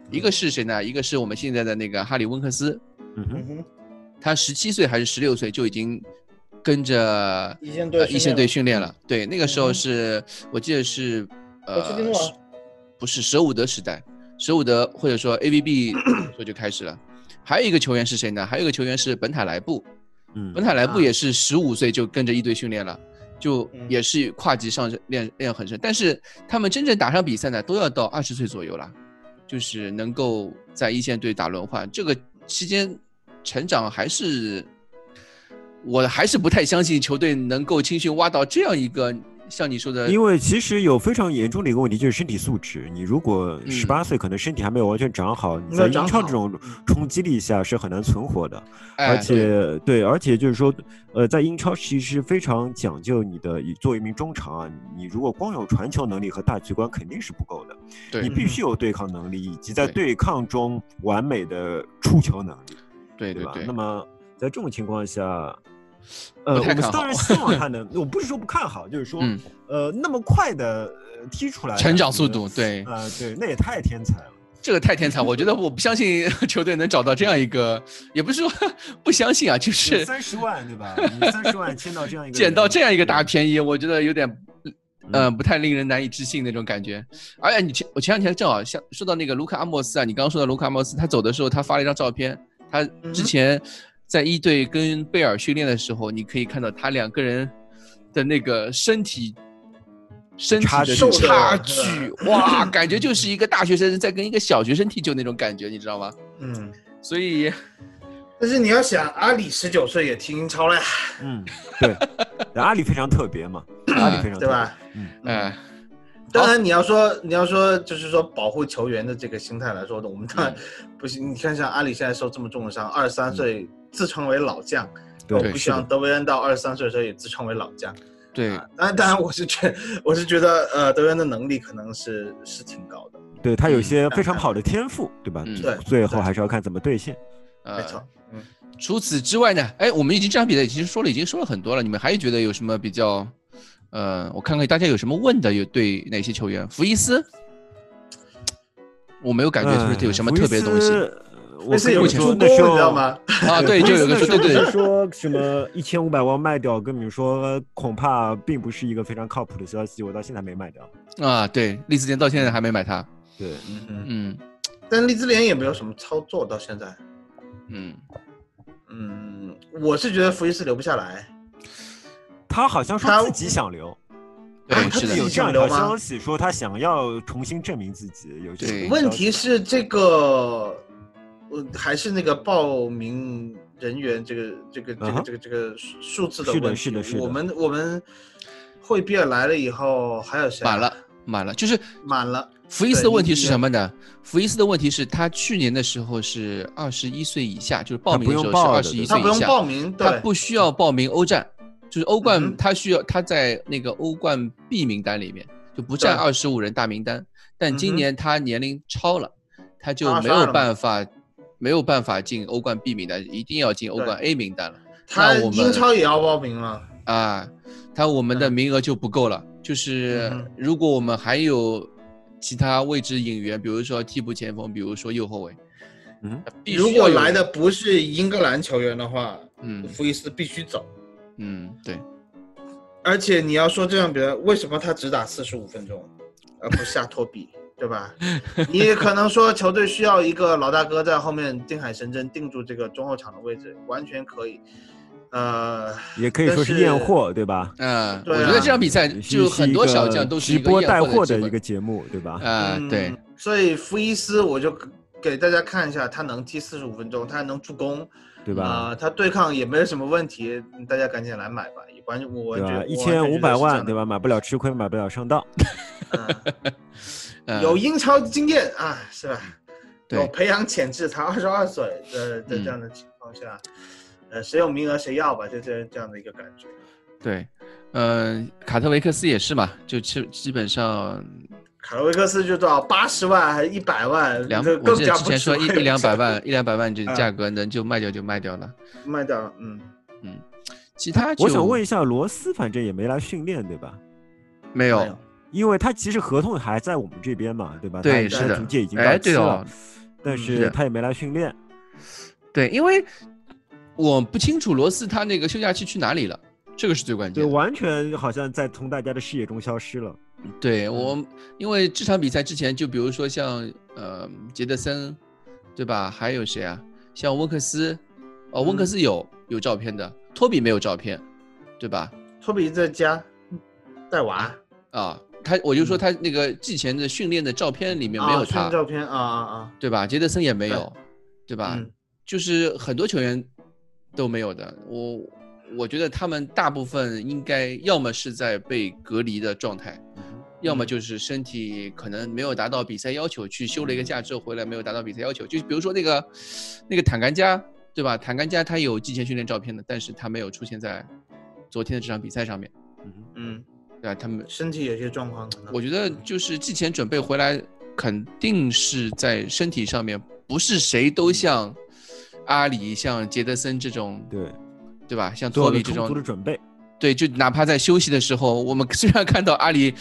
[SPEAKER 6] 一个是谁呢？一个是我们现在的那个哈里温克斯，
[SPEAKER 3] 嗯哼
[SPEAKER 8] 嗯哼，
[SPEAKER 6] 他十七岁还是十六岁就已经跟着
[SPEAKER 8] 一线
[SPEAKER 6] 呃
[SPEAKER 8] 队，
[SPEAKER 6] 一线队训练
[SPEAKER 8] 了，
[SPEAKER 6] 了。对，那个时候是、我记得是
[SPEAKER 8] 波切
[SPEAKER 6] 呃
[SPEAKER 8] 蒂诺啊，
[SPEAKER 6] 是不是舍伍德时代，舍伍德或者说 AVB 时候就开始了。还有一个球员是谁呢？还有一个球员是本塔莱布，
[SPEAKER 3] 嗯
[SPEAKER 6] 本塔莱布
[SPEAKER 8] 啊
[SPEAKER 6] 也是十五岁就跟着一队训练了，就
[SPEAKER 8] 嗯
[SPEAKER 6] 也是跨级上练练很深。但是他们真正打上比赛呢，都要到二十岁左右了，就是能够在一线队打轮换，这个期间成长还是我还是不太相信球队能够青训挖到这样一个像你说的，
[SPEAKER 3] 因为其实有非常严重的一个问题，就是身体素质。你如果十
[SPEAKER 6] 嗯
[SPEAKER 3] 八岁，可能身体还没有完全长好，你
[SPEAKER 4] 没
[SPEAKER 3] 在
[SPEAKER 4] 有
[SPEAKER 3] 英
[SPEAKER 4] 长
[SPEAKER 3] 超
[SPEAKER 4] 好嗯
[SPEAKER 3] 这种冲击力下是很难存活的。
[SPEAKER 6] 哎
[SPEAKER 3] 而且对，而且就是说，呃，在英超其实非常讲究你的以作为一名中场啊，你如果光有传球能力和大局观肯定是不够的，
[SPEAKER 6] 对
[SPEAKER 3] 你必须有对抗能力，以及在
[SPEAKER 6] 对
[SPEAKER 3] 对抗中完美的出球能力，
[SPEAKER 6] 对对
[SPEAKER 3] 吧？
[SPEAKER 6] 对
[SPEAKER 3] 那，么在这种情况下。
[SPEAKER 6] 不
[SPEAKER 3] 呃，我
[SPEAKER 6] 太
[SPEAKER 3] 们
[SPEAKER 6] 看
[SPEAKER 3] 当
[SPEAKER 6] 好
[SPEAKER 3] 然希望他能，我不是说不看好，就是说，
[SPEAKER 6] 嗯
[SPEAKER 3] 呃，那么快的踢出来的
[SPEAKER 6] 成长速
[SPEAKER 3] 我觉
[SPEAKER 6] 度
[SPEAKER 3] 得
[SPEAKER 6] 对
[SPEAKER 3] 呃，对，那也太天才了。
[SPEAKER 6] 这个太天才，我觉得我不相信 球队能找到这样一个，也不是说 不相信啊，就是
[SPEAKER 3] 三十万对吧？你三十万签到这样一个人，
[SPEAKER 6] 捡到这样一个大便宜，我觉得有点，呃，
[SPEAKER 3] 嗯
[SPEAKER 6] 不太令人难以置信那种感觉。而且你前我前两天正好像说到那个卢卡阿莫斯啊，你刚刚说到卢卡阿莫斯，他走的时候他发了一张照片，他之
[SPEAKER 8] 嗯
[SPEAKER 6] 前在一队跟贝尔训练的时候，你可以看到他两个人的那个身体。身体
[SPEAKER 3] 差
[SPEAKER 6] 的
[SPEAKER 8] 距
[SPEAKER 6] 差
[SPEAKER 8] 是吧
[SPEAKER 6] 距，哇，感觉就是一个大学生在跟一个小学生踢球那种感觉，你知道吗？
[SPEAKER 8] 嗯，
[SPEAKER 6] 所以
[SPEAKER 8] 但是你要想，阿里十九岁也踢英超了呀，
[SPEAKER 3] 嗯， 对，阿里非常特别嘛，阿里非
[SPEAKER 6] 嗯
[SPEAKER 3] 常特别
[SPEAKER 8] 对吧？？嗯
[SPEAKER 6] 哎，
[SPEAKER 8] 当然，你要说你要说就是说保护球员的这个心态来说的，我们当然
[SPEAKER 6] 嗯
[SPEAKER 8] 不行。你看像阿里现在受这么重的伤，二十三岁自称为老将，
[SPEAKER 3] 对
[SPEAKER 8] 哦我不希望德维恩到二十三岁的时候也自称为老将。
[SPEAKER 6] 对，
[SPEAKER 8] 当然，当然我是觉我是觉得呃德维恩的能力可能是是挺高的，
[SPEAKER 3] 对他有一些
[SPEAKER 8] 嗯
[SPEAKER 3] 非常好的天赋，对吧
[SPEAKER 6] 嗯？
[SPEAKER 8] 对
[SPEAKER 3] 最后
[SPEAKER 8] 对
[SPEAKER 3] 还是要看怎么兑现。
[SPEAKER 6] 呃，
[SPEAKER 8] 没错。嗯，
[SPEAKER 6] 除此之外呢，哎，我们已经这场比赛已经说了，已经说了很多了。你们还觉得有什么比较？呃，我看看大家有什么问的，有对哪些球员？福伊斯，我没有感觉
[SPEAKER 3] 哎
[SPEAKER 6] 是有什么特别的东西
[SPEAKER 3] 福伊斯呃我
[SPEAKER 8] 但是有
[SPEAKER 3] 跟
[SPEAKER 8] 个
[SPEAKER 3] 你
[SPEAKER 6] 前
[SPEAKER 3] 说
[SPEAKER 8] 助攻，
[SPEAKER 3] 那
[SPEAKER 8] 你
[SPEAKER 3] 时
[SPEAKER 8] 知
[SPEAKER 3] 候
[SPEAKER 8] 道吗？
[SPEAKER 6] 啊。对，就有一个
[SPEAKER 3] 说
[SPEAKER 6] 说，对对
[SPEAKER 3] 说什么一千五百万卖掉，跟你们说恐怕并不是一个非常靠谱的消息，我到现在没卖掉。
[SPEAKER 6] 对啊，对，利兹联到现在还没买他。
[SPEAKER 3] 对，
[SPEAKER 8] 嗯，
[SPEAKER 6] 嗯
[SPEAKER 8] 但利兹联也没有什么操作到现在。
[SPEAKER 6] 嗯，
[SPEAKER 8] 嗯，我是觉得福伊斯留不下来。
[SPEAKER 3] 他好像
[SPEAKER 8] 他
[SPEAKER 3] 说自己想留，
[SPEAKER 6] 对，
[SPEAKER 8] 啊他
[SPEAKER 6] 是
[SPEAKER 8] 自
[SPEAKER 6] 的
[SPEAKER 8] 己
[SPEAKER 3] 有，这样一
[SPEAKER 8] 想留
[SPEAKER 3] 条
[SPEAKER 8] 吗
[SPEAKER 3] 消息说他想要重新证明自己，有这
[SPEAKER 6] 对
[SPEAKER 3] 种
[SPEAKER 8] 问
[SPEAKER 3] 消
[SPEAKER 8] 题
[SPEAKER 3] 息
[SPEAKER 8] 是这个，我还是那个报名人员这个这个
[SPEAKER 3] 嗯
[SPEAKER 8] 这个
[SPEAKER 3] 哼
[SPEAKER 8] 这个这个数数字
[SPEAKER 3] 是的
[SPEAKER 8] 问题。
[SPEAKER 3] 是的是的
[SPEAKER 8] 我们我们会比尔来了以后还有谁啊？
[SPEAKER 6] 满了满了，就是
[SPEAKER 8] 满了。
[SPEAKER 6] 福伊斯的问题是
[SPEAKER 8] 对
[SPEAKER 6] 什么呢？福伊斯的问题是他去年的时候是二十一岁以下，就是报
[SPEAKER 3] 他
[SPEAKER 6] 名
[SPEAKER 3] 不
[SPEAKER 6] 的
[SPEAKER 3] 用
[SPEAKER 6] 时候是
[SPEAKER 3] 报
[SPEAKER 6] 二
[SPEAKER 3] 的
[SPEAKER 6] 十
[SPEAKER 3] 对
[SPEAKER 6] 一
[SPEAKER 8] 他
[SPEAKER 6] 岁
[SPEAKER 8] 不
[SPEAKER 6] 以
[SPEAKER 8] 用
[SPEAKER 6] 下，
[SPEAKER 8] 报名，
[SPEAKER 6] 他
[SPEAKER 8] 对，
[SPEAKER 6] 不需要报名欧战，就是欧
[SPEAKER 8] 嗯
[SPEAKER 6] 冠
[SPEAKER 8] 哼
[SPEAKER 6] 他需要他在那个欧冠 B 名单里面就不占
[SPEAKER 8] 对
[SPEAKER 6] 二十五人大名单，但
[SPEAKER 8] 嗯
[SPEAKER 6] 今
[SPEAKER 8] 哼
[SPEAKER 6] 年他年龄超了，他就
[SPEAKER 8] 他
[SPEAKER 6] 没
[SPEAKER 8] 22了
[SPEAKER 6] 有
[SPEAKER 8] 嘛
[SPEAKER 6] 办法没有办法进欧冠 B 名单，一定要进欧冠 A 名单了
[SPEAKER 8] 他
[SPEAKER 6] 那我们
[SPEAKER 8] 英超也要报名了。
[SPEAKER 6] 啊，他我们的
[SPEAKER 8] 嗯
[SPEAKER 6] 名额就不够了。就是
[SPEAKER 8] 嗯哼
[SPEAKER 6] 如果我们还有其他位置引援，比如说替补前锋，比如说右后卫，
[SPEAKER 3] 嗯，
[SPEAKER 6] 必须
[SPEAKER 8] 如果
[SPEAKER 6] 要有
[SPEAKER 8] 来的不是英格兰球员的话，
[SPEAKER 6] 嗯
[SPEAKER 8] 福伊斯必须走。
[SPEAKER 6] 嗯对
[SPEAKER 8] 而且你要说这场比赛，为什么他只打四十五分钟，而不下 托比，对吧？你也可能说球队需要一个老大哥在后面定海神针定住这个中后场的位置，完全可以。呃，
[SPEAKER 3] 也可以说是验货，对吧？
[SPEAKER 6] 嗯，
[SPEAKER 8] 对
[SPEAKER 6] 我觉
[SPEAKER 8] 啊
[SPEAKER 6] 得这场比赛
[SPEAKER 3] 也是
[SPEAKER 6] 就是很
[SPEAKER 3] 一
[SPEAKER 6] 多
[SPEAKER 3] 个
[SPEAKER 6] 小将都是
[SPEAKER 3] 直播
[SPEAKER 6] 验
[SPEAKER 3] 带货的
[SPEAKER 6] 的机
[SPEAKER 3] 一
[SPEAKER 6] 会
[SPEAKER 3] 个节目，对吧？
[SPEAKER 6] 啊，对
[SPEAKER 8] 嗯，所以福伊斯我就给大家看一下，他能踢四十五分钟，他还能助攻，
[SPEAKER 3] 对
[SPEAKER 8] 啊、
[SPEAKER 3] 吧？
[SPEAKER 8] 他对抗也没有什么问题，大家赶紧来买吧。也完，我
[SPEAKER 3] 对
[SPEAKER 8] 觉
[SPEAKER 3] 吧？
[SPEAKER 8] 得
[SPEAKER 3] 一千五百万，对吧？？买不了吃亏，买不了上当。
[SPEAKER 8] 我完全觉得是这样的
[SPEAKER 6] 嗯
[SPEAKER 8] 嗯，有英超经验啊，是吧？有
[SPEAKER 6] 对
[SPEAKER 8] 培养潜质，才二十二岁，呃，在
[SPEAKER 6] 嗯
[SPEAKER 8] 这样的情况下，呃，谁有名额谁要吧，就这这样的一个感觉。
[SPEAKER 6] 对，嗯，卡特维克斯也是嘛，就基基本上
[SPEAKER 8] 卡罗维克斯就多少八十万还是一百万，
[SPEAKER 6] 两，
[SPEAKER 8] 这
[SPEAKER 6] 我
[SPEAKER 8] 更
[SPEAKER 6] 记得
[SPEAKER 8] 加
[SPEAKER 6] 之
[SPEAKER 8] 不
[SPEAKER 6] 前说一
[SPEAKER 8] 值
[SPEAKER 6] 一两百万，
[SPEAKER 8] 钱
[SPEAKER 6] 一两百万这
[SPEAKER 8] 嗯
[SPEAKER 6] 价格能就卖掉就卖掉了，
[SPEAKER 8] 卖掉了，嗯，
[SPEAKER 6] 其他
[SPEAKER 3] 我想问一
[SPEAKER 6] 一
[SPEAKER 3] 下，罗斯反正也没来训练，对吧？
[SPEAKER 6] 没
[SPEAKER 8] 没
[SPEAKER 6] 有，
[SPEAKER 3] 因为他其实合同还在我们这边嘛，对吧？
[SPEAKER 6] 对
[SPEAKER 3] 他
[SPEAKER 6] 是的
[SPEAKER 3] 他租借已经
[SPEAKER 6] 哎
[SPEAKER 3] 到
[SPEAKER 6] 对
[SPEAKER 3] 期
[SPEAKER 6] 哦
[SPEAKER 3] 了，但
[SPEAKER 8] 嗯
[SPEAKER 3] 是
[SPEAKER 6] 是
[SPEAKER 3] 他也没来训练。
[SPEAKER 6] 对，因为我不清楚罗斯他那个休假期去哪里了，这个是最关键
[SPEAKER 3] 对，
[SPEAKER 6] 的。
[SPEAKER 3] 完全好像在从大家的视野中消失了。
[SPEAKER 6] 对我，因为这场比赛之前，就比如说像呃杰德森，对吧？还有谁啊？像温克斯，哦，温克斯有有照片的，托比没有照片，对吧？
[SPEAKER 8] 托比在家带娃，
[SPEAKER 6] 啊，他我就说他那个季前的训练的照片里面没有
[SPEAKER 8] 啊
[SPEAKER 6] 他，
[SPEAKER 8] 宣照片啊啊啊，
[SPEAKER 6] 对吧？杰德森也没有，对吧？
[SPEAKER 8] 嗯
[SPEAKER 6] 就是很多球员都没有的。我我觉得他们大部分应该要么是在被隔离的状态，要么就是身体可能没有达到比赛要求，去休了一个假之后回来没有达到比赛要求。就比如说那个那个坦甘加，对吧？坦甘加他有季前训练照片的，但是他没有出现在昨天的这场比赛上面，
[SPEAKER 8] 嗯，
[SPEAKER 6] 对吧？他们
[SPEAKER 8] 身体有些状况可能。嗯
[SPEAKER 6] 我觉得就是季前准备回来，肯定是在身体上面，不是谁都
[SPEAKER 3] 嗯
[SPEAKER 6] 像阿里、像杰德森这种，
[SPEAKER 3] 对，
[SPEAKER 6] 对吧？像
[SPEAKER 3] 做
[SPEAKER 6] 托
[SPEAKER 3] 了
[SPEAKER 6] 比这
[SPEAKER 3] 充足的
[SPEAKER 6] 种，
[SPEAKER 3] 准备，
[SPEAKER 6] 对，就哪怕在休息的时候，我们虽然看到阿里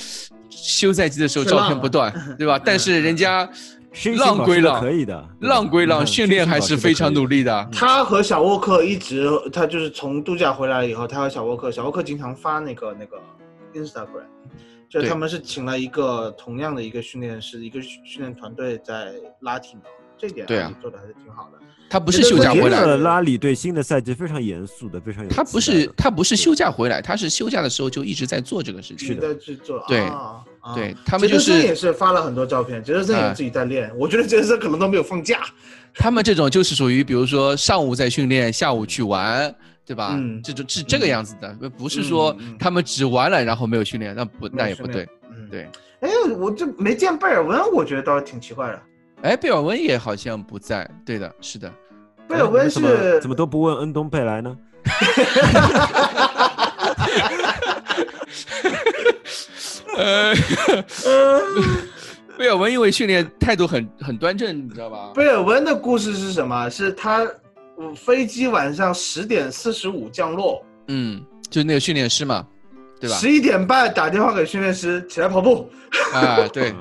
[SPEAKER 6] 休赛季的时候
[SPEAKER 8] 是浪
[SPEAKER 6] 照片不断， 对吧？但
[SPEAKER 3] 嗯
[SPEAKER 6] 是人家
[SPEAKER 3] 身
[SPEAKER 6] 浪
[SPEAKER 3] 形保
[SPEAKER 6] 归
[SPEAKER 3] 持得
[SPEAKER 6] 浪
[SPEAKER 3] 可以的，对吧
[SPEAKER 6] 浪归浪，
[SPEAKER 3] 嗯
[SPEAKER 6] 训练还是非常努。力的。
[SPEAKER 8] 他和小沃克一直，他就是从度假回来以后，他和小沃克，小沃克经常发那个那个 Instagram，就是
[SPEAKER 6] 对
[SPEAKER 8] 他们是请了一个同样的一个训练师，一个训练团队在拉提苗，这点
[SPEAKER 6] 对啊
[SPEAKER 8] 做的还是挺好的。
[SPEAKER 6] 他不是休假
[SPEAKER 3] 身体
[SPEAKER 6] 回
[SPEAKER 3] 是保持得可以的我觉
[SPEAKER 6] 来的
[SPEAKER 3] 得拉里对新的赛季非常严肃的，非常有期待
[SPEAKER 6] 他
[SPEAKER 3] 的。
[SPEAKER 6] 不是他不是休假回来，他是休假的时候就一直在做这个事
[SPEAKER 8] 一直
[SPEAKER 6] 情。
[SPEAKER 8] 在制作，
[SPEAKER 6] 对
[SPEAKER 8] 啊、啊
[SPEAKER 6] 对他们
[SPEAKER 8] 杰
[SPEAKER 6] 就
[SPEAKER 8] 德森
[SPEAKER 6] 是嗯
[SPEAKER 8] 也是发了很多照片，杰德森也自己在练，我觉得杰德森可能都没有放假，
[SPEAKER 6] 他们这种就是属于，比如说上午在训练，下午去玩，对吧？
[SPEAKER 8] 嗯
[SPEAKER 6] 这种是这个样子的，不是
[SPEAKER 8] 嗯
[SPEAKER 6] 说
[SPEAKER 8] 嗯嗯
[SPEAKER 6] 他们只玩了然后没有训练，那不那也不对。，
[SPEAKER 8] 嗯，
[SPEAKER 6] 对。
[SPEAKER 8] 哎，我这没见贝尔温，我觉得倒是挺奇怪的。
[SPEAKER 6] 哎，贝尔温也好像不在，对的，是的，
[SPEAKER 8] 贝尔温
[SPEAKER 3] 怎哎么
[SPEAKER 8] 是
[SPEAKER 3] 怎么都不问恩东贝莱呢？
[SPEAKER 6] 呃， 贝尔温因为训练态度很很端正，你知道吧？
[SPEAKER 8] 贝尔温的故事是什么？是他嗯飞机晚上十点四十五降落，
[SPEAKER 6] 嗯，就是那个训练师嘛，对吧？
[SPEAKER 8] 十一点半打电话给训练师起来跑步，
[SPEAKER 6] 啊， 对，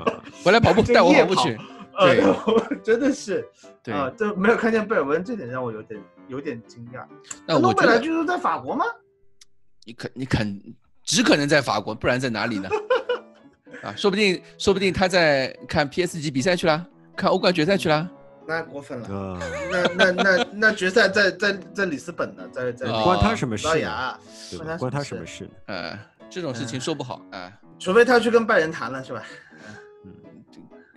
[SPEAKER 6] 回来跑步，
[SPEAKER 8] 这
[SPEAKER 6] 带我
[SPEAKER 8] 夜
[SPEAKER 6] 跑步
[SPEAKER 8] 跑
[SPEAKER 6] 去。
[SPEAKER 8] 呃
[SPEAKER 6] 对，
[SPEAKER 8] 真的是
[SPEAKER 6] 对，
[SPEAKER 8] 啊，这没有看见贝尔温，这点让我有点有点惊讶。
[SPEAKER 6] 那我
[SPEAKER 8] 诺
[SPEAKER 6] 觉
[SPEAKER 8] 贝莱
[SPEAKER 6] 得
[SPEAKER 8] 据说在法国吗？
[SPEAKER 6] 你肯你肯只可能在法国，不然在哪里呢？啊，说不定说不定他在看 PSG 比赛去了，看欧冠决赛去了。
[SPEAKER 8] 那过分了，
[SPEAKER 3] 啊，
[SPEAKER 8] 那那那那决赛在在在里斯本呢，在 在
[SPEAKER 6] 啊
[SPEAKER 3] 关他什么
[SPEAKER 8] 葡萄
[SPEAKER 3] 事呢？
[SPEAKER 8] 牙，
[SPEAKER 3] 对
[SPEAKER 8] 关他
[SPEAKER 3] 吧？哦关他什
[SPEAKER 8] 么
[SPEAKER 3] 么
[SPEAKER 8] 事？
[SPEAKER 3] 事呢？
[SPEAKER 6] 呃，这种事
[SPEAKER 3] 嗯
[SPEAKER 6] 情说不好啊、
[SPEAKER 8] 除非他去跟拜仁谈了，是吧？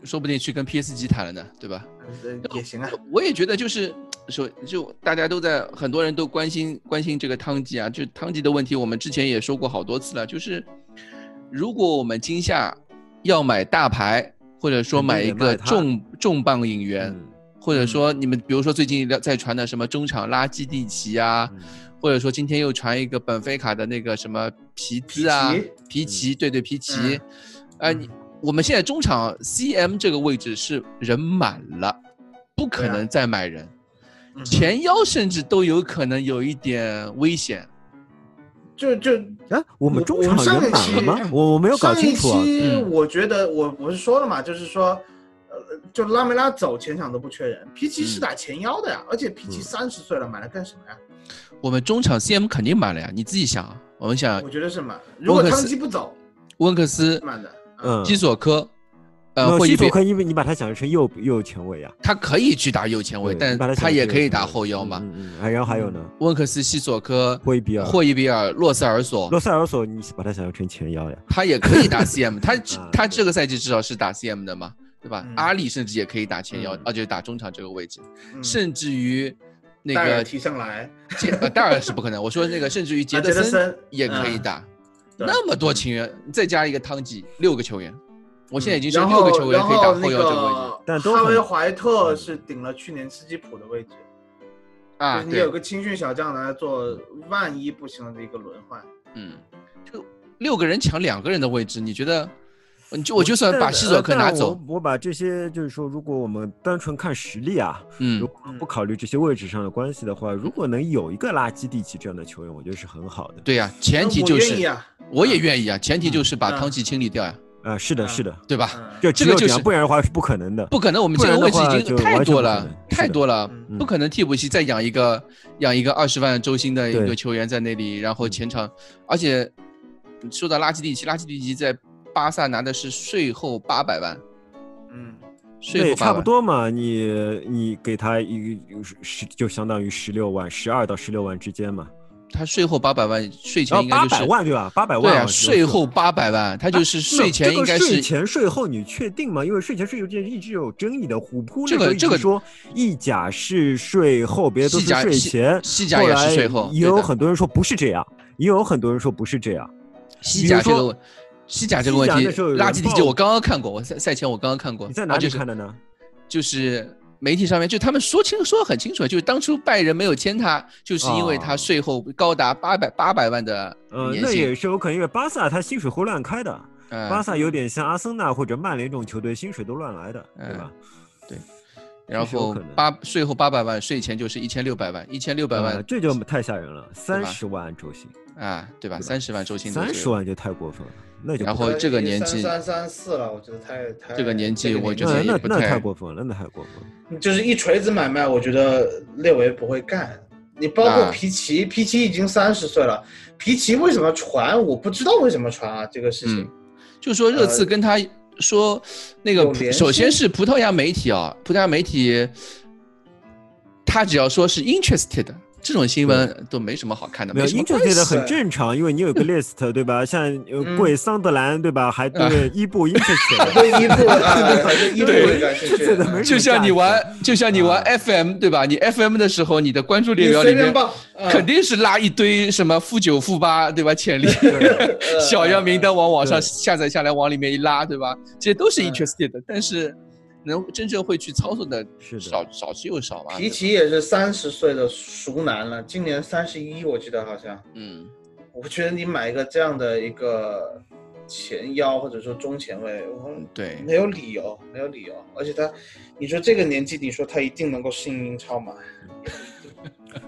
[SPEAKER 6] 说不定去跟 PSG 谈了呢，对吧？
[SPEAKER 8] 呃也行啊，
[SPEAKER 6] 我也觉得就是，说就大家都在很多人都关心关心这个汤吉啊，就汤吉的问题，我们之前也说过好多次了，就是如果我们今夏要买大牌，或者说
[SPEAKER 3] 肯定
[SPEAKER 6] 买
[SPEAKER 3] 得
[SPEAKER 6] 一个
[SPEAKER 3] 卖他
[SPEAKER 6] 重重磅引援。
[SPEAKER 3] 嗯
[SPEAKER 6] 或者说你们比如说最近在传的什么中场拉基蒂奇啊，
[SPEAKER 3] 嗯
[SPEAKER 6] 或者说今天又传一个本菲卡的那个什么皮兹啊
[SPEAKER 8] 皮奇，
[SPEAKER 6] 皮奇，对对皮奇
[SPEAKER 8] 嗯，
[SPEAKER 6] 啊，你我们现在中场 CM 这个位置是人满了，不可
[SPEAKER 8] 对啊
[SPEAKER 6] 能再买人，
[SPEAKER 8] 嗯
[SPEAKER 6] 前腰甚至都有可能有一点危险。
[SPEAKER 8] 就就
[SPEAKER 3] 哎，我们
[SPEAKER 8] 我
[SPEAKER 3] 中
[SPEAKER 8] 我
[SPEAKER 3] 场
[SPEAKER 8] 们上
[SPEAKER 3] 人
[SPEAKER 8] 一
[SPEAKER 3] 满了
[SPEAKER 8] 期
[SPEAKER 3] 吗？我我没有搞清楚啊
[SPEAKER 8] 上。一期
[SPEAKER 6] 嗯
[SPEAKER 8] 我觉得我我是说了嘛，就是说，呃，就拉梅拉走，前场都不缺人。皮
[SPEAKER 6] 嗯
[SPEAKER 8] 奇是打前腰的呀，而且皮奇三十岁了，买来干什么呀？
[SPEAKER 6] 我们中场 CM 肯定满了呀，你自己想啊，我们想
[SPEAKER 8] 我觉得是买。如果
[SPEAKER 6] 温克斯
[SPEAKER 8] 汤基不走，
[SPEAKER 6] 温克斯、
[SPEAKER 8] 满的。啊，
[SPEAKER 3] 嗯，
[SPEAKER 6] 基索科，
[SPEAKER 3] 没
[SPEAKER 6] 呃，
[SPEAKER 3] 有
[SPEAKER 6] 霍伊
[SPEAKER 3] 西
[SPEAKER 6] 别
[SPEAKER 3] 索科，因为你把他想成右右前卫啊，
[SPEAKER 6] 他可以去打右前卫，
[SPEAKER 3] 对
[SPEAKER 6] 但
[SPEAKER 3] 你把他
[SPEAKER 6] 他
[SPEAKER 3] 想
[SPEAKER 6] 也
[SPEAKER 3] 成
[SPEAKER 6] 可以
[SPEAKER 3] 右前
[SPEAKER 6] 打
[SPEAKER 3] 卫
[SPEAKER 6] 后腰嘛。
[SPEAKER 3] 嗯嗯嗯哎然后还有呢，
[SPEAKER 6] 温克斯、西索科、
[SPEAKER 3] 霍伊比尔、
[SPEAKER 6] 霍伊比尔、洛塞尔索，
[SPEAKER 3] 洛塞尔索，你把他想象成前腰呀？
[SPEAKER 6] 他也可以打 CM，他
[SPEAKER 3] 啊
[SPEAKER 6] 他这个赛季至少是打 CM 的嘛，对吧？
[SPEAKER 8] 嗯
[SPEAKER 6] 阿里甚至也可以打前腰
[SPEAKER 3] 嗯，
[SPEAKER 6] 而且打中场这个位置，
[SPEAKER 8] 嗯
[SPEAKER 6] 甚至于那
[SPEAKER 8] 戴尔
[SPEAKER 6] 个
[SPEAKER 8] 提上来，
[SPEAKER 6] 杰呃戴尔是不可能，我说那个甚至于杰
[SPEAKER 8] 啊杰德
[SPEAKER 6] 森
[SPEAKER 8] 森嗯
[SPEAKER 6] 也可以打，
[SPEAKER 8] 对
[SPEAKER 6] 那么多球员，再加一个汤吉，六个球员，我现在已经
[SPEAKER 8] 嗯
[SPEAKER 6] 是
[SPEAKER 8] 然
[SPEAKER 6] 六
[SPEAKER 8] 后
[SPEAKER 6] 个球员
[SPEAKER 8] 然
[SPEAKER 6] 可以打
[SPEAKER 8] 后
[SPEAKER 6] 后
[SPEAKER 8] 那
[SPEAKER 6] 腰这个位置
[SPEAKER 8] 个
[SPEAKER 3] 但都
[SPEAKER 8] 哈
[SPEAKER 3] 很
[SPEAKER 8] 维怀
[SPEAKER 6] 嗯
[SPEAKER 8] 特是顶了去年斯基普的位置，就
[SPEAKER 6] 啊，
[SPEAKER 8] 是你
[SPEAKER 6] 对。
[SPEAKER 8] 有个青训小将来做，万一不行的一个轮换。
[SPEAKER 6] 嗯，就六个人抢两个人的位置，你觉得？你就我就算
[SPEAKER 3] 但
[SPEAKER 6] 把
[SPEAKER 3] 呃
[SPEAKER 6] 西索科
[SPEAKER 3] 但
[SPEAKER 6] 拿
[SPEAKER 3] 我
[SPEAKER 6] 走，
[SPEAKER 3] 我把这些就是说，如果我们单纯看实力啊，
[SPEAKER 6] 嗯
[SPEAKER 3] 如，果我们不考虑这些位置上的关系的话，如果能有一个拉基蒂奇这样的球员，我觉得是很好的。
[SPEAKER 6] 对呀、前提就
[SPEAKER 8] 我愿意
[SPEAKER 6] 是
[SPEAKER 8] 啊，
[SPEAKER 6] 我也愿意啊，前提就是把
[SPEAKER 8] 嗯
[SPEAKER 6] 汤吉清理掉呀，
[SPEAKER 3] 啊，是的，
[SPEAKER 8] 啊
[SPEAKER 3] 是的，
[SPEAKER 6] 对吧？
[SPEAKER 8] 嗯
[SPEAKER 3] 就只
[SPEAKER 6] 这个
[SPEAKER 3] 有
[SPEAKER 6] 就
[SPEAKER 3] 这样，
[SPEAKER 6] 是
[SPEAKER 3] 不然的话是不可能的。
[SPEAKER 6] 不可能，我们
[SPEAKER 3] 不
[SPEAKER 6] 这
[SPEAKER 3] 然的
[SPEAKER 6] 个位置
[SPEAKER 3] 话
[SPEAKER 6] 已
[SPEAKER 3] 就
[SPEAKER 6] 经太
[SPEAKER 3] 完全
[SPEAKER 6] 多
[SPEAKER 3] 不
[SPEAKER 6] 了
[SPEAKER 3] 可能，
[SPEAKER 6] 太
[SPEAKER 3] 是的
[SPEAKER 6] 多了，
[SPEAKER 8] 嗯
[SPEAKER 6] 不可能替补席再养一个养一个二十万周薪的一个
[SPEAKER 3] 对嗯
[SPEAKER 6] 球员在那里，然后前场，而且说到拉基蒂奇，拉基蒂奇在巴萨拿的是税后八百万，
[SPEAKER 8] 嗯，
[SPEAKER 3] 那
[SPEAKER 6] 税
[SPEAKER 3] 也
[SPEAKER 6] 后八
[SPEAKER 3] 差
[SPEAKER 6] 百
[SPEAKER 3] 不
[SPEAKER 6] 万，
[SPEAKER 3] 多嘛，你你给他一个十，就相当于十六万，十二到十六万之间嘛。
[SPEAKER 6] 他税后八百万，税
[SPEAKER 3] 然
[SPEAKER 6] 前
[SPEAKER 3] 后
[SPEAKER 6] 应该
[SPEAKER 3] 八
[SPEAKER 6] 就
[SPEAKER 3] 百
[SPEAKER 6] 是
[SPEAKER 3] 万对吧？八百万
[SPEAKER 6] 对
[SPEAKER 3] 我
[SPEAKER 6] 啊，
[SPEAKER 3] 觉得
[SPEAKER 6] 税
[SPEAKER 3] 是啊
[SPEAKER 6] 后八百万，他就是税前应该
[SPEAKER 3] 这个
[SPEAKER 6] 是
[SPEAKER 3] 税前税后，你确定吗？因为税前税后这一直有争议的。虎扑
[SPEAKER 6] 这
[SPEAKER 3] 那时候
[SPEAKER 6] 个
[SPEAKER 3] 一
[SPEAKER 6] 这
[SPEAKER 3] 直
[SPEAKER 6] 个
[SPEAKER 3] 说一甲是税后，别的都
[SPEAKER 6] 西
[SPEAKER 3] 是
[SPEAKER 6] 甲
[SPEAKER 3] 税
[SPEAKER 6] 西
[SPEAKER 3] 前。
[SPEAKER 6] 西甲
[SPEAKER 3] 后
[SPEAKER 6] 也
[SPEAKER 3] 来
[SPEAKER 6] 是税后，
[SPEAKER 3] 也
[SPEAKER 6] 对
[SPEAKER 3] 有
[SPEAKER 6] 的
[SPEAKER 3] 很多人说不是这样，也有很多人说不是这样。
[SPEAKER 6] 西
[SPEAKER 3] 比
[SPEAKER 6] 甲
[SPEAKER 3] 如
[SPEAKER 6] 这个
[SPEAKER 3] 说
[SPEAKER 6] 问，西甲这个问
[SPEAKER 3] 西甲
[SPEAKER 6] 题
[SPEAKER 3] 那时候，有
[SPEAKER 6] 垃
[SPEAKER 3] 人
[SPEAKER 6] 圾题
[SPEAKER 3] 爆
[SPEAKER 6] 记我刚刚看过，我赛赛前我刚刚看过，
[SPEAKER 3] 你在
[SPEAKER 6] 啊
[SPEAKER 3] 哪
[SPEAKER 6] 就
[SPEAKER 3] 里
[SPEAKER 6] 是
[SPEAKER 3] 看的呢？
[SPEAKER 6] 就是媒体上面，就他们说清说的很清楚，就是当初拜仁没有签他，就是因为他
[SPEAKER 3] 哦
[SPEAKER 6] 税后高达八百八百万的
[SPEAKER 3] 呃，
[SPEAKER 6] 年
[SPEAKER 3] 那
[SPEAKER 6] 薪，
[SPEAKER 3] 也是有可能，因为巴萨他薪水会乱开的，
[SPEAKER 6] 呃
[SPEAKER 3] 巴萨有点像阿森纳或者曼联这种球队，薪水都乱来的，对
[SPEAKER 6] 嗯
[SPEAKER 3] 吧？
[SPEAKER 6] 然
[SPEAKER 3] 是有
[SPEAKER 6] 后
[SPEAKER 3] 可能
[SPEAKER 6] 八税后八百万，税前就是一千六百万，一千六百
[SPEAKER 3] 呃
[SPEAKER 6] 万
[SPEAKER 3] 这就太吓人了，三十万周薪，
[SPEAKER 6] 啊，对吧？
[SPEAKER 3] 对吧
[SPEAKER 6] 三十万周薪左右，
[SPEAKER 3] 三十万就太过分了，那就
[SPEAKER 6] 然
[SPEAKER 3] 不
[SPEAKER 6] 后
[SPEAKER 3] 太
[SPEAKER 6] 这个年纪
[SPEAKER 10] 三三四了，我觉得太太
[SPEAKER 6] 这个年纪我觉
[SPEAKER 3] 那
[SPEAKER 6] 得也
[SPEAKER 3] 那
[SPEAKER 6] 不
[SPEAKER 3] 那
[SPEAKER 6] 太
[SPEAKER 3] 太过分了，那太过分了。
[SPEAKER 10] 就是一锤子买卖，我觉得列维不会干。你包括
[SPEAKER 6] 啊
[SPEAKER 10] 皮奇，皮奇已经三十岁了，皮奇为什么传？我不知道为什么传啊，这个事情
[SPEAKER 6] 嗯。，就是说热刺跟他说那个
[SPEAKER 10] 有
[SPEAKER 6] 葡，
[SPEAKER 10] 联系
[SPEAKER 6] 首先是葡萄牙媒体啊，葡萄牙媒体，他只要说是 interested 这种新闻都没什么好看的，
[SPEAKER 3] 没有
[SPEAKER 6] 什么
[SPEAKER 3] i
[SPEAKER 6] 关
[SPEAKER 3] n
[SPEAKER 6] 系啊嗯
[SPEAKER 3] t 很正常，因为你有个 list 对吧？像呃贵桑德兰对吧？还
[SPEAKER 6] 啊
[SPEAKER 3] 对伊布 interested，
[SPEAKER 10] 对伊 布啊， 对伊布
[SPEAKER 3] 对
[SPEAKER 10] 也感兴
[SPEAKER 3] 这
[SPEAKER 10] 趣啊
[SPEAKER 3] 这怎么。
[SPEAKER 6] 就像你 玩，就像你玩
[SPEAKER 3] 啊
[SPEAKER 6] FM 对吧？你 FM 的时候，你的关注列
[SPEAKER 10] 你
[SPEAKER 6] 表
[SPEAKER 10] 随
[SPEAKER 6] 里
[SPEAKER 10] 便
[SPEAKER 6] 面
[SPEAKER 10] 报，啊
[SPEAKER 6] 肯定是拉一堆什么负九、负八对吧？潜力
[SPEAKER 10] 呃
[SPEAKER 6] 小样名单往网上
[SPEAKER 3] 对
[SPEAKER 6] 下载下来，往里面一拉对吧？这些都是
[SPEAKER 10] 嗯
[SPEAKER 6] interested 的，但是能真正会去操作的
[SPEAKER 3] 是的
[SPEAKER 6] 少少之又少嘛。
[SPEAKER 10] 皮
[SPEAKER 6] 对吧，
[SPEAKER 10] 奇也是三十岁的熟男了，今年三十一，我记得好像。
[SPEAKER 6] 嗯，
[SPEAKER 10] 我觉得你买一个这样的一个前腰或者说中前卫，我
[SPEAKER 6] 对
[SPEAKER 10] 没有理由，没有理由。而且他，你说这个年纪，你说他一定能够适应英超吗？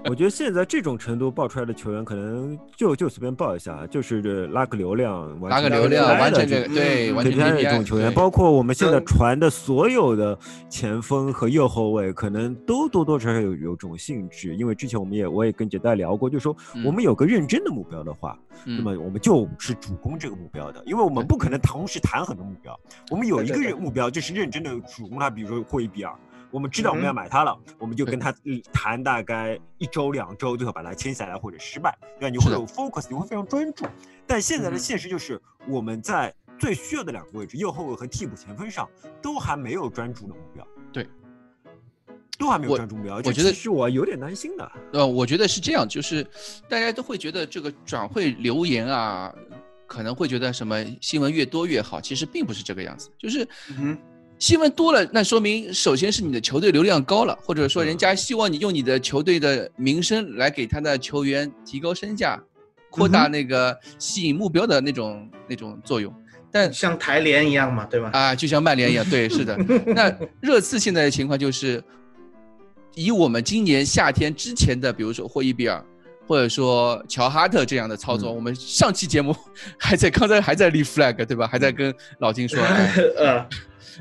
[SPEAKER 3] 我觉得现在这种程度爆出来的球员，可能就就随便爆一下，啊就是这拉个流量，完
[SPEAKER 6] 拉个
[SPEAKER 3] 成
[SPEAKER 6] 流量，
[SPEAKER 3] KPI
[SPEAKER 6] 完全
[SPEAKER 3] 的
[SPEAKER 6] 这个
[SPEAKER 3] 种
[SPEAKER 6] 对，
[SPEAKER 10] 嗯
[SPEAKER 6] 完全
[SPEAKER 3] KPI 的
[SPEAKER 6] KPI
[SPEAKER 3] 这种球员，
[SPEAKER 6] 对
[SPEAKER 3] 包括我们现在
[SPEAKER 10] 嗯
[SPEAKER 3] 传的所有的前锋和右后卫，可能都多多少少有有这种性质。因为之前我们也我也跟杰大聊过，就说
[SPEAKER 6] 嗯
[SPEAKER 3] 我们有个认真的目标的话，
[SPEAKER 6] 嗯
[SPEAKER 3] 那么我们就是主攻这个目标的，因为我们
[SPEAKER 6] 对
[SPEAKER 3] 不可能同时谈很多目标，我们有一个
[SPEAKER 10] 对对对
[SPEAKER 3] 认目标就是认真的主攻它，比如说过一比二。我们知道我们
[SPEAKER 10] 嗯
[SPEAKER 3] 要买它了，我们就
[SPEAKER 6] 对
[SPEAKER 3] 跟他嗯谈大概一周两周，最后把它签下来或者失败，对吧？你会
[SPEAKER 6] 是的嗯
[SPEAKER 3] 有 focus，你会非常专注。但现在的现实就是，我们在最需要的两个位置，右后卫和替补前锋上，都还没有专注的目标。
[SPEAKER 6] 对，
[SPEAKER 3] 都还没有
[SPEAKER 6] 我
[SPEAKER 3] 专注目标。
[SPEAKER 6] 我
[SPEAKER 3] 这
[SPEAKER 6] 觉得
[SPEAKER 3] 其实我有点担心的。
[SPEAKER 6] 呃，我觉得是这样，就是大家都会觉得这个转会留言啊，可能会觉得什么新闻越多越好，其实并不是这个样子，就是
[SPEAKER 3] 嗯
[SPEAKER 10] 哼
[SPEAKER 6] 新闻多了，那说明首先是你的球队流量高了，或者说人
[SPEAKER 3] 嗯
[SPEAKER 6] 家希望你用你的球队的名声来给他的球员提高身价，
[SPEAKER 3] 嗯
[SPEAKER 6] 扩大那个吸引目标的那种那种作用。但
[SPEAKER 10] 像台联一样嘛，对吧？
[SPEAKER 6] 啊，就像曼联一样，对，是的。那热刺现在的情况就是，以我们今年夏天之前的，比如说霍伊比尔，或者说乔哈特这样的操作，
[SPEAKER 3] 嗯
[SPEAKER 6] 我们上期节目 还在刚才还在立 flag，对吧？还在跟老金说，哎，
[SPEAKER 10] 呃，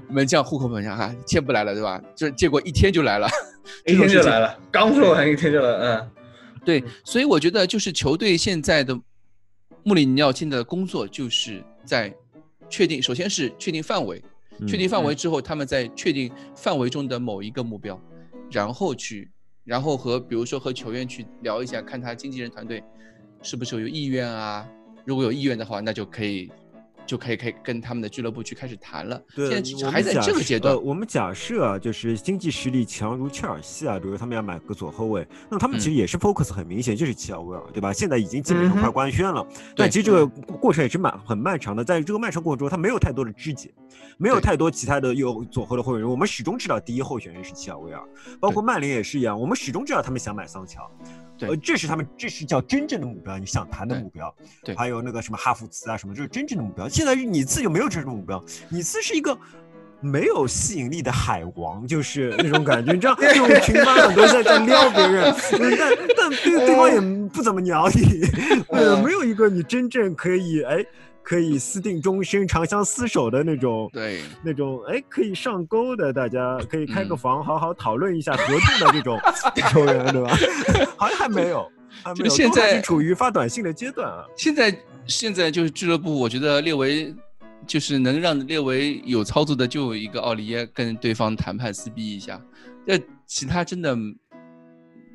[SPEAKER 6] 门将、户口本将啊，签不来了，对吧？这结果一天就来了，
[SPEAKER 10] 一天就
[SPEAKER 6] 这种事情
[SPEAKER 10] 来了，刚说完一天就来了，
[SPEAKER 6] 对
[SPEAKER 10] 嗯，
[SPEAKER 6] 所以我觉得就是球队现在的穆里尼奥现在的工作就是在确定，首先是确定范围，
[SPEAKER 3] 嗯
[SPEAKER 6] 确定范围之后，他们再确定范围中的某一个目标，然后去，然后和比如说和球员去聊一下，看他经纪人团队是不是有意愿啊。如果有意愿的话，那就可以，就可以可以跟他们的俱乐部去开始谈了。
[SPEAKER 3] 对，
[SPEAKER 6] 现
[SPEAKER 3] 你
[SPEAKER 6] 在
[SPEAKER 3] 我
[SPEAKER 6] 还
[SPEAKER 3] 们
[SPEAKER 6] 在
[SPEAKER 3] 假
[SPEAKER 6] 这个
[SPEAKER 3] 设
[SPEAKER 6] 阶段
[SPEAKER 3] 呃。，我们假设啊，就是经济实力强如切尔西啊，比如他们要买个左后卫，那么他们其
[SPEAKER 6] 嗯
[SPEAKER 3] 实也是 focus 很明显，就是齐奥威尔，对吧？现在已经基本上
[SPEAKER 10] 嗯
[SPEAKER 3] 快
[SPEAKER 10] 哼
[SPEAKER 3] 官宣了，但
[SPEAKER 6] 对嗯
[SPEAKER 3] 其实这个过过程也是蛮很漫长的，在这个漫长过程中，他没有太多的肢解，没有
[SPEAKER 6] 对
[SPEAKER 3] 太多其他的有左后的后援，我们始终知道第一候选人是齐奥威尔，包括曼联也是一样，我们始终知道他们想买桑乔。
[SPEAKER 6] 对
[SPEAKER 3] 呃，这是他们，这是叫真正的目标，你想谈的
[SPEAKER 6] 对
[SPEAKER 3] 目标。
[SPEAKER 6] 对
[SPEAKER 3] 还有那个什么哈弗茨啊，什么，这是真正的目标。现在你自己有没有真正的目标？你自是一个没有吸引力的海王，就是那种感觉，你知道，那种群发很多在在撩别人，嗯但但对对方也不怎么鸟你，
[SPEAKER 6] 嗯
[SPEAKER 3] 呃，没有一个你真正可以哎可以私定终身、长相厮守的那种。
[SPEAKER 6] 对，
[SPEAKER 3] 那种哎可以上钩的，大家可以开个
[SPEAKER 6] 嗯
[SPEAKER 3] 房好好讨论一下合同的这种球员，对吧？ 好像还没有，还
[SPEAKER 6] 就
[SPEAKER 3] 没有，
[SPEAKER 6] 现
[SPEAKER 3] 都还
[SPEAKER 6] 在
[SPEAKER 3] 是处于发短信的阶段啊。
[SPEAKER 6] 现在现在就是俱乐部，我觉得列维就是能让列维有操作的，就有一个奥利耶跟对方谈判撕逼一下，这其他真的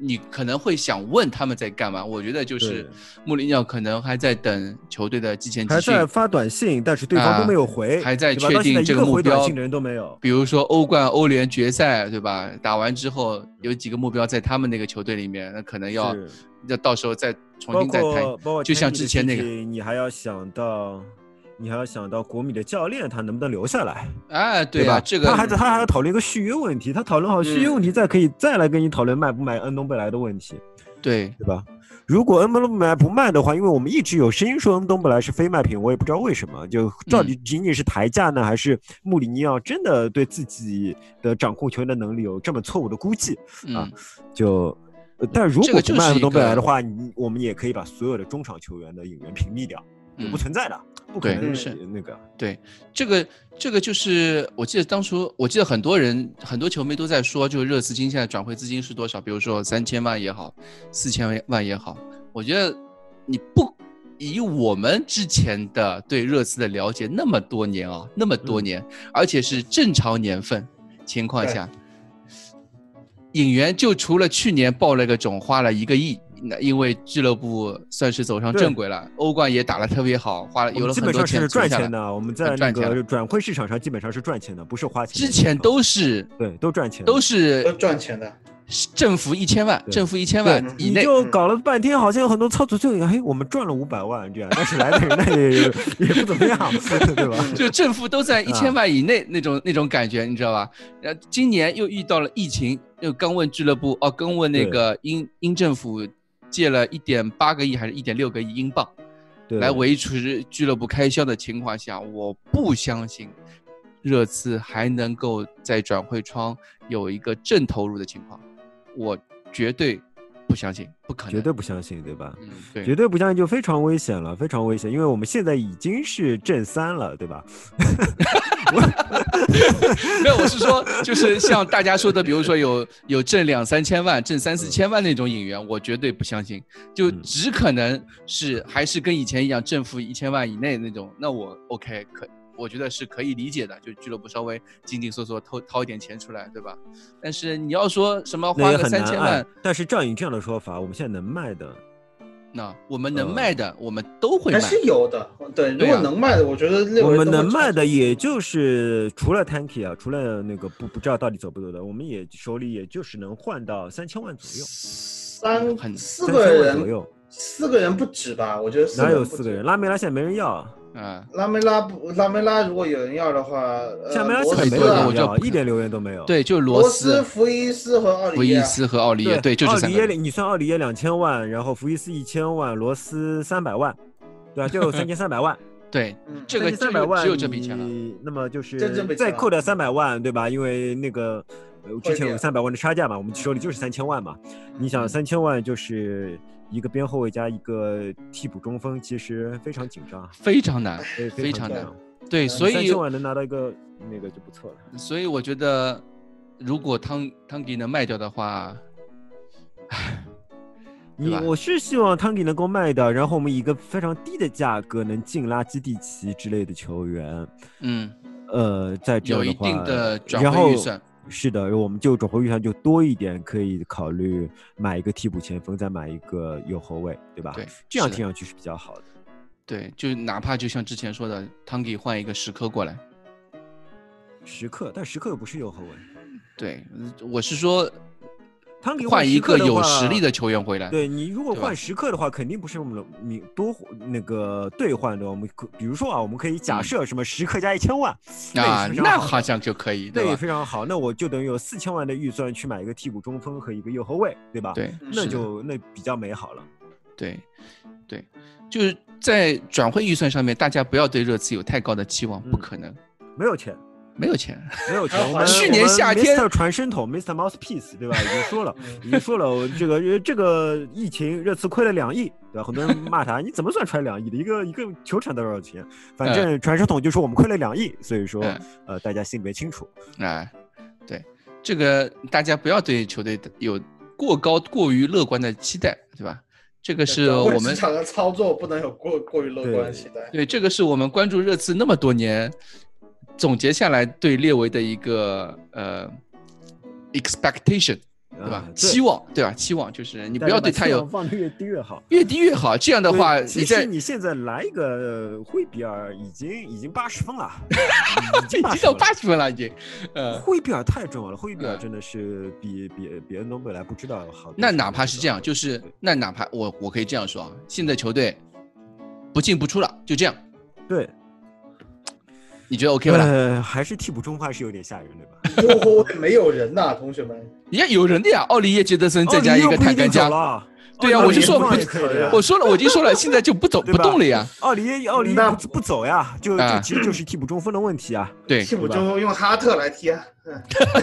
[SPEAKER 6] 你可能会想问他们在干嘛。我觉得就是穆里尼奥可能还在等球队的季前集
[SPEAKER 3] 还
[SPEAKER 6] 训，
[SPEAKER 3] 在发短信，但是对方都没有回，
[SPEAKER 6] 嗯啊还在
[SPEAKER 3] 对吧
[SPEAKER 6] 确
[SPEAKER 3] 到现
[SPEAKER 6] 定这
[SPEAKER 3] 一
[SPEAKER 6] 个
[SPEAKER 3] 个
[SPEAKER 6] 目
[SPEAKER 3] 回短
[SPEAKER 6] 标
[SPEAKER 3] 信的人都没有。
[SPEAKER 6] 比如说欧冠、欧联决赛，对吧？打完之后有几个目标在他们那个球队里面，那可能要
[SPEAKER 3] 是
[SPEAKER 6] 要到时候再重
[SPEAKER 3] 包
[SPEAKER 6] 新再谈
[SPEAKER 3] 括包括
[SPEAKER 6] 就像
[SPEAKER 3] Tandy 的
[SPEAKER 6] 之前那个
[SPEAKER 3] 事情你还要想到，你还要想到国米的教练他能不能留下来，
[SPEAKER 6] 啊，对
[SPEAKER 3] 吧？
[SPEAKER 6] 啊，这个
[SPEAKER 3] 他还在他还要讨论一个续约问题，他讨论好续约问题，再可以再来跟你讨论卖不卖恩东贝莱的问题，
[SPEAKER 6] 对
[SPEAKER 3] 对吧？如果恩东贝莱不卖的话，因为我们一直有声音说恩东贝莱是非卖品，我也不知道为什么，
[SPEAKER 6] 嗯
[SPEAKER 3] 就到底仅仅是抬价呢，还是穆里尼奥真的对自己的掌控球员的能力有这么错误的估计？啊
[SPEAKER 6] 嗯，
[SPEAKER 3] 就，呃但如
[SPEAKER 6] 这
[SPEAKER 3] 果
[SPEAKER 6] 个
[SPEAKER 3] 不
[SPEAKER 6] 就是
[SPEAKER 3] 卖
[SPEAKER 6] 一
[SPEAKER 3] 东贝莱
[SPEAKER 6] 个
[SPEAKER 3] 的话，你我们也可以把所有的中场球员的引援屏蔽掉，就
[SPEAKER 6] 嗯
[SPEAKER 3] 不存在的，不可
[SPEAKER 6] 对
[SPEAKER 3] 能
[SPEAKER 6] 是
[SPEAKER 3] 那个。
[SPEAKER 6] 这个这个就是我记得当初我记得很多人很多球迷都在说，就热刺今现在转会资金是多少？比如说三千万也好，四千万也好，我觉得你不以我们之前的对热刺的了解那么多年啊，那么
[SPEAKER 3] 嗯
[SPEAKER 6] 多年，而且是正常年份情况下，引援就除了去年爆了个种，花了一个亿。那因为俱乐部算是走上
[SPEAKER 3] 对
[SPEAKER 6] 正轨了，欧冠也打得特别好，花了
[SPEAKER 3] 我
[SPEAKER 6] 有
[SPEAKER 3] 们
[SPEAKER 6] 了
[SPEAKER 3] 基
[SPEAKER 6] 很
[SPEAKER 3] 本
[SPEAKER 6] 多
[SPEAKER 3] 上
[SPEAKER 6] 钱
[SPEAKER 3] 是赚
[SPEAKER 6] 存下来
[SPEAKER 3] 钱。的，我们在
[SPEAKER 6] 很
[SPEAKER 3] 那
[SPEAKER 6] 赚钱
[SPEAKER 3] 个
[SPEAKER 6] 了
[SPEAKER 3] 转会市场上基本上是赚钱的，不是花钱的
[SPEAKER 6] 之
[SPEAKER 3] 地
[SPEAKER 6] 前
[SPEAKER 3] 方
[SPEAKER 6] 都是
[SPEAKER 3] 对都赚钱，
[SPEAKER 6] 都是
[SPEAKER 10] 都赚钱的，
[SPEAKER 6] 政府一千万，
[SPEAKER 3] 对
[SPEAKER 6] 政府一千
[SPEAKER 3] 对
[SPEAKER 6] 万，以
[SPEAKER 3] 你嗯
[SPEAKER 6] 内。
[SPEAKER 3] 就搞了半天，好像有很多操作就哎，我们赚了五百万这样，但是来的人呢也也不怎么样， 对吧？
[SPEAKER 6] 就政府都在一千
[SPEAKER 3] 啊
[SPEAKER 6] 万以内那种那种感觉，你知道吧？然后今年又遇到了疫情，又刚问俱乐部哦，刚问那
[SPEAKER 3] 对
[SPEAKER 6] 个英英政府借了一点八个亿还是一点六个亿英镑
[SPEAKER 3] 对
[SPEAKER 6] 来维持俱乐部开销的情况下，我不相信热刺还能够在转会窗有一个正投入的情况，我绝对不相信，不可能。
[SPEAKER 3] 绝对不相信，对吧？
[SPEAKER 6] 嗯，对，
[SPEAKER 3] 绝对不相信就非常危险了，非常危险，因为我们现在已经是正三了，对吧？
[SPEAKER 6] 没有，我是说，就是像大家说的，比如说有有挣两三千万、挣三四千万那种引援，我绝对不相信，就
[SPEAKER 3] 嗯
[SPEAKER 6] 只可能是还是跟以前一样，正负一千万以内那种，那我 OK 可。我觉得是可以理解的，就俱乐部稍微紧紧缩缩掏掏一点钱出来，对吧？但是你要说什么
[SPEAKER 3] 那
[SPEAKER 6] 花
[SPEAKER 3] 也
[SPEAKER 6] 个
[SPEAKER 3] 很
[SPEAKER 6] 三
[SPEAKER 3] 难
[SPEAKER 6] 千
[SPEAKER 3] 按
[SPEAKER 6] 万，。
[SPEAKER 3] 但是照你这样的说法，我们现在能卖的，
[SPEAKER 6] 那我们能
[SPEAKER 3] 呃
[SPEAKER 6] 卖的，我们都会卖
[SPEAKER 10] 还。是有的。对，如
[SPEAKER 6] 对
[SPEAKER 10] 果
[SPEAKER 6] 啊
[SPEAKER 10] 能卖的，我觉得列
[SPEAKER 3] 我
[SPEAKER 10] 维
[SPEAKER 3] 们
[SPEAKER 10] 都会
[SPEAKER 3] 能卖的也就是除了 Tanky 啊，除了那个不不知道到底走不走的，我们也手里也就是能换到三千万左右，
[SPEAKER 10] 三
[SPEAKER 6] 很
[SPEAKER 10] 四
[SPEAKER 3] 三
[SPEAKER 10] 个
[SPEAKER 3] 千万左
[SPEAKER 10] 人，
[SPEAKER 3] 右，
[SPEAKER 10] 四个人不止吧？我觉得四
[SPEAKER 3] 哪
[SPEAKER 10] 个人
[SPEAKER 3] 有
[SPEAKER 10] 不
[SPEAKER 3] 四个
[SPEAKER 10] 止
[SPEAKER 3] 人？？拉梅拉现在没人要，
[SPEAKER 6] 嗯，
[SPEAKER 10] 拉梅拉不，拉梅拉如果有人要的话，呃
[SPEAKER 3] 现在梅拉
[SPEAKER 10] 罗
[SPEAKER 3] 现在
[SPEAKER 10] 斯
[SPEAKER 3] 没
[SPEAKER 6] 多
[SPEAKER 3] 有
[SPEAKER 6] 的
[SPEAKER 10] 啊
[SPEAKER 6] 我
[SPEAKER 3] 人
[SPEAKER 6] 就
[SPEAKER 3] 要，
[SPEAKER 6] 不
[SPEAKER 3] 一点留言都没有。
[SPEAKER 6] 对，就是罗
[SPEAKER 10] 罗斯、
[SPEAKER 6] 斯、
[SPEAKER 10] 福伊斯和奥
[SPEAKER 6] 福
[SPEAKER 10] 里
[SPEAKER 6] 伊
[SPEAKER 10] 耶。
[SPEAKER 6] 斯和奥利耶，啊对，就这
[SPEAKER 3] 奥
[SPEAKER 6] 三
[SPEAKER 3] 里
[SPEAKER 6] 个人
[SPEAKER 3] 耶，。你算奥里耶两千万，然后福伊斯一千万，罗斯三百万，对吧？就三千三百万。
[SPEAKER 6] 对，
[SPEAKER 10] 嗯
[SPEAKER 6] 这个
[SPEAKER 3] 三
[SPEAKER 6] 只
[SPEAKER 3] 百
[SPEAKER 6] 有
[SPEAKER 3] 万
[SPEAKER 6] 只有这笔钱了。
[SPEAKER 3] 你那么就
[SPEAKER 10] 真正
[SPEAKER 3] 是
[SPEAKER 10] 被
[SPEAKER 3] 再
[SPEAKER 10] 抢
[SPEAKER 3] 扣掉三百万，对吧？因为那个呃之前有
[SPEAKER 10] 点
[SPEAKER 3] 三百万的差价嘛，我们手里就是三千万嘛。你想
[SPEAKER 6] 嗯
[SPEAKER 3] 三千万就是一个边后卫加一个替补中锋，其实非常紧张，啊
[SPEAKER 6] 非常难，
[SPEAKER 3] 非
[SPEAKER 6] 非常
[SPEAKER 3] 紧
[SPEAKER 6] 难
[SPEAKER 3] 张。
[SPEAKER 6] 对，所
[SPEAKER 3] 三
[SPEAKER 6] 以
[SPEAKER 3] 千万能拿到一个那个就不错了。
[SPEAKER 6] 所以我觉得，如果汤汤吉能卖掉的话，
[SPEAKER 3] 你
[SPEAKER 6] 吧
[SPEAKER 3] 我是希望汤迪能够卖掉，然后我们以一个非常低的价格能进拉基蒂奇之类的球员。
[SPEAKER 6] 嗯，
[SPEAKER 3] 呃，在这
[SPEAKER 6] 有
[SPEAKER 3] 样
[SPEAKER 6] 一
[SPEAKER 3] 话
[SPEAKER 6] 定的转
[SPEAKER 3] 然
[SPEAKER 6] 会
[SPEAKER 3] 后
[SPEAKER 6] 预算
[SPEAKER 3] 是的，我们就转会预算就多一点，可以考虑买一个替补前锋，再买一个右后卫，对吧？
[SPEAKER 6] 对，
[SPEAKER 3] 这样
[SPEAKER 6] 是的
[SPEAKER 3] 听上去是比较好的。
[SPEAKER 6] 对，就哪怕就像之前说的，汤吉换一个时刻过来，
[SPEAKER 3] 时刻，但时刻又不是右后卫，
[SPEAKER 6] 对，呃我是说
[SPEAKER 3] 汤迪
[SPEAKER 6] 换一
[SPEAKER 3] 时刻
[SPEAKER 6] 个
[SPEAKER 3] 的
[SPEAKER 6] 有
[SPEAKER 3] 话
[SPEAKER 6] 实力的。球员回来，
[SPEAKER 3] 对你如果
[SPEAKER 6] 嗯对吧
[SPEAKER 3] 换时刻的话，肯定不是我们你多那个兑换的。我们可比如说啊，我们可以假
[SPEAKER 6] 嗯
[SPEAKER 3] 设什么时刻加一千万，
[SPEAKER 6] 啊，
[SPEAKER 3] 那也是非常
[SPEAKER 6] 那
[SPEAKER 3] 好的
[SPEAKER 6] 好像就可以，
[SPEAKER 3] 那也
[SPEAKER 6] 吧？
[SPEAKER 3] 非常好。那我就等于有四千万的预算去买一个替补中锋和一个右后卫，对吧？，
[SPEAKER 6] 对，
[SPEAKER 3] 那
[SPEAKER 6] 是的
[SPEAKER 3] 就那比较美好了。
[SPEAKER 6] 对，对，就是在转会预算上面，大家不要对热刺有太高的期望，不
[SPEAKER 3] 嗯
[SPEAKER 6] 可能，
[SPEAKER 3] 没有钱，
[SPEAKER 6] 没有钱，
[SPEAKER 3] 没有
[SPEAKER 10] 还
[SPEAKER 3] 钱。
[SPEAKER 10] 有
[SPEAKER 3] 我们
[SPEAKER 6] 去年夏天
[SPEAKER 3] ，Mr. 传声筒，Mr. Mouthpiece，对吧？已经 说了，
[SPEAKER 10] 嗯
[SPEAKER 3] 已经说了，我这个这个疫情，热刺亏了两亿，对吧？很多人骂他，你怎么算传两亿的？一个一个球场多少钱？反正传声筒就说我们亏了两亿，所以说
[SPEAKER 6] 嗯，
[SPEAKER 3] 呃，大家心里面清楚。
[SPEAKER 6] 哎，对，这个大家不要对球队有过高、过于乐观的期待，对吧？这 个是
[SPEAKER 10] 转会
[SPEAKER 6] 我
[SPEAKER 10] 市
[SPEAKER 6] 们
[SPEAKER 10] 场的操作不能有过过于乐观的期待。
[SPEAKER 6] 对，这个是我们关注热刺那么多年总结下来对列维的一个呃 expectation，对吧？
[SPEAKER 3] 啊
[SPEAKER 6] 期望，对吧？期望就是你
[SPEAKER 3] 你
[SPEAKER 6] 不要对他有
[SPEAKER 3] 放的越低越好。
[SPEAKER 6] 越低越好，这样的
[SPEAKER 3] 对
[SPEAKER 6] 话
[SPEAKER 3] 其
[SPEAKER 6] 你
[SPEAKER 3] 实
[SPEAKER 6] 在
[SPEAKER 3] 你现在来一个呃惠比尔已经已经八十分了，已
[SPEAKER 6] 已
[SPEAKER 3] 经80
[SPEAKER 6] 经到
[SPEAKER 3] 分了
[SPEAKER 6] 八十分了已经，呃，
[SPEAKER 3] 惠比尔太重要了，惠比尔
[SPEAKER 6] 嗯
[SPEAKER 3] 真的是比比比恩东贝莱不知道好多。
[SPEAKER 6] 那哪怕是这样，就是那哪怕我我可以这样说啊，现在球队不进不出了，就这样，
[SPEAKER 3] 对，
[SPEAKER 6] 你觉得 OK 不啦？
[SPEAKER 3] 呃，还是替补中锋还是有点吓人，对吧？
[SPEAKER 10] 诱惑位没有人呐，同学们。
[SPEAKER 6] 也有人的呀，奥利耶、杰德森
[SPEAKER 3] 哦
[SPEAKER 6] 再加一个坦甘加，
[SPEAKER 3] 加。
[SPEAKER 6] 对呀啊
[SPEAKER 3] 奥
[SPEAKER 6] 我
[SPEAKER 3] 里
[SPEAKER 6] 就
[SPEAKER 3] 耶
[SPEAKER 6] 说
[SPEAKER 3] 不
[SPEAKER 6] 不
[SPEAKER 3] 哦也可以的呀
[SPEAKER 6] 我说了，我已经说了，现在就不走
[SPEAKER 3] 对
[SPEAKER 6] 不
[SPEAKER 3] 吧
[SPEAKER 6] 动了呀，
[SPEAKER 3] 奥里耶奥里耶
[SPEAKER 10] 那
[SPEAKER 3] 不不走呀，就
[SPEAKER 6] 啊
[SPEAKER 3] 就其实就是替补中锋的问题啊。
[SPEAKER 6] 对，
[SPEAKER 10] 替补
[SPEAKER 3] 吧
[SPEAKER 10] 中锋用哈特来踢啊，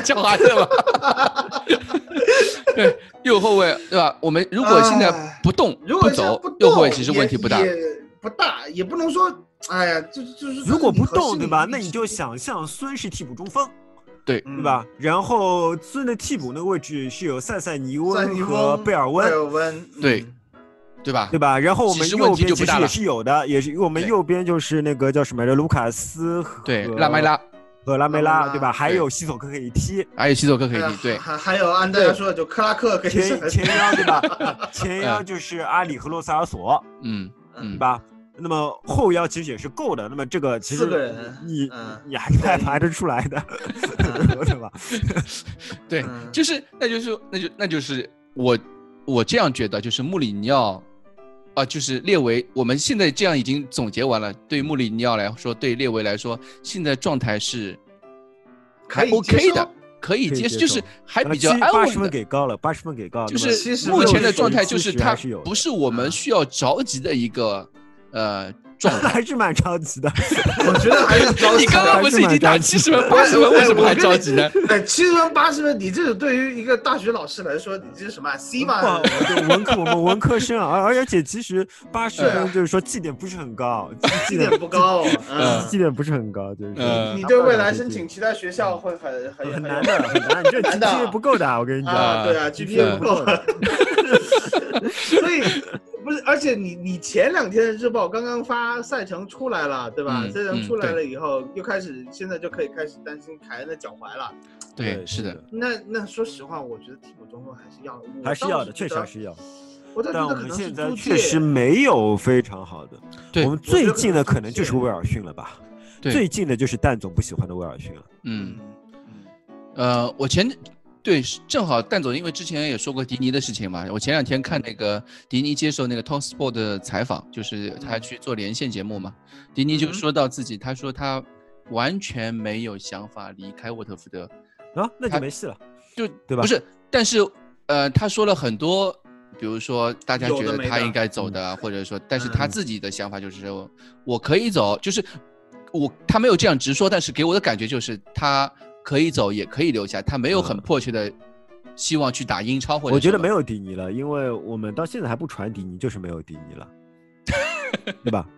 [SPEAKER 6] 叫哈特吧。 对，右后卫对吧？我们如果现在
[SPEAKER 10] 哎
[SPEAKER 6] 不动、
[SPEAKER 10] 如果
[SPEAKER 6] 不
[SPEAKER 10] 现在
[SPEAKER 6] 走
[SPEAKER 10] 不，
[SPEAKER 6] 右
[SPEAKER 10] 动，
[SPEAKER 6] 后卫其实问题不大。
[SPEAKER 10] 也也不大，也不能说，哎呀，就就是
[SPEAKER 3] 如果不动，对吧？
[SPEAKER 10] 你
[SPEAKER 3] 那
[SPEAKER 10] 合适
[SPEAKER 3] 你就想象孙是替补中锋，
[SPEAKER 10] 嗯
[SPEAKER 3] 对吧？然后孙的替补那个位置是有塞塞尼
[SPEAKER 10] 算尼
[SPEAKER 3] 翁
[SPEAKER 10] 翁
[SPEAKER 3] 和贝尔温
[SPEAKER 10] 贝，尔温，
[SPEAKER 6] 对
[SPEAKER 10] 嗯
[SPEAKER 6] 对吧？
[SPEAKER 3] 对吧？然后我们
[SPEAKER 6] 其实问
[SPEAKER 3] 右
[SPEAKER 6] 题
[SPEAKER 3] 边
[SPEAKER 6] 就不
[SPEAKER 3] 其
[SPEAKER 6] 大
[SPEAKER 3] 实
[SPEAKER 6] 了
[SPEAKER 3] 也是有的，也是我们
[SPEAKER 6] 对
[SPEAKER 3] 右边就是那个叫什么来着，卢卡斯和
[SPEAKER 6] 对，拉梅拉
[SPEAKER 3] 和拉
[SPEAKER 10] 拉梅
[SPEAKER 3] 梅拉，
[SPEAKER 10] 拉
[SPEAKER 3] 对吧？还
[SPEAKER 6] 对
[SPEAKER 3] 有西索科可以踢，
[SPEAKER 6] 还有西索科可
[SPEAKER 10] 哎
[SPEAKER 6] 以
[SPEAKER 10] 呀
[SPEAKER 6] 踢，对，
[SPEAKER 10] 还还有按大家说的，就克拉克跟
[SPEAKER 3] 前前腰对吧？前腰就是阿里和洛塞尔索，
[SPEAKER 6] 嗯
[SPEAKER 3] 对
[SPEAKER 6] 嗯，
[SPEAKER 3] 吧？那么后腰其实也是够的，那么这个其
[SPEAKER 10] 四个
[SPEAKER 3] 实
[SPEAKER 10] 人
[SPEAKER 3] 你
[SPEAKER 10] 嗯
[SPEAKER 3] 你还是排排得出来的，对吧？
[SPEAKER 6] 对，
[SPEAKER 10] 嗯
[SPEAKER 6] 就是那就是那就那就是我我这样觉得，就是穆里尼奥。啊，就是列维，我们现在这样已经总结完了。对穆里尼奥来说，对列维来说，现在状态是还
[SPEAKER 10] 可以接
[SPEAKER 6] OK 的
[SPEAKER 10] 受，
[SPEAKER 6] 可以
[SPEAKER 3] 可以
[SPEAKER 6] 接受，
[SPEAKER 3] 接
[SPEAKER 6] 就是
[SPEAKER 3] 受
[SPEAKER 6] 还比较安
[SPEAKER 3] 八
[SPEAKER 6] 稳
[SPEAKER 3] 十分
[SPEAKER 6] 的。
[SPEAKER 3] 给高了，八十分给高了，
[SPEAKER 6] 就
[SPEAKER 3] 那么
[SPEAKER 6] 是
[SPEAKER 10] 70
[SPEAKER 6] 目前的
[SPEAKER 3] 60
[SPEAKER 6] 状态，就是
[SPEAKER 3] 70
[SPEAKER 6] 它
[SPEAKER 3] 还是有的
[SPEAKER 6] 不是我们需要着急的一个呃状 态。
[SPEAKER 3] 还是蛮着急的。
[SPEAKER 10] 我觉得还是着急
[SPEAKER 6] 你刚刚不是已经打七十分、八十分，为什么还着急呢？
[SPEAKER 10] 哎，七十分八十分，你这是对于一个大学老师来说，你这是什么啊 C 吗
[SPEAKER 3] 哇，？对文科我们文科生啊，而而且其实八十
[SPEAKER 10] 对啊
[SPEAKER 3] 分就是说绩点不是很高，
[SPEAKER 10] 绩
[SPEAKER 3] 绩
[SPEAKER 10] 点不。高，
[SPEAKER 6] 嗯
[SPEAKER 10] 嗯
[SPEAKER 3] 绩，点不是很高，就是
[SPEAKER 6] 嗯
[SPEAKER 10] 你对未来申请其他学校会很很
[SPEAKER 3] 很
[SPEAKER 10] 很
[SPEAKER 3] 难的，很难，你这
[SPEAKER 10] 难的
[SPEAKER 3] GPA 不够的，我跟你
[SPEAKER 10] 啊，
[SPEAKER 3] 讲，
[SPEAKER 10] 对啊，GPA
[SPEAKER 6] 嗯
[SPEAKER 10] 不够， 所以不是，而且你你前两天的日报刚刚发赛程出来了，对吧？
[SPEAKER 6] 嗯
[SPEAKER 10] 赛程
[SPEAKER 6] 嗯
[SPEAKER 10] 出来
[SPEAKER 6] 对
[SPEAKER 10] 了以后，又开始现在就可以开始担心凯恩的脚踝了。
[SPEAKER 6] 对，是的，，
[SPEAKER 10] 那那说实话，我觉得替补中锋还是要，我
[SPEAKER 3] 还是
[SPEAKER 10] 倒
[SPEAKER 3] 要的，
[SPEAKER 10] 觉
[SPEAKER 3] 确实
[SPEAKER 10] 得
[SPEAKER 3] 还是要。
[SPEAKER 10] 我倒
[SPEAKER 3] 但
[SPEAKER 10] 觉
[SPEAKER 3] 我
[SPEAKER 10] 得可
[SPEAKER 3] 们
[SPEAKER 10] 能是
[SPEAKER 3] 现在
[SPEAKER 10] 租
[SPEAKER 3] 确
[SPEAKER 10] 借，
[SPEAKER 3] 实没有非常好的，
[SPEAKER 6] 对
[SPEAKER 3] 我们
[SPEAKER 10] 我觉
[SPEAKER 3] 最
[SPEAKER 10] 得可
[SPEAKER 3] 近
[SPEAKER 10] 能
[SPEAKER 3] 的
[SPEAKER 10] 是
[SPEAKER 3] 可能就是
[SPEAKER 10] 这样
[SPEAKER 3] 威尔逊了吧，
[SPEAKER 6] 对
[SPEAKER 3] 最近的就是蛋总不喜欢的威尔逊了。
[SPEAKER 6] 嗯，呃，我前对是正好蛋总因为之前也说过迪尼的事情嘛，我前两天看那个迪尼接受那个 Talk Sport 的采访，就是他去做连线节目嘛，迪尼就说到自己，他说他完全没有想法离开沃特福德，
[SPEAKER 3] 啊，那就
[SPEAKER 6] 他
[SPEAKER 3] 没戏了。
[SPEAKER 6] 就
[SPEAKER 3] 对吧
[SPEAKER 6] 不是，但是呃，他说了很多，比如说大家
[SPEAKER 10] 有
[SPEAKER 6] 觉
[SPEAKER 10] 的
[SPEAKER 6] 得
[SPEAKER 10] 没
[SPEAKER 6] 他
[SPEAKER 10] 的
[SPEAKER 6] 应该走
[SPEAKER 3] 嗯
[SPEAKER 6] 的啊，或者说，但是他
[SPEAKER 10] 嗯
[SPEAKER 6] 自己的想法就是说，我可以走，就是我他没有这样直说，但是给我的感觉就是他可以走，也可以留下，他没有很
[SPEAKER 3] 嗯
[SPEAKER 6] 迫切的希望去打英超或者
[SPEAKER 3] 我觉得
[SPEAKER 6] 什么
[SPEAKER 3] 没有迪尼了，因为我们到现在还不传迪尼，就是没有迪尼 了，对吧？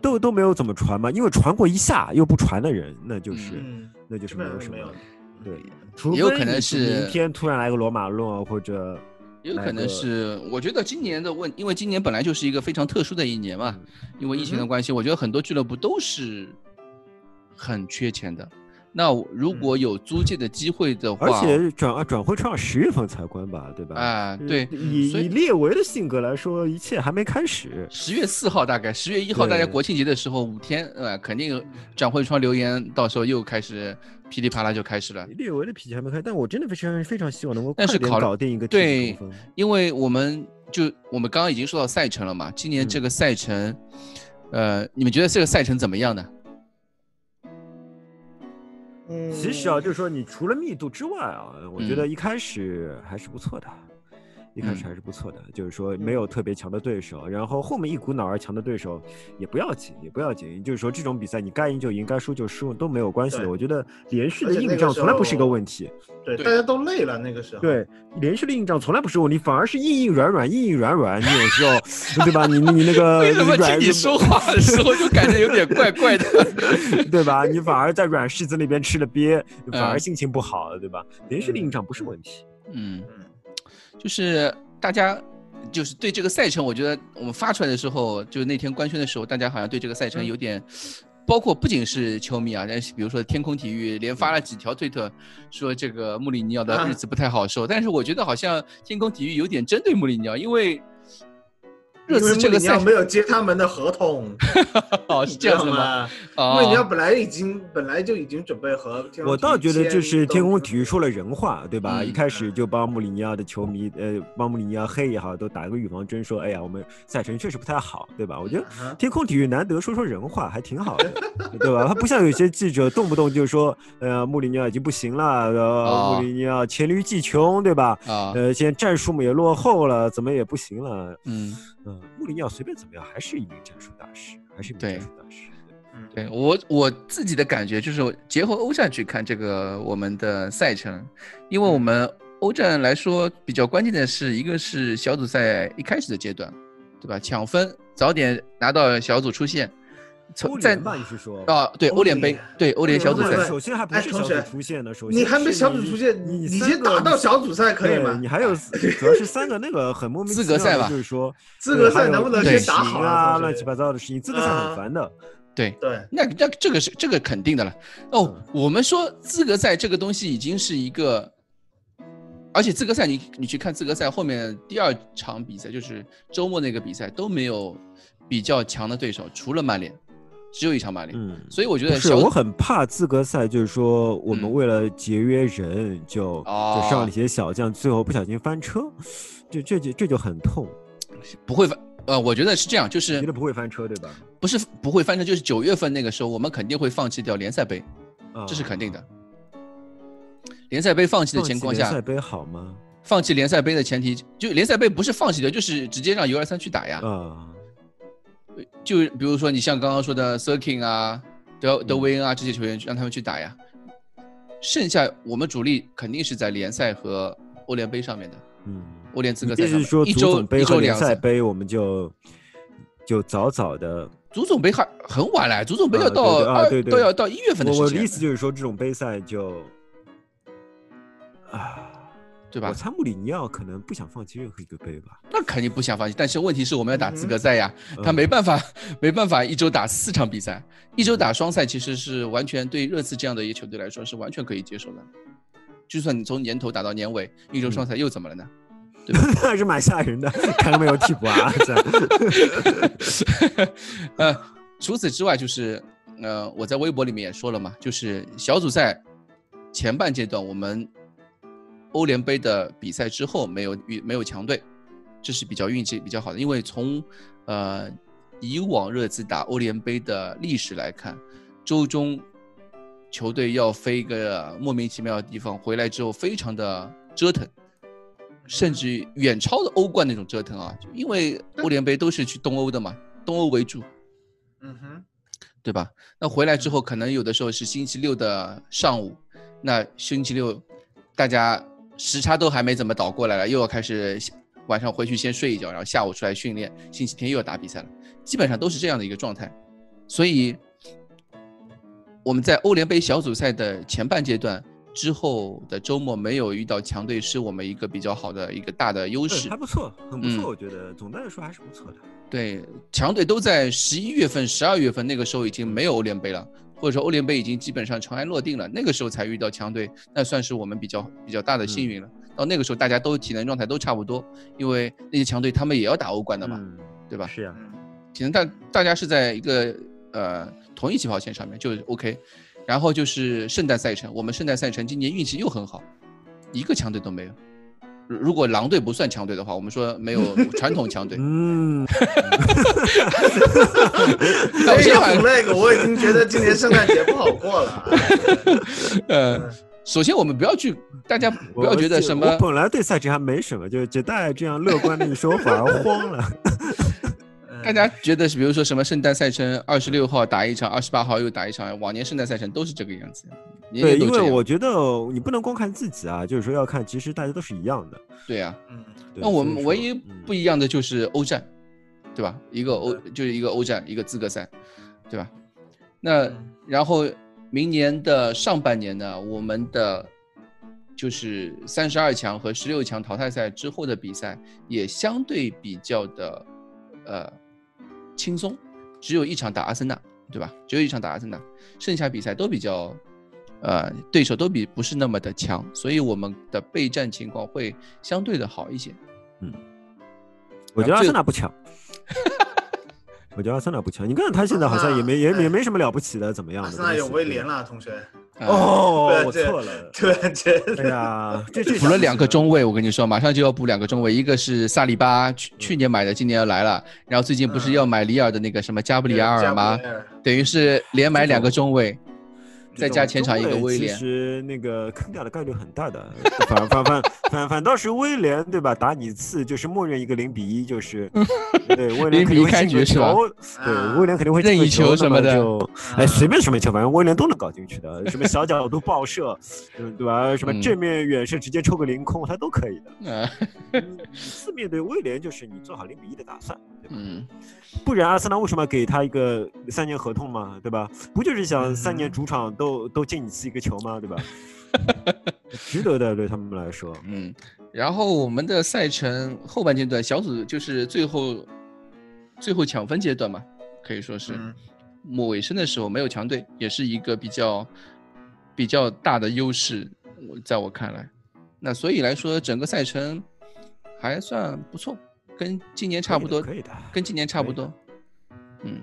[SPEAKER 3] 都都没有怎么传嘛，因为传过一下又不传的人，那就是、
[SPEAKER 10] 嗯，
[SPEAKER 3] 那就是
[SPEAKER 10] 基
[SPEAKER 3] 没
[SPEAKER 10] 本上
[SPEAKER 3] 有什
[SPEAKER 10] 是
[SPEAKER 3] 么
[SPEAKER 10] 没有
[SPEAKER 3] 了
[SPEAKER 10] 的。。
[SPEAKER 3] 对，除
[SPEAKER 6] 也有
[SPEAKER 3] 非
[SPEAKER 6] 可能
[SPEAKER 3] 你
[SPEAKER 6] 是
[SPEAKER 3] 明天突然来个罗马论啊或者
[SPEAKER 6] 也有
[SPEAKER 3] 来
[SPEAKER 6] 可能
[SPEAKER 3] 个
[SPEAKER 6] 是，我觉得今年的问，因为今年本来就是一个非常特殊的一年嘛，因为疫情
[SPEAKER 10] 嗯
[SPEAKER 6] 的
[SPEAKER 10] 哼
[SPEAKER 6] 关系，我觉得很多俱乐部都是很缺钱的。那我如果有租借的机会的
[SPEAKER 3] 嗯而
[SPEAKER 6] 话，
[SPEAKER 3] 且转啊转会窗十月份才关吧，对吧？
[SPEAKER 6] 啊，
[SPEAKER 3] 呃
[SPEAKER 6] 哦对，
[SPEAKER 3] 以
[SPEAKER 6] 所
[SPEAKER 3] 以
[SPEAKER 6] 以
[SPEAKER 3] 列维的性格来说，一切还没开始。
[SPEAKER 6] 十月四号大概，十月一号大家
[SPEAKER 3] 对
[SPEAKER 6] 国庆节的时候五天，呃，肯定转会窗留言，到时候又开始噼里啪啦就开始了。
[SPEAKER 3] 列维的脾气还没开，但我真的非常非常希望能够快
[SPEAKER 6] 但是
[SPEAKER 3] 点
[SPEAKER 6] 考虑
[SPEAKER 3] 搞定一个
[SPEAKER 6] 对
[SPEAKER 3] 替补中锋
[SPEAKER 6] 因为我们就我们刚刚已经说到赛程了嘛，今年
[SPEAKER 3] 嗯
[SPEAKER 6] 这个赛程，呃，你们觉得这个赛程怎么样呢？
[SPEAKER 10] 嗯，
[SPEAKER 3] 其实啊，就是说你除了密度之外啊，我觉得一开始还是不错的，一开始
[SPEAKER 6] 嗯
[SPEAKER 3] 还是不错的，就是说没有特别强的对手，然后后面一股脑儿强的对手也不要紧，也不要紧，就是说这种比赛你该赢就赢，该输就输都没有关系的。
[SPEAKER 10] 对
[SPEAKER 3] 我觉得连续
[SPEAKER 10] 而
[SPEAKER 3] 的
[SPEAKER 10] 且那
[SPEAKER 3] 硬
[SPEAKER 10] 个
[SPEAKER 3] 仗
[SPEAKER 10] 时
[SPEAKER 3] 从来不是一个
[SPEAKER 10] 候
[SPEAKER 3] 问题，
[SPEAKER 10] 对，
[SPEAKER 6] 对
[SPEAKER 10] 大家都累了那个时候。
[SPEAKER 3] 对，连续的硬仗从来不是问题，反而是硬硬软软，硬硬软软，你有时候对吧？你你那个
[SPEAKER 6] 为什么听
[SPEAKER 3] 呃软
[SPEAKER 6] 你说话的时候就感觉有点怪怪的？
[SPEAKER 3] 对吧？你反而在软柿子那边吃了鳖，反而
[SPEAKER 6] 嗯
[SPEAKER 3] 心情不好，对吧？连续的硬仗不是问题。
[SPEAKER 6] 嗯，就是大家就是
[SPEAKER 10] 嗯
[SPEAKER 6] 对这个赛程，我觉得我们发出来的时候，就是那天官宣的时候，大家好像对这个赛程有点包括不仅是球迷啊，但是比如说天空体育连发了几条推特，说这个穆里尼奥的日子不太好受。但是我觉得好像天空体育有点针对穆里尼奥，因为
[SPEAKER 10] 因
[SPEAKER 6] 热
[SPEAKER 10] 为
[SPEAKER 6] 刺这
[SPEAKER 10] 穆
[SPEAKER 6] 个
[SPEAKER 10] 里尼奥
[SPEAKER 6] 赛
[SPEAKER 10] 没有接他们的合 同，
[SPEAKER 6] 哦
[SPEAKER 10] 你
[SPEAKER 6] 是
[SPEAKER 10] 知
[SPEAKER 6] 这样
[SPEAKER 10] 道
[SPEAKER 6] 子的吗？
[SPEAKER 10] 吗？
[SPEAKER 6] 哦
[SPEAKER 10] 穆里尼奥本来已经本来就已经准备和天
[SPEAKER 8] 嗯
[SPEAKER 10] 空体育
[SPEAKER 3] 我倒觉得
[SPEAKER 10] 签
[SPEAKER 3] 就是天空体育
[SPEAKER 10] 东西
[SPEAKER 3] 说了人话，对吧？
[SPEAKER 6] 嗯
[SPEAKER 3] 一开始就帮穆里尼奥的球迷，呃，帮穆里尼奥黑也好，都打个预防针，说，哎呀，我们赛程确实不太好，对吧？我觉得
[SPEAKER 10] 嗯哼
[SPEAKER 3] 天空体育难得说说人话，还挺好的， 对吧？他不像有些记者动不动就说，呃，穆里尼奥已经不行了，呃，
[SPEAKER 6] 哦
[SPEAKER 3] 穆里尼奥黔驴技穷，对吧？
[SPEAKER 6] 啊，
[SPEAKER 3] 呃，现在战术嘛也落后了，怎么也不行了。
[SPEAKER 6] 嗯，
[SPEAKER 3] 嗯，穆里尼奥随便怎么样，还是一名战术大师，还是一名
[SPEAKER 6] 对
[SPEAKER 3] 战术大师。
[SPEAKER 6] 对我我自己的感觉就是，结合欧战去看这个我们的赛程，因为我
[SPEAKER 3] 嗯
[SPEAKER 6] 们欧战来说比较关键的是，一个是小组赛一开始的阶段，对吧？抢分，早点拿到小组出线，
[SPEAKER 3] 欧
[SPEAKER 6] 从在
[SPEAKER 3] 联吧，你是说？
[SPEAKER 6] 啊，对
[SPEAKER 10] 欧
[SPEAKER 6] 欧联杯
[SPEAKER 10] 联，
[SPEAKER 6] 对欧联小组
[SPEAKER 10] 对
[SPEAKER 6] 赛
[SPEAKER 10] 欧联，杯
[SPEAKER 3] 首先还不
[SPEAKER 10] 哎
[SPEAKER 3] 是
[SPEAKER 10] 同
[SPEAKER 3] 小组
[SPEAKER 10] 学
[SPEAKER 3] 出线呢，首先
[SPEAKER 10] 你还没
[SPEAKER 3] 是
[SPEAKER 10] 小组出现，
[SPEAKER 3] 你
[SPEAKER 10] 你
[SPEAKER 3] 三
[SPEAKER 10] 先
[SPEAKER 3] 个
[SPEAKER 10] 打到小组赛可以
[SPEAKER 3] 对
[SPEAKER 10] 吗
[SPEAKER 3] 你？还有四，主要是三个那个很莫名
[SPEAKER 6] 资
[SPEAKER 3] 其
[SPEAKER 6] 格
[SPEAKER 3] 妙
[SPEAKER 6] 赛
[SPEAKER 3] 的
[SPEAKER 6] 吧
[SPEAKER 3] 就是说
[SPEAKER 10] 资格
[SPEAKER 3] 呃还
[SPEAKER 10] 赛
[SPEAKER 3] 有
[SPEAKER 10] 能不能
[SPEAKER 3] 队
[SPEAKER 10] 先打
[SPEAKER 3] 形
[SPEAKER 10] 好
[SPEAKER 3] 啊？
[SPEAKER 10] 啊？同
[SPEAKER 3] 乱七
[SPEAKER 10] 学
[SPEAKER 3] 八糟的事情，资格赛很
[SPEAKER 10] 啊
[SPEAKER 3] 烦的。
[SPEAKER 6] 对，
[SPEAKER 10] 对，
[SPEAKER 6] 那那这个是这个肯定的了。哦，
[SPEAKER 3] 嗯
[SPEAKER 6] 我们说资格赛这个东西已经是一个，而且资格赛你你去看资格赛后面第二场比赛，就是周末那个比赛都没有比较强的对手，除了曼联，只有一场曼联。
[SPEAKER 3] 嗯，
[SPEAKER 6] 所以我觉
[SPEAKER 3] 不
[SPEAKER 6] 得
[SPEAKER 3] 是，
[SPEAKER 6] 小
[SPEAKER 3] 我很怕资格赛，就是说我们
[SPEAKER 6] 嗯
[SPEAKER 3] 为了节约人就，就、
[SPEAKER 6] 哦
[SPEAKER 3] 上了一些小将，最后不小心翻车，就这就这就很痛。
[SPEAKER 6] 不会翻，呃，我觉得是这样，就
[SPEAKER 3] 你觉
[SPEAKER 6] 是
[SPEAKER 3] 得不会翻车对吧？
[SPEAKER 6] 不是不会翻车，就是九月份那个时候，我们肯定会放弃掉联赛杯，
[SPEAKER 3] 啊，
[SPEAKER 6] 这是肯定的。联赛杯放弃的
[SPEAKER 3] 放
[SPEAKER 6] 情
[SPEAKER 3] 弃
[SPEAKER 6] 况
[SPEAKER 3] 联
[SPEAKER 6] 下
[SPEAKER 3] 赛，杯好吗？
[SPEAKER 6] 放弃联赛杯的前提，就联赛杯不是放弃掉，就是直接让 U 二三去打呀。
[SPEAKER 3] 啊，
[SPEAKER 6] 就比如说你像刚刚说的 Sirkin 啊、
[SPEAKER 3] 嗯
[SPEAKER 6] 德德维恩啊这些球员，让他们去打呀。剩下我们主力肯定是在联赛和欧联杯上面的，
[SPEAKER 3] 嗯，
[SPEAKER 6] 欧联资格
[SPEAKER 3] 你
[SPEAKER 6] 赛
[SPEAKER 3] 就是
[SPEAKER 6] 上
[SPEAKER 3] 说
[SPEAKER 6] 面一
[SPEAKER 3] 足
[SPEAKER 6] 周
[SPEAKER 3] 总杯
[SPEAKER 6] 一
[SPEAKER 3] 和
[SPEAKER 6] 周
[SPEAKER 3] 联
[SPEAKER 6] 两
[SPEAKER 3] 赛
[SPEAKER 6] 次。
[SPEAKER 3] 杯，我们就就早早的
[SPEAKER 6] 足总杯还很晚来，足总杯
[SPEAKER 3] 啊
[SPEAKER 6] 要
[SPEAKER 3] 对
[SPEAKER 6] 到
[SPEAKER 3] 对啊
[SPEAKER 6] 二
[SPEAKER 3] 对
[SPEAKER 6] 都
[SPEAKER 3] 对
[SPEAKER 6] 要到一月份的
[SPEAKER 3] 我我
[SPEAKER 6] 时
[SPEAKER 3] 的
[SPEAKER 6] 间
[SPEAKER 3] 意，思就是说，这种杯赛就，啊，
[SPEAKER 6] 对
[SPEAKER 3] 我
[SPEAKER 6] 吧？
[SPEAKER 3] 猜穆里尼奥可能不想放弃任何一个杯吧。
[SPEAKER 6] 那肯定不想放弃，但是问题是我们要打资格赛呀，
[SPEAKER 3] 嗯
[SPEAKER 6] 他没办法，没办法一周打四场比赛，一周打双赛其实是完全对热刺这样的一个球队来说是完全可以接受的。就算你从年头打到年尾，一
[SPEAKER 3] 嗯
[SPEAKER 6] 周双赛又怎么了呢？
[SPEAKER 3] 那还是蛮吓人的，看到没有替补 啊？这样
[SPEAKER 6] 呃，除此之外，就是呃，我在微博里面也说了嘛，就是小组赛前半阶段，我们欧联杯的比赛之后没有遇没有强队，这是比较运气比较好的，因为从呃以往热刺打欧联杯的历史来看，周中球队要飞一个莫名其妙的地方，回来之后非常的折腾。甚至于远超的欧冠那种折腾啊，就因为欧联杯都是去东欧的嘛，东欧为主，
[SPEAKER 10] 嗯 哼，
[SPEAKER 6] 对吧？那回来之后，可能有的时候是星期六的上午，那星期六大家时差都还没怎么倒过来了，又要开始晚上回去先睡一觉，然后下午出来训练，星期天又要打比赛了，基本上都是这样的一个状态。所以我们在欧联杯小组赛的前半阶段。之后的周末没有遇到强队，是我们一个比较好的一个大的优势
[SPEAKER 3] 对，还。不错，很不错，
[SPEAKER 6] 嗯
[SPEAKER 3] 我觉得总的来说还是不错的。
[SPEAKER 6] 对，强队都在十一月份、十二月份那个时候已经没有欧联杯了，或者说欧联杯已经基本上尘埃落定了，那个时候才遇到强队，那算是我们比较比较大的幸运了。
[SPEAKER 3] 嗯
[SPEAKER 6] 到那个时候，大家都体能状态都差不多，因为那些强队他们也要打欧冠的嘛，
[SPEAKER 3] 嗯，
[SPEAKER 6] 对吧？
[SPEAKER 3] 是呀，
[SPEAKER 6] 体能大大家是在一个呃同一起跑线上面，就是 OK。然后就是圣诞赛程，我们圣诞赛程今年运气又很好，一个强队都没有。如如果狼队不算强队的话，我们说没 有传统强队，
[SPEAKER 3] 嗯，
[SPEAKER 6] 那我
[SPEAKER 10] 这
[SPEAKER 6] 先
[SPEAKER 10] 个
[SPEAKER 6] 把
[SPEAKER 10] flag 我已经觉得今年圣诞节不好过了 啊。
[SPEAKER 6] 呃，首先我们不要去，大家 不
[SPEAKER 3] 嗯我
[SPEAKER 6] 要觉得
[SPEAKER 3] 我
[SPEAKER 6] 什么
[SPEAKER 3] 我本来对赛程还没什么，就就大家这样乐观的一说，反而慌了。
[SPEAKER 10] 嗯
[SPEAKER 6] 大家觉得是，比如说什么圣诞赛程，二十六号打一场，二十八号又打一场，往年圣诞赛程都是这个样子，年
[SPEAKER 3] 对，
[SPEAKER 6] 年
[SPEAKER 3] 因
[SPEAKER 6] 都
[SPEAKER 3] 为
[SPEAKER 6] 这样
[SPEAKER 3] 我。觉得你不能光看自己啊，就是说要看，其实大家都是一样的。
[SPEAKER 6] 对呀、
[SPEAKER 10] 嗯，
[SPEAKER 3] 对
[SPEAKER 6] 那
[SPEAKER 3] 所
[SPEAKER 6] 我
[SPEAKER 3] 以
[SPEAKER 6] 们
[SPEAKER 3] 说
[SPEAKER 6] 唯一
[SPEAKER 3] 嗯
[SPEAKER 6] 不一样的就是欧战，对吧？一个欧就是一个欧战，一个资格赛，对吧？那
[SPEAKER 3] 嗯
[SPEAKER 6] 然后明年的上半年呢，我们的就是三十二强和十六强淘汰赛之后的比赛也相对比较的呃轻松，只有一场打阿森纳，对吧？只有一场打阿森纳，剩下比赛都比较，呃，对手都比不是那么的强，所以我们的备战情况会相对的好一些。
[SPEAKER 3] 我觉得
[SPEAKER 6] 啊
[SPEAKER 3] 阿
[SPEAKER 6] 最
[SPEAKER 3] 森纳不 强，我觉得阿森纳不强。你看他现在好像也
[SPEAKER 6] 啊
[SPEAKER 3] 没也
[SPEAKER 6] 哎
[SPEAKER 3] 也没什么了不起的，怎么样
[SPEAKER 8] 阿
[SPEAKER 3] 的？
[SPEAKER 8] 森纳有
[SPEAKER 3] 真的
[SPEAKER 8] 威
[SPEAKER 3] 是
[SPEAKER 8] 廉。了，同学，
[SPEAKER 6] 呃、
[SPEAKER 3] 哦，我
[SPEAKER 8] 对
[SPEAKER 3] 错了。
[SPEAKER 8] 突然间
[SPEAKER 3] 哎呀，这这
[SPEAKER 6] 补了两个中卫，我跟你说，马上就要补两个中卫，一个是萨利巴，去去年买的，今年要来了，然后最近不是要买里尔的那个什么嗯加布里埃尔吗？等于是连买两个中卫，再加前场一个威
[SPEAKER 3] 其
[SPEAKER 6] 廉。
[SPEAKER 3] 实那个 坑掉的概率很大的，反反反反反倒是威廉对吧？打你一次就是默认一个零比一，就是 对威廉肯
[SPEAKER 6] 0比一
[SPEAKER 3] 定会
[SPEAKER 6] 开
[SPEAKER 3] 进个
[SPEAKER 6] 局是吧
[SPEAKER 3] 球，
[SPEAKER 8] 啊
[SPEAKER 3] 对威廉肯定会进
[SPEAKER 6] 任
[SPEAKER 3] 个
[SPEAKER 6] 意球什
[SPEAKER 3] 那
[SPEAKER 6] 么的啊
[SPEAKER 3] 就哎随便什么球，反正威廉都能搞进去的，什么小角度爆射，嗯对吧？什么
[SPEAKER 6] 嗯
[SPEAKER 3] 正面远射直接抽个凌空，他都可以的。
[SPEAKER 6] 嗯
[SPEAKER 3] 嗯每次面对威廉，就是你做好零比一的打算，对吧？
[SPEAKER 6] 嗯，
[SPEAKER 3] 不然阿森纳为什么要给他一个三年合同嘛，对吧？不就是
[SPEAKER 6] 嗯
[SPEAKER 3] 想三年主场都、都进一次一个球吗，对 吧？值得的，对他们来说，
[SPEAKER 6] 嗯，然后我们的赛程后半阶段，小组就是最后最后抢分阶段嘛，可以说是
[SPEAKER 8] 嗯
[SPEAKER 6] 末尾声的时候没有强队，也是一个比较比较大的优势。我在我看来，那所以来说整个赛程还算不错，跟今年差不多，
[SPEAKER 3] 可以的可以的
[SPEAKER 6] 跟今年差不
[SPEAKER 3] 可以的
[SPEAKER 6] 多。嗯，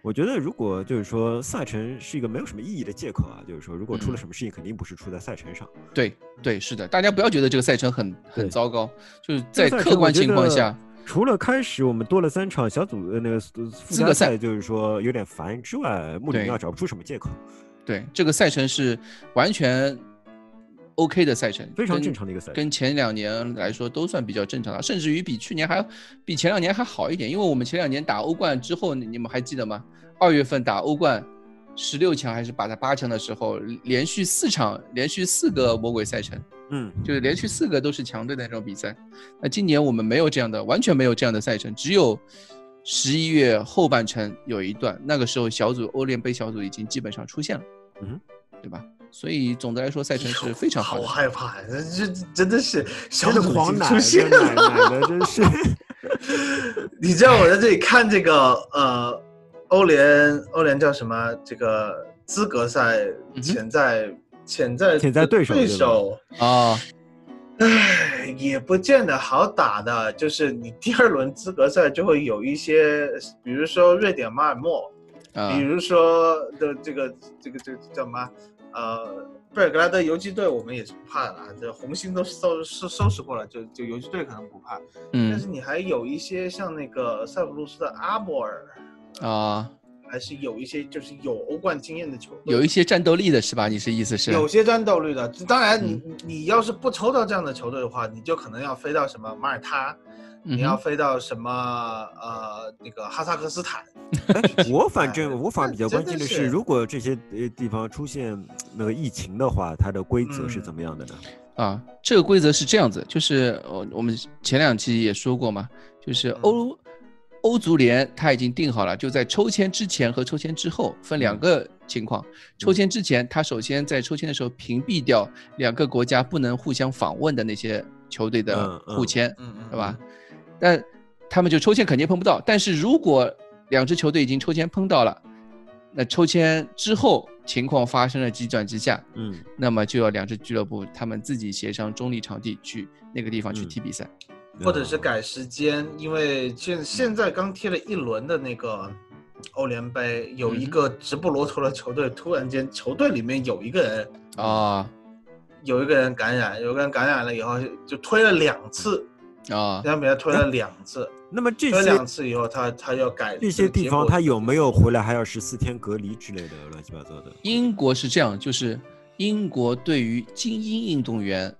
[SPEAKER 3] 我觉得如果就是说赛程是一个没有什么意义的借口啊，就是说如果出了
[SPEAKER 6] 嗯
[SPEAKER 3] 什么事情，肯定不是出在赛程上。
[SPEAKER 6] 对对，是的，大家不要觉得这个赛程很很
[SPEAKER 3] 对
[SPEAKER 6] 糟糕，就是在
[SPEAKER 3] 这个赛
[SPEAKER 6] 客
[SPEAKER 3] 程我
[SPEAKER 6] 观
[SPEAKER 3] 觉
[SPEAKER 6] 情况
[SPEAKER 3] 得
[SPEAKER 6] 下，
[SPEAKER 3] 除了开始我们多了三场小组呃那个呃附
[SPEAKER 6] 资格
[SPEAKER 3] 加
[SPEAKER 6] 赛
[SPEAKER 3] 赛，就是说有点烦之外，穆里尼奥
[SPEAKER 6] 对
[SPEAKER 3] 找不出什么借口，
[SPEAKER 6] 对这个赛程是完全 OK 的赛程，
[SPEAKER 3] 非常
[SPEAKER 6] 跟
[SPEAKER 3] 正常的一个赛程。
[SPEAKER 6] 跟前两年来说都算比较正常的，甚至于比去年还比前两年还好一点，因为我们前两年打欧冠之后，你你们还记得吗？二月份打欧冠十六强还是打八强的时候，连续四场连续四个魔鬼赛程，
[SPEAKER 3] 嗯，
[SPEAKER 6] 就是连续四个都是强队的那种比赛。那今年我们没有这样的，完全没有这样的赛程，只有十一月后半程有一段，那个时候小组欧联杯小组已经基本上出现了，
[SPEAKER 3] 嗯，
[SPEAKER 6] 对吧？所以总的来说，赛程是非常好
[SPEAKER 8] 好
[SPEAKER 6] 的。
[SPEAKER 8] 害怕，这这真的是小
[SPEAKER 3] 真的
[SPEAKER 8] 组已
[SPEAKER 3] 狂
[SPEAKER 8] 经
[SPEAKER 3] 奶，
[SPEAKER 8] 出现
[SPEAKER 3] 真的奶
[SPEAKER 8] 了。
[SPEAKER 3] 奶的真是。
[SPEAKER 8] 你知道我在这里看这个呃，欧联欧联叫什么？这个资格赛
[SPEAKER 6] 嗯哼
[SPEAKER 8] 潜在潜在
[SPEAKER 3] 潜在对手
[SPEAKER 8] 对
[SPEAKER 3] 对吧
[SPEAKER 8] 手，
[SPEAKER 6] 啊、
[SPEAKER 8] 唉，也不见得好打的，就是你第二轮资格赛就会有一些，比如说瑞典马尔默，
[SPEAKER 6] 啊
[SPEAKER 8] 比如说的这个这个这个叫什么？呃，贝尔格莱德游击队我们也是不怕的啦，这红星都收收收拾过了，就就游击队可能不怕，但
[SPEAKER 6] 嗯
[SPEAKER 8] 是你还有一些像那个塞浦路斯的阿波尔，
[SPEAKER 6] 啊，
[SPEAKER 8] 还是有一些就是有欧冠经验的球队，
[SPEAKER 6] 有一些战斗力的是吧？你是意思是？嗯
[SPEAKER 8] 有些战斗力的。当然你，你要是不抽到这样的球队的话，你就可能要飞到什么马耳他，
[SPEAKER 6] 嗯
[SPEAKER 8] 你
[SPEAKER 6] 哼
[SPEAKER 8] 要飞到什么呃那个哈萨克斯 坦。
[SPEAKER 3] 我反正
[SPEAKER 8] 哎
[SPEAKER 3] 我反而比较
[SPEAKER 8] 真
[SPEAKER 3] 关
[SPEAKER 8] 的
[SPEAKER 3] 心的
[SPEAKER 8] 是
[SPEAKER 3] 是，如果这些呃地方出现那个疫情的话，它的规则是
[SPEAKER 8] 嗯
[SPEAKER 3] 怎么样的呢？
[SPEAKER 6] 啊，这个规则是这样子，就是我我们前两期也说过嘛，就是
[SPEAKER 3] 嗯
[SPEAKER 6] 欧、欧足联它已经定好了，就在抽签之前和抽签之后分
[SPEAKER 3] 嗯
[SPEAKER 6] 两个情况。抽签之前，它首先在抽签的时候屏蔽掉两个国家不能互相访问的那些球队的
[SPEAKER 3] 嗯嗯
[SPEAKER 6] 互签，
[SPEAKER 8] 嗯嗯，
[SPEAKER 6] 对吧？但他们就抽签肯定碰不到。但是如果两支球队已经抽签碰到了，那抽签之后情况发生了急转直下，
[SPEAKER 3] 嗯，
[SPEAKER 6] 那么就要两支俱乐部他们自己协商中立场地去那个地方去
[SPEAKER 3] 嗯
[SPEAKER 6] 踢比赛。
[SPEAKER 8] 或者是改时间，因为现现在刚踢了一轮的那个欧联杯，有
[SPEAKER 6] 嗯
[SPEAKER 8] 一个直布罗陀的球队，突然间球队里面有一个人
[SPEAKER 6] 啊
[SPEAKER 8] 有一个人感染，有一个人感染了以后就推了两次，
[SPEAKER 6] 啊
[SPEAKER 8] 这，场比赛推了两次，
[SPEAKER 3] 那么这
[SPEAKER 8] 推了
[SPEAKER 3] 些
[SPEAKER 8] 两次以后他他要改
[SPEAKER 3] 这些地方，它有没有回来还要十四天隔离之类的乱七八糟的？
[SPEAKER 6] 英国是这样，就是英国对于精英运动员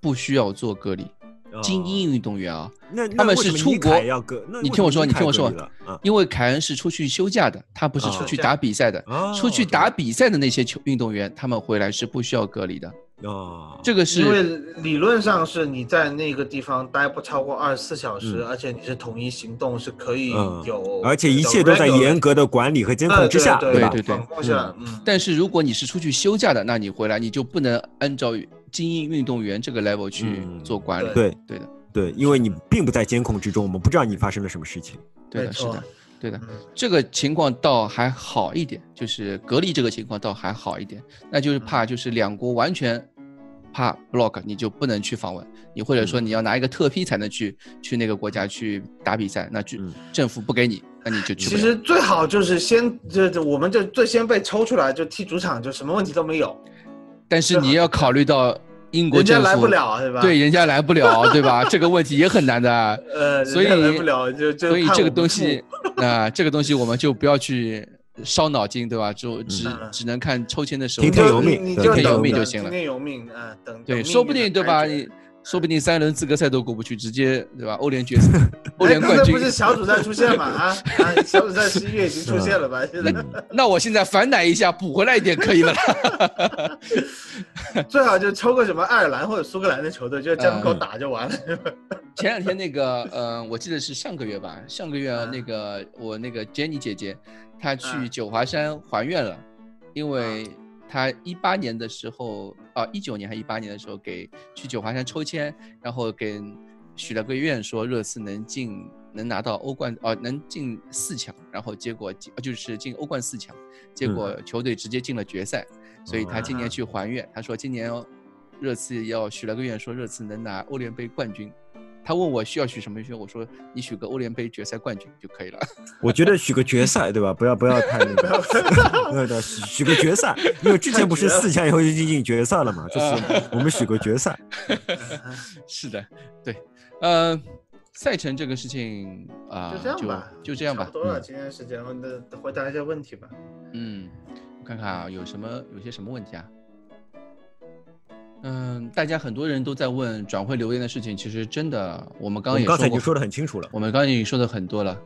[SPEAKER 6] 不需要做隔离，
[SPEAKER 3] 啊
[SPEAKER 6] 精英运动员啊，
[SPEAKER 3] 那
[SPEAKER 6] 他
[SPEAKER 3] 那
[SPEAKER 6] 们
[SPEAKER 3] 为
[SPEAKER 6] 是
[SPEAKER 3] 什么
[SPEAKER 6] 出
[SPEAKER 3] 尼
[SPEAKER 6] 国
[SPEAKER 3] 凯要隔，那
[SPEAKER 6] 你
[SPEAKER 3] 为
[SPEAKER 6] 听我
[SPEAKER 3] 什么
[SPEAKER 6] 说，
[SPEAKER 3] 尼
[SPEAKER 6] 你
[SPEAKER 3] 凯
[SPEAKER 6] 听我
[SPEAKER 3] 隔
[SPEAKER 6] 说
[SPEAKER 3] 离了啊，
[SPEAKER 6] 因为凯恩是出去休假的，他不是
[SPEAKER 3] 啊
[SPEAKER 6] 出去打比赛的。
[SPEAKER 3] 哦
[SPEAKER 6] 出去打比赛的那些球运动员，他们回来是不需要隔离的。
[SPEAKER 3] 哦，
[SPEAKER 6] 这个
[SPEAKER 8] 因为
[SPEAKER 6] 是
[SPEAKER 8] 理论上是你在那个地方待不超过二十四小时，
[SPEAKER 3] 嗯
[SPEAKER 8] 而且你是统一行动，是可以
[SPEAKER 3] 嗯
[SPEAKER 8] 有，
[SPEAKER 3] 而且一切都在严格的管理和监控之下，
[SPEAKER 8] 对
[SPEAKER 3] 吧？
[SPEAKER 6] 对对
[SPEAKER 8] 管控下，嗯，
[SPEAKER 6] 但是如果你是出去休假的，那你回来你就不能按照精英运动员这个 level 去
[SPEAKER 3] 嗯
[SPEAKER 6] 做管理。
[SPEAKER 3] 对
[SPEAKER 6] 对的，
[SPEAKER 3] 对，因为你并不在监控之中，我们不知道你发生了什么事情。
[SPEAKER 6] 对
[SPEAKER 8] 没
[SPEAKER 6] 的，是
[SPEAKER 8] 错
[SPEAKER 6] 的。对的
[SPEAKER 8] 嗯，
[SPEAKER 6] 这个情况倒还好一点，就是隔离这个情况倒还好一点，那就是怕就是两国完全怕 block，你就不能去访问，你或者
[SPEAKER 8] 嗯
[SPEAKER 6] 说你要拿一个特批才能去去那个国家去打比赛，那就
[SPEAKER 3] 嗯
[SPEAKER 6] 政府不给你，那你就去不
[SPEAKER 8] 其
[SPEAKER 6] 了。
[SPEAKER 8] 实最好就是先，这这，我们就最先被抽出来，就踢主场，就什么问题都没有，
[SPEAKER 6] 但是你要考虑到英国
[SPEAKER 8] 人家
[SPEAKER 6] 政府
[SPEAKER 8] 来不了，对吧？
[SPEAKER 6] 对，，人家来不了，对吧？这个问题也很难 的。
[SPEAKER 8] 呃，
[SPEAKER 6] 所以
[SPEAKER 8] 人家来不了就就
[SPEAKER 6] 所以
[SPEAKER 8] 判
[SPEAKER 6] 这
[SPEAKER 8] 我
[SPEAKER 6] 个
[SPEAKER 8] 们
[SPEAKER 6] 东西，啊、这个东西我们就不要去烧脑筋，对吧？就只、
[SPEAKER 8] 嗯
[SPEAKER 6] 只能看抽签的时候
[SPEAKER 3] 听
[SPEAKER 8] 负，
[SPEAKER 3] 天
[SPEAKER 8] 就
[SPEAKER 3] 由命
[SPEAKER 8] 你你
[SPEAKER 3] 对
[SPEAKER 8] 就
[SPEAKER 6] 听天由
[SPEAKER 8] 等
[SPEAKER 6] 命
[SPEAKER 8] 着
[SPEAKER 6] 就行了
[SPEAKER 8] 听天由命啊，等
[SPEAKER 6] 对，
[SPEAKER 8] 等
[SPEAKER 6] 说不
[SPEAKER 8] 命运的
[SPEAKER 6] 定
[SPEAKER 8] 嗯
[SPEAKER 6] 对吧？
[SPEAKER 8] 裁决
[SPEAKER 6] 你说不定三轮资格赛都过不去，直接对吧？欧 联决赛、欧
[SPEAKER 8] 哎
[SPEAKER 6] 联
[SPEAKER 8] 刚
[SPEAKER 6] 冠
[SPEAKER 8] 才
[SPEAKER 6] 军
[SPEAKER 8] 不。是小组赛出现嘛？啊啊，小组赛十一月已经出现 了吧？现在
[SPEAKER 3] 嗯
[SPEAKER 6] 那我现在反奶一下，补回来一点可以了啦。
[SPEAKER 8] 最好就抽个什么爱尔兰或者苏格兰的球队，就在家
[SPEAKER 6] 嗯
[SPEAKER 8] 门口打就完了。
[SPEAKER 6] 前两天那个，呃，我记得是上个月吧，上个月那个、我那个 Jenny 姐姐，她去
[SPEAKER 8] 嗯
[SPEAKER 6] 九华山还愿了，因为她一八年的时候，啊、1一九年还一八年的时候给去九华山抽签，然后给许了个愿，说热刺能进，能拿到欧冠，哦、能进四强，然后结果进呃就是进欧冠四强，结果球队直接进了决赛，所以她今年去还愿，她说今年热刺要许了个愿，说热刺能拿欧联杯冠军。他问我需要许什么愿，我说你许个欧联杯决赛冠军就可以了。
[SPEAKER 3] 我觉得许个决赛，对吧？不要不要太那个，对对，许 许个决赛，因为之前不是四强以后就进进决赛了
[SPEAKER 6] 啊
[SPEAKER 3] 嘛，这次我们许个决赛，
[SPEAKER 6] 是的，对，呃，赛程这个事情啊、
[SPEAKER 8] 就这样吧
[SPEAKER 6] 就就这样
[SPEAKER 8] 差
[SPEAKER 6] 吧
[SPEAKER 8] 不。多了，今天时间，我们回答一下问题吧。
[SPEAKER 6] 嗯，我看看啊，有什么有些什么问题啊？嗯，大家很多人都在问转会留言的事情，其实真的，我们
[SPEAKER 3] 我
[SPEAKER 6] 刚刚
[SPEAKER 3] 们
[SPEAKER 6] 也
[SPEAKER 3] 刚才已
[SPEAKER 6] 过
[SPEAKER 3] 经说的很清楚了。
[SPEAKER 6] 我们刚刚已经说的很多了，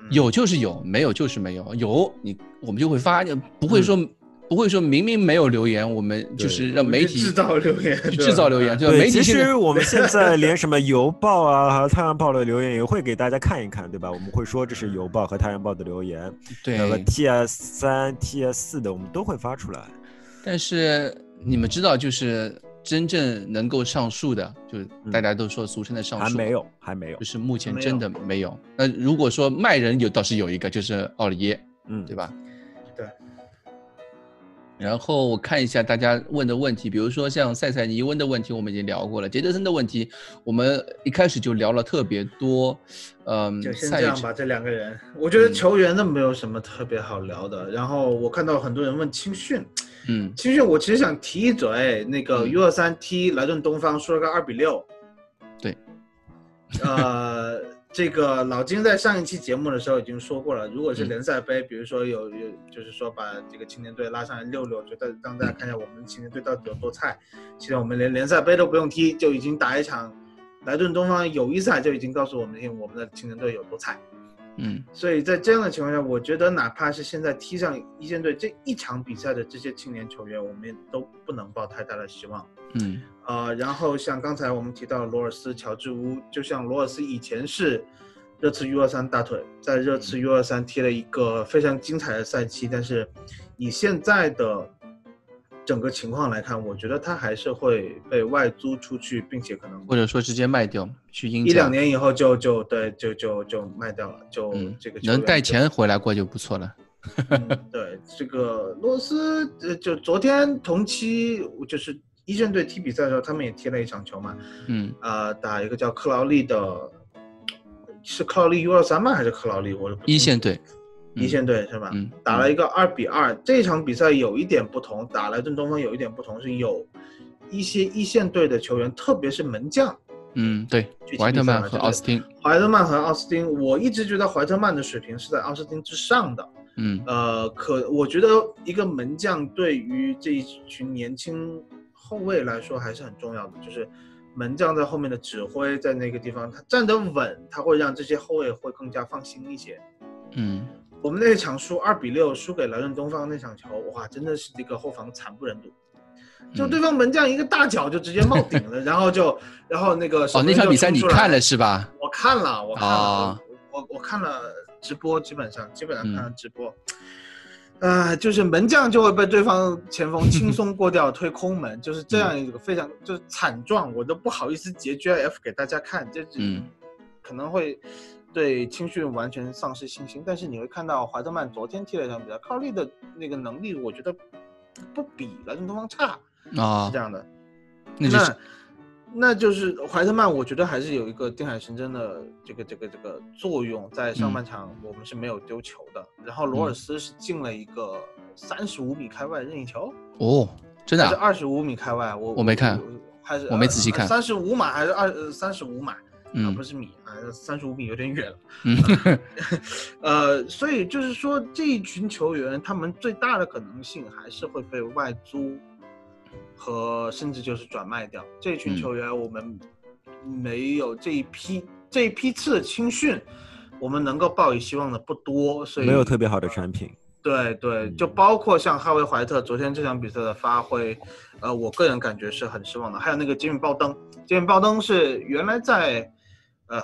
[SPEAKER 8] 嗯
[SPEAKER 6] 有就是有，没有就是没有。有你我们就会发，不会说、
[SPEAKER 3] 嗯
[SPEAKER 6] 不会说明明没有留言，我们就是让媒体
[SPEAKER 8] 制造留言，
[SPEAKER 6] 去制造留言，
[SPEAKER 8] 对吧
[SPEAKER 6] 对吧？媒
[SPEAKER 3] 其
[SPEAKER 6] 体现在
[SPEAKER 3] 实我们现在连什么邮报啊、 还有太阳报的留言也会给大家看一看，对吧？我们会说这是邮报和太阳报的留言，那么
[SPEAKER 6] 对，
[SPEAKER 3] TS 三、TS 四的我们都会发出来。
[SPEAKER 6] 但是你们知道，就是真正能够上树的，就是大家都说俗称的上
[SPEAKER 3] 嗯
[SPEAKER 6] 树，
[SPEAKER 3] 还没有，还没有
[SPEAKER 6] 就，是目前真的没有。那如果说卖人有，倒是有一个，就是奥里耶，
[SPEAKER 3] 嗯，
[SPEAKER 6] 对吧？
[SPEAKER 8] 对。
[SPEAKER 6] 然后我看一下大家问的问题，比如说像塞塞尼翁的问题，我们已经聊过了；杰德森的问题，我们一开始就聊了特别多。嗯，
[SPEAKER 8] 就先
[SPEAKER 6] 赛
[SPEAKER 8] 这样
[SPEAKER 6] 制
[SPEAKER 8] 吧，这两个人，我觉得球员的没有什么特别好聊的。然后我看到很多人问青训，
[SPEAKER 6] 嗯
[SPEAKER 8] 青训我其实想提一嘴，那个
[SPEAKER 6] 嗯
[SPEAKER 8] U 二三踢莱顿东方输了个二比六，
[SPEAKER 6] 对，
[SPEAKER 8] 呃，这个老金在上一期节目的时候已经说过了，如果是
[SPEAKER 6] 嗯
[SPEAKER 8] 联赛杯，比如说有有，就是说把这个青年队拉上来溜溜，就大让大家看一下我们青年队到底有多菜。现在我们连联赛杯都不用踢，就已经打一场莱顿东方友谊赛，就已经告诉我们哎我们的青年队有多菜。
[SPEAKER 6] 嗯
[SPEAKER 8] 所以在这样的情况下，我觉得哪怕是现在踢上一线队这一场比赛的这些青年球员，我们也都不能抱太大的希望。
[SPEAKER 6] 嗯
[SPEAKER 8] 呃，然后像刚才我们提到的罗尔斯、乔治乌，就像罗尔斯以前是热刺 U 二三大腿，在热
[SPEAKER 6] 嗯
[SPEAKER 8] 刺 U 二三踢了一个非常精彩的赛期，但是以现在的整个情况来看，我觉得他还是会被外租出去，并且可能
[SPEAKER 6] 或者说直接卖掉去英甲
[SPEAKER 8] 一两，年以后就就对就就就卖掉了，就
[SPEAKER 6] 嗯
[SPEAKER 8] 这个，球
[SPEAKER 6] 能
[SPEAKER 8] 员
[SPEAKER 6] 带
[SPEAKER 8] 就
[SPEAKER 6] 钱回来过就不错了。
[SPEAKER 8] 嗯 对，这个罗斯，呃，就昨天同期就是一线队踢比赛的时候，他们也踢了一场球嘛，
[SPEAKER 6] 嗯
[SPEAKER 8] 呃，打一个叫克劳利的，是克劳利 U 二三吗？还是克劳利？我
[SPEAKER 6] 一线队，
[SPEAKER 8] 一线队是吧？
[SPEAKER 6] 嗯，
[SPEAKER 8] 打了一个二比二，这场比赛有一点不同，打莱顿东方有一点不同是有一些一线队的球员，特别是门将，
[SPEAKER 6] 嗯，对
[SPEAKER 8] 具体，啊
[SPEAKER 6] 怀特
[SPEAKER 8] 比赛
[SPEAKER 6] 曼
[SPEAKER 8] 了
[SPEAKER 6] 和
[SPEAKER 8] 对
[SPEAKER 6] 奥斯汀，
[SPEAKER 8] 怀特曼和奥斯汀，我一直觉得怀特曼的水平是在奥斯汀之上的。
[SPEAKER 6] 嗯
[SPEAKER 8] 呃，可我觉得一个门将对于这一群年轻后卫来说还是很重要的，就是门将在后面的指挥，在那个地方他站得稳，他会让这些后卫会更加放心一些。
[SPEAKER 6] 嗯
[SPEAKER 8] 我们那场输二比六输给莱顿东方那场球，哇，真的是这个后防惨不忍睹。就
[SPEAKER 6] 嗯
[SPEAKER 8] 对方门将一个大脚就直接冒顶了，然后就，然后那个
[SPEAKER 6] 哦，
[SPEAKER 8] 守
[SPEAKER 6] 那
[SPEAKER 8] 门
[SPEAKER 6] 场
[SPEAKER 8] 就
[SPEAKER 6] 比赛
[SPEAKER 8] 冲
[SPEAKER 6] 你
[SPEAKER 8] 出来
[SPEAKER 6] 看了是吧？
[SPEAKER 8] 我看了，我看了，
[SPEAKER 6] 哦
[SPEAKER 8] 我我我看了直播，基本上基本上
[SPEAKER 6] 嗯
[SPEAKER 8] 看了直播。呃，就是门将就会被对方前锋轻松过 掉，推空门，就是这
[SPEAKER 6] 嗯
[SPEAKER 8] 样一个非常就是惨状，我都不好意思截 GIF 给大家看，这
[SPEAKER 6] 嗯
[SPEAKER 8] 可能会对青训完全丧失信心。但是你会看到怀特曼昨天踢了一场比赛，靠利的那个能力，我觉得不比莱顿东方差，
[SPEAKER 6] 啊
[SPEAKER 8] 是这，样的。
[SPEAKER 6] 那就
[SPEAKER 8] 那
[SPEAKER 6] 是
[SPEAKER 8] 那就是怀特曼，我觉得还是有一个定海神针的这个这个这个作用，在
[SPEAKER 6] 嗯
[SPEAKER 8] 上半场我们是没有丢球的。然后罗尔斯是进了一个三十五米开外任意球，
[SPEAKER 6] 哦，真的
[SPEAKER 8] 还是
[SPEAKER 6] 啊，
[SPEAKER 8] 二十五米开外？我
[SPEAKER 6] 我没看，
[SPEAKER 8] 还是呃
[SPEAKER 6] 我没仔细看
[SPEAKER 8] 三十五码还是二呃三十五码？啊，
[SPEAKER 6] 嗯
[SPEAKER 8] 不是米啊，三十五米有点远了。啊
[SPEAKER 6] 嗯，
[SPEAKER 8] 呃，所以就是说，这一群球员他们最大的可能性还是会被外租和甚至就是转卖掉。这一群
[SPEAKER 6] 嗯
[SPEAKER 8] 球员，我们没有这一批这一批次的青训，我们能够抱以希望的不多，所以
[SPEAKER 3] 没有特别好的产品。
[SPEAKER 8] 对对，就包括像哈维怀特昨天这场比赛的发挥，呃，我个人感觉是很失望的。还有那个吉米鲍登，吉米鲍登是原来在呃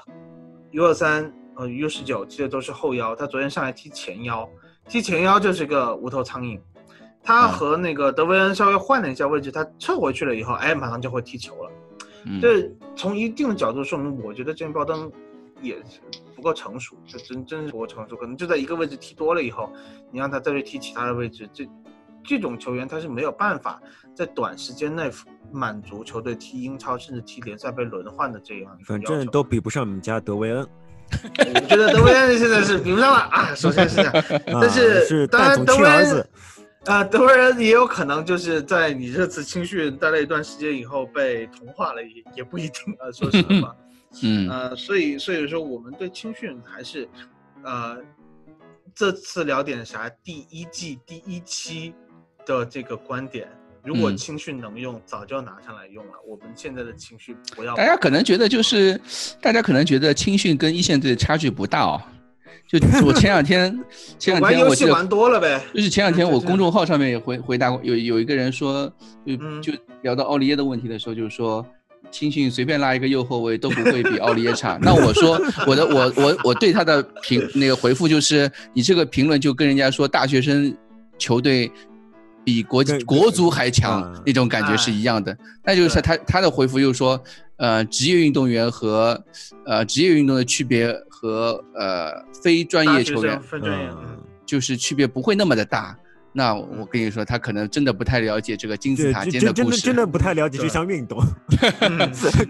[SPEAKER 8] U 二三呃 U 十九踢的都是后腰，他昨天上来踢前腰，踢前腰就是个无头苍蝇。他
[SPEAKER 6] 嗯
[SPEAKER 8] 和那个德维恩稍微换了一下位置，他撤回去了以后，哎，马上就会踢球了。
[SPEAKER 6] 嗯
[SPEAKER 8] 这从一定的角度说明，我觉得这鲍登也是不够成熟，就真真是不够成熟。可能就在一个位置踢多了以后，你让他再去踢其他的位置，这这种球员他是没有办法在短时间内满足球队踢英超甚至踢联赛被轮换的这样一个
[SPEAKER 3] 反
[SPEAKER 8] 要
[SPEAKER 3] 正
[SPEAKER 8] 求
[SPEAKER 3] 都比不上我们家德维恩，
[SPEAKER 8] 我觉得德维恩现在是比不上了啊，首先是这样， 但
[SPEAKER 3] 啊、
[SPEAKER 8] 是
[SPEAKER 3] 是
[SPEAKER 8] 当
[SPEAKER 3] 蛋
[SPEAKER 8] 然
[SPEAKER 3] 总
[SPEAKER 8] 德
[SPEAKER 3] 亲
[SPEAKER 8] 维
[SPEAKER 3] 儿
[SPEAKER 8] 恩
[SPEAKER 3] 子，
[SPEAKER 8] 啊、德国人也有可能就是在你这次青训待了一段时间以后被同化了，也也不一定啊。说实话，
[SPEAKER 6] 嗯
[SPEAKER 8] 呃，所以所以说我们对青训还是，呃，这次聊点啥？第一季第一期的这个观点，如果
[SPEAKER 6] 嗯
[SPEAKER 8] 青训能用，早就拿上来用了。我们现在的情绪不要
[SPEAKER 6] 大家可能觉得就是，大家可能觉得青训跟一线队差距不大哦。就我前两天，前 两
[SPEAKER 8] 玩
[SPEAKER 6] 天
[SPEAKER 8] 游
[SPEAKER 6] 我记
[SPEAKER 8] 戏
[SPEAKER 6] 得
[SPEAKER 8] 玩多了呗。
[SPEAKER 6] 就是前两天我
[SPEAKER 8] 就是
[SPEAKER 6] 公众号上面也回回答过，有有一个人说，就
[SPEAKER 8] 嗯
[SPEAKER 6] 就聊到奥利耶的问题的时候，就是说。青训随便拉一个右后卫都不会比奥利耶 差。那我说我的我我我对他的评那个回复就是，你这个评论就跟人家说大学生球队比国际
[SPEAKER 3] 跟
[SPEAKER 6] 国足还强
[SPEAKER 3] 啊
[SPEAKER 6] 那种感觉是一样
[SPEAKER 8] 啊
[SPEAKER 6] 的。那就是他他的回复又说，呃，职业运动员和呃职业运动的区别和呃非专
[SPEAKER 8] 大
[SPEAKER 6] 业
[SPEAKER 8] 学
[SPEAKER 6] 球员
[SPEAKER 8] 生分专业，
[SPEAKER 3] 嗯，
[SPEAKER 6] 就是区别不会那么的大。那我跟你说，他可能真的不太了解这个金字
[SPEAKER 3] 对，
[SPEAKER 6] 塔
[SPEAKER 3] 真
[SPEAKER 6] 尖
[SPEAKER 3] 真真
[SPEAKER 6] 故
[SPEAKER 3] 的
[SPEAKER 6] 事。
[SPEAKER 3] 真的不太了解这
[SPEAKER 8] 对
[SPEAKER 3] 项运动，
[SPEAKER 8] 嗯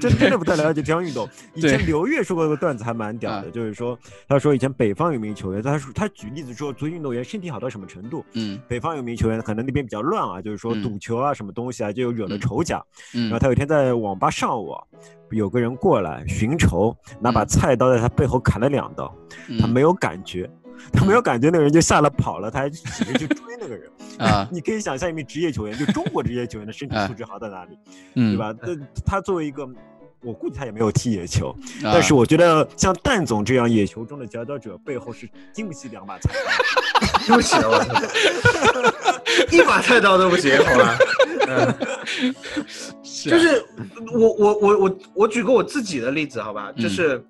[SPEAKER 3] 真真的不太了解这项运动。以前
[SPEAKER 6] 对嗯
[SPEAKER 3] 刘越说过个段子还蛮屌的，就是说他说以前北方有名球员，他说他举例子说足球运动员身体好到什么程度，
[SPEAKER 6] 嗯
[SPEAKER 3] 北方有名球员可能那边比较乱啊，就是说
[SPEAKER 6] 嗯
[SPEAKER 3] 赌球啊什么东西啊，就惹了
[SPEAKER 6] 嗯
[SPEAKER 3] 仇家。然后
[SPEAKER 6] 嗯
[SPEAKER 3] 他有一天在网吧上网，有个人过来寻仇，拿把
[SPEAKER 6] 嗯
[SPEAKER 3] 菜刀在他背后砍了两刀，他没有感觉。他没
[SPEAKER 6] 嗯
[SPEAKER 3] 有感觉，那个人就吓得跑了，他还起身 去追那个人。
[SPEAKER 6] 啊
[SPEAKER 3] 你可以想象一名职业球员，就中国职业球员的身体素质好到哪里，
[SPEAKER 6] 嗯，
[SPEAKER 3] 对吧？那他作为一个，我估计他也没有踢野球，
[SPEAKER 6] 啊？
[SPEAKER 3] 但是我觉得像蛋总这样野球中的佼佼者，背后是经不起两把菜刀的。
[SPEAKER 8] 对不起啊，我操， 一把菜刀都不行，好吧？嗯。
[SPEAKER 6] 是啊
[SPEAKER 8] 就是我我我我我举个我自己的例子，好吧，
[SPEAKER 6] 嗯
[SPEAKER 8] 就是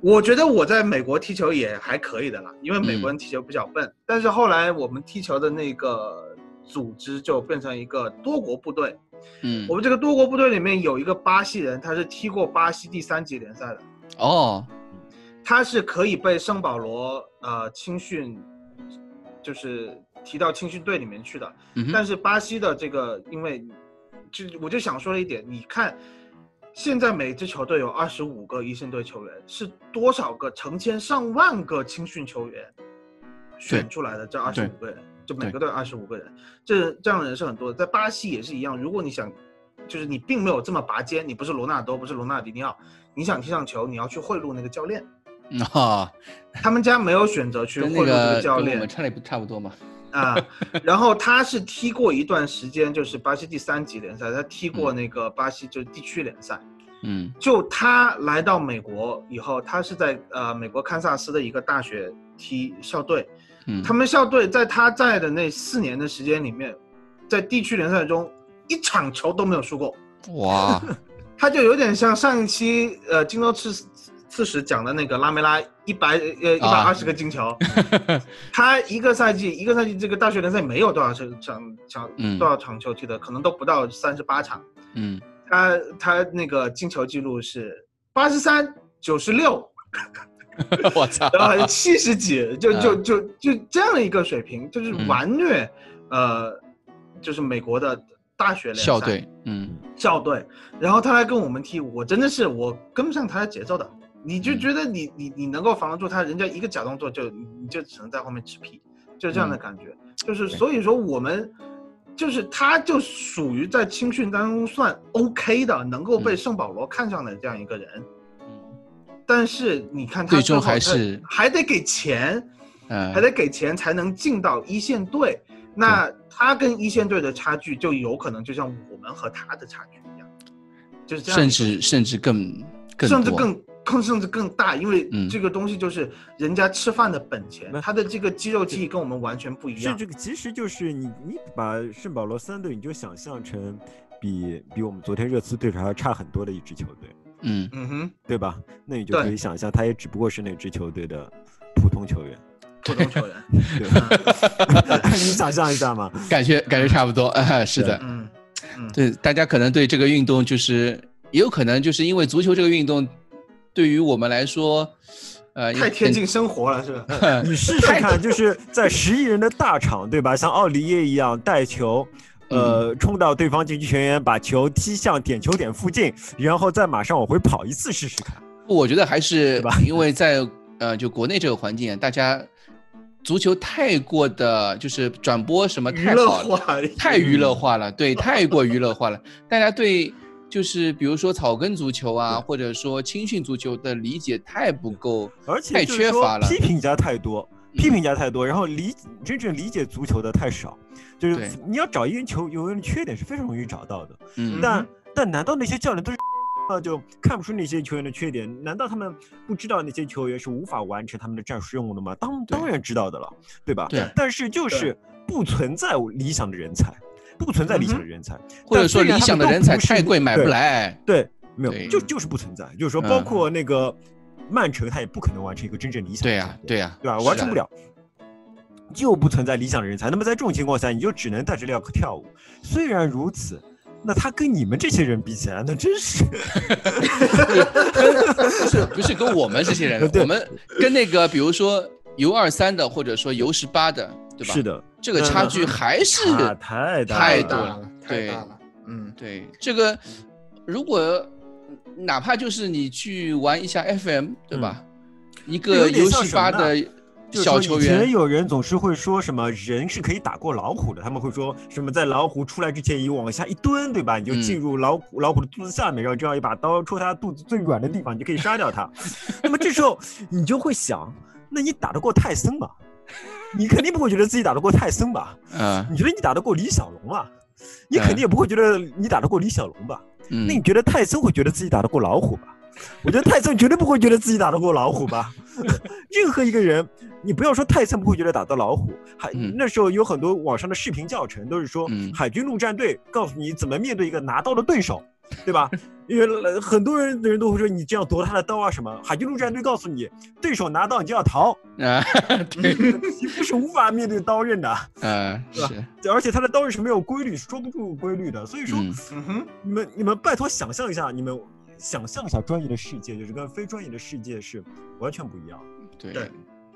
[SPEAKER 8] 我觉得我在美国踢球也还可以的啦，因为美
[SPEAKER 6] 嗯
[SPEAKER 8] 国人踢球比较笨。但是后来我们踢球的那个组织就变成一个多国部队，
[SPEAKER 6] 嗯
[SPEAKER 8] 我们这个多国部队里面有一个巴西人，他是踢过巴西第三级联赛的，
[SPEAKER 6] 哦
[SPEAKER 8] 他是可以被圣保罗呃青训，就是提到青训队里面去的。
[SPEAKER 6] 嗯哼
[SPEAKER 8] 但是巴西的这个，因为就我就想说了一点，你看现在每支球队有二十五个一线队球员，是多少个成千上万个青训球员选出来的这二十
[SPEAKER 6] 对
[SPEAKER 8] 五个人，就每个队二十五个人，这这样的人是很多的。在巴西也是一样，如果你想。就是你并没有这么拔尖，你不是罗纳尔多，不是罗纳尔迪尼奥，你想踢上球，你要去贿赂那个教练。
[SPEAKER 6] 嗯啊，
[SPEAKER 8] 他们家没有选择去贿
[SPEAKER 6] 跟
[SPEAKER 8] 赂
[SPEAKER 6] 那
[SPEAKER 8] 这
[SPEAKER 6] 个
[SPEAKER 8] 个
[SPEAKER 6] 跟
[SPEAKER 8] 教
[SPEAKER 6] 我
[SPEAKER 8] 练
[SPEAKER 6] 们差的差不多嘛。
[SPEAKER 8] 啊，然后他是踢过一段时间，就是巴西第三级联赛，他踢过那个巴西就是地区联赛。
[SPEAKER 6] 嗯
[SPEAKER 8] 就他来到美国以后，他是在呃美国堪萨斯的一个大学踢校队，
[SPEAKER 6] 嗯，
[SPEAKER 8] 他们校队在他在的那四年的时间里面，在地区联赛中一场球都没有输过。
[SPEAKER 6] 哇，
[SPEAKER 8] 他就有点像上一期呃荆州刺刺史讲的那个拉梅拉一百呃一百
[SPEAKER 6] 啊
[SPEAKER 8] 二十个进 球，他一个赛季一个赛季这个大学联赛没有多少场场场
[SPEAKER 6] 嗯
[SPEAKER 8] 多少场球踢的，可能都不到三十八场。
[SPEAKER 6] 嗯
[SPEAKER 8] 他他那个进球记录是八十三、九十六、
[SPEAKER 6] 我操！
[SPEAKER 8] 然后还是七十几，就就
[SPEAKER 6] 嗯
[SPEAKER 8] 就就这样一个水平，就是
[SPEAKER 6] 嗯
[SPEAKER 8] 完虐，呃，就是美国的大学联赛
[SPEAKER 6] 校队，嗯，
[SPEAKER 8] 校队，然后他来跟我们踢，我真的是我跟不上他的节奏的。你就
[SPEAKER 6] 嗯
[SPEAKER 8] 觉得你你你能够防得住他，人家一个假动作就你你就只能在后面吃皮，就这样的
[SPEAKER 6] 嗯
[SPEAKER 8] 感觉。就是所以说我们就是他就属于在青训当中算 OK 的，能够被
[SPEAKER 6] 嗯
[SPEAKER 8] 圣保罗看上的这样一个人。
[SPEAKER 6] 嗯
[SPEAKER 8] 但是你看他
[SPEAKER 6] 最终
[SPEAKER 8] 后
[SPEAKER 6] 还
[SPEAKER 8] 他
[SPEAKER 6] 是
[SPEAKER 8] 还得给钱，
[SPEAKER 6] 嗯
[SPEAKER 8] 还得给钱才能进到一线队。那他跟一线队的差距，就有可能就像我们和他的差距一样，就是这样一
[SPEAKER 6] 甚
[SPEAKER 8] 个，
[SPEAKER 6] 至甚至更更
[SPEAKER 8] 甚至
[SPEAKER 6] 多
[SPEAKER 8] 更更甚至更大，因为
[SPEAKER 6] 嗯
[SPEAKER 8] 这个东西就是人家吃饭的本钱，
[SPEAKER 3] 那
[SPEAKER 8] 他的这个肌肉记忆跟我们完全不一
[SPEAKER 3] 是
[SPEAKER 8] 样。
[SPEAKER 3] 这个，其实就是你你把圣保罗三队，你就想象成比比我们昨天热刺对手还要差很多的一支球队，
[SPEAKER 6] 嗯
[SPEAKER 8] 嗯哼，
[SPEAKER 3] 对吧？那你就
[SPEAKER 8] 对
[SPEAKER 3] 可以想象，他也只不过是那支球队的普通球员，
[SPEAKER 8] 普通 球员，嗯
[SPEAKER 3] 对 吧？你想象一下嘛，
[SPEAKER 6] 感觉感觉差不多， 啊，是的，
[SPEAKER 8] 嗯嗯，
[SPEAKER 6] 对，大家可能对这个运动就是，也有可能就是因为足球这个运动，对于我们来说，呃，嗯
[SPEAKER 8] 太贴近生活了，是吧？
[SPEAKER 3] 你试试看，就是在十亿人的大场，对吧？像奥利耶一样带球，
[SPEAKER 6] 嗯
[SPEAKER 3] 呃，冲到对方禁区前沿，把球踢向点球点附近，然后再马上往回跑一次试试看。
[SPEAKER 6] 我觉得还是
[SPEAKER 3] 吧
[SPEAKER 6] 因为在呃，就国内这个环境啊，大家足球太过的，就是转播什么
[SPEAKER 8] 娱
[SPEAKER 6] 太
[SPEAKER 8] 乐
[SPEAKER 6] 好了，
[SPEAKER 8] 化，
[SPEAKER 6] 太娱
[SPEAKER 3] 嗯
[SPEAKER 6] 乐化了，对，太过娱乐化了。大家对就是比如说草根足球啊，或者说青训足球的理解太不够，
[SPEAKER 3] 而且
[SPEAKER 6] 太
[SPEAKER 3] 就是
[SPEAKER 6] 缺
[SPEAKER 3] 说
[SPEAKER 6] 乏了
[SPEAKER 3] 批评家太多，
[SPEAKER 6] 嗯
[SPEAKER 3] 批评家太多，然后理真正理解足球的太少。就是
[SPEAKER 6] 对
[SPEAKER 3] 你要找一个人球有人的缺点是非常容易找到的，
[SPEAKER 6] 嗯
[SPEAKER 8] 那
[SPEAKER 3] 但但难道那些教练都是？那就看不出那些球员的缺点，难道他们不知道那些球员是无法完成他们的战术任务的吗？当
[SPEAKER 6] 对
[SPEAKER 3] 当然知道的了，对吧？
[SPEAKER 6] 对
[SPEAKER 3] 但是就是不存在理想的人才，不
[SPEAKER 6] 嗯
[SPEAKER 3] 存在理想的人才，
[SPEAKER 6] 或者说理想的人才太贵买不
[SPEAKER 3] 来。
[SPEAKER 6] 来，
[SPEAKER 3] 对，没
[SPEAKER 6] 对
[SPEAKER 3] 有，就就是不存在。就是说，包
[SPEAKER 6] 嗯
[SPEAKER 3] 括那个曼城，他也不可能完成一个真正理想的
[SPEAKER 6] 对
[SPEAKER 3] 人
[SPEAKER 6] 呀
[SPEAKER 3] 才，
[SPEAKER 6] 对呀，
[SPEAKER 3] 对吧？
[SPEAKER 6] 是啊
[SPEAKER 3] 完
[SPEAKER 6] 的
[SPEAKER 3] 成不了，就不存在理想的人才。那么在这种情况下，你就只能带着镣铐跳舞。虽然如此，那他跟你们这些人比起来，那真是
[SPEAKER 6] 不是不是跟我们这些人，
[SPEAKER 3] 对
[SPEAKER 6] 我们跟那个比如说 U 二三的或者说 U 十八的，对吧？
[SPEAKER 3] 是，的，嗯
[SPEAKER 6] 这个差距还是
[SPEAKER 3] 差太大
[SPEAKER 6] 太
[SPEAKER 3] 了
[SPEAKER 6] 多了
[SPEAKER 8] 了，太
[SPEAKER 6] 对
[SPEAKER 8] 大了，嗯，
[SPEAKER 6] 对这个，如果哪怕就是你去玩一下 FM，对吧？一个
[SPEAKER 3] 嗯有点
[SPEAKER 6] U
[SPEAKER 3] 像
[SPEAKER 6] 十
[SPEAKER 3] 什么
[SPEAKER 6] 八
[SPEAKER 3] 呢
[SPEAKER 6] 的
[SPEAKER 3] 就是
[SPEAKER 6] 小
[SPEAKER 3] 说
[SPEAKER 6] 球
[SPEAKER 3] 以前
[SPEAKER 6] 员，
[SPEAKER 3] 有人总是会说什么人是可以打过老虎的，他们会说什么在老虎出来之前，你往下一蹲，对吧？你就
[SPEAKER 6] 嗯
[SPEAKER 3] 进入老虎、老虎的肚子下面，然后这样一把刀戳他肚子最软的地方，你就可以杀掉他。 那么这时候你就会想，那你打得过泰森吗？你肯定不会觉得自己打得过泰森吧？
[SPEAKER 6] 嗯
[SPEAKER 3] 你觉得你打得过李小龙吗？你
[SPEAKER 6] 嗯
[SPEAKER 3] 肯定也不会觉得你打得过李小龙吧？那你
[SPEAKER 6] 嗯，
[SPEAKER 3] 觉得泰森会觉得自己打得过老虎吧？我觉得泰森绝对不会觉得自己打得过老虎 吧。任何一个人，你不要说泰森不会觉得打到老虎，海、
[SPEAKER 6] 嗯
[SPEAKER 3] 那时候有很多网上的视频教程都是说、
[SPEAKER 6] 嗯
[SPEAKER 3] 海军陆战队告诉你怎么面对一个拿刀的对手，对 吧？因为很多人的人都会说你这样夺他的刀啊什么，海军陆战队告诉你对手拿刀你就要逃，
[SPEAKER 6] 啊，对，
[SPEAKER 3] 你不是无法面对刀刃的，
[SPEAKER 6] 啊，
[SPEAKER 3] 是吧
[SPEAKER 6] 是，
[SPEAKER 3] 而且他的刀刃是没有规律，说不住规律的，所以说。
[SPEAKER 6] 嗯，
[SPEAKER 8] 嗯哼，
[SPEAKER 3] 你们你们拜托想象一下，你们想象一下专业的世界，就是跟非专业的世界是完全不一样。
[SPEAKER 6] 对
[SPEAKER 8] 对。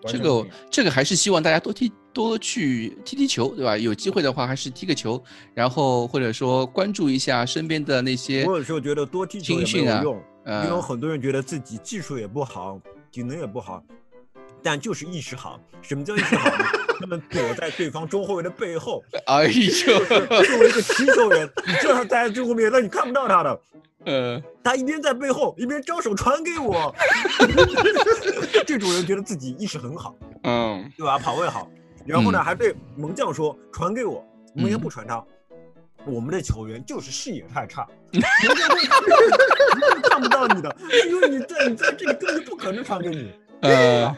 [SPEAKER 6] 这个我这个还是希望大家多踢多去踢踢球，对吧？有机会的话还是踢个球，然后或者说关注一下身边的那些
[SPEAKER 3] 我有时候觉得多踢球
[SPEAKER 6] 青
[SPEAKER 3] 也
[SPEAKER 6] 训
[SPEAKER 3] 没
[SPEAKER 6] 啊
[SPEAKER 3] 有用，
[SPEAKER 6] 呃
[SPEAKER 3] 因为有很多人觉得自己技术也不好，体能也不好，但就是意识好。什么叫意识好呢？他们躲在对方中后卫的背后，
[SPEAKER 6] 哎呦，
[SPEAKER 3] 作为一个持球人，你就让他待在最后面，那你看不到他的。
[SPEAKER 6] 呃，
[SPEAKER 3] 他一边在背后，一边招手传给我。 这种人觉得自己意识很好。
[SPEAKER 6] 嗯，
[SPEAKER 3] 对 吧？跑位好，然后呢，
[SPEAKER 6] 嗯
[SPEAKER 3] 还对门将说传给我，门将
[SPEAKER 6] 嗯
[SPEAKER 3] 不传他。我们的球员就是视野太 差，看不到你的，因为你在你在这里根本就不可能传给你，
[SPEAKER 6] 呃，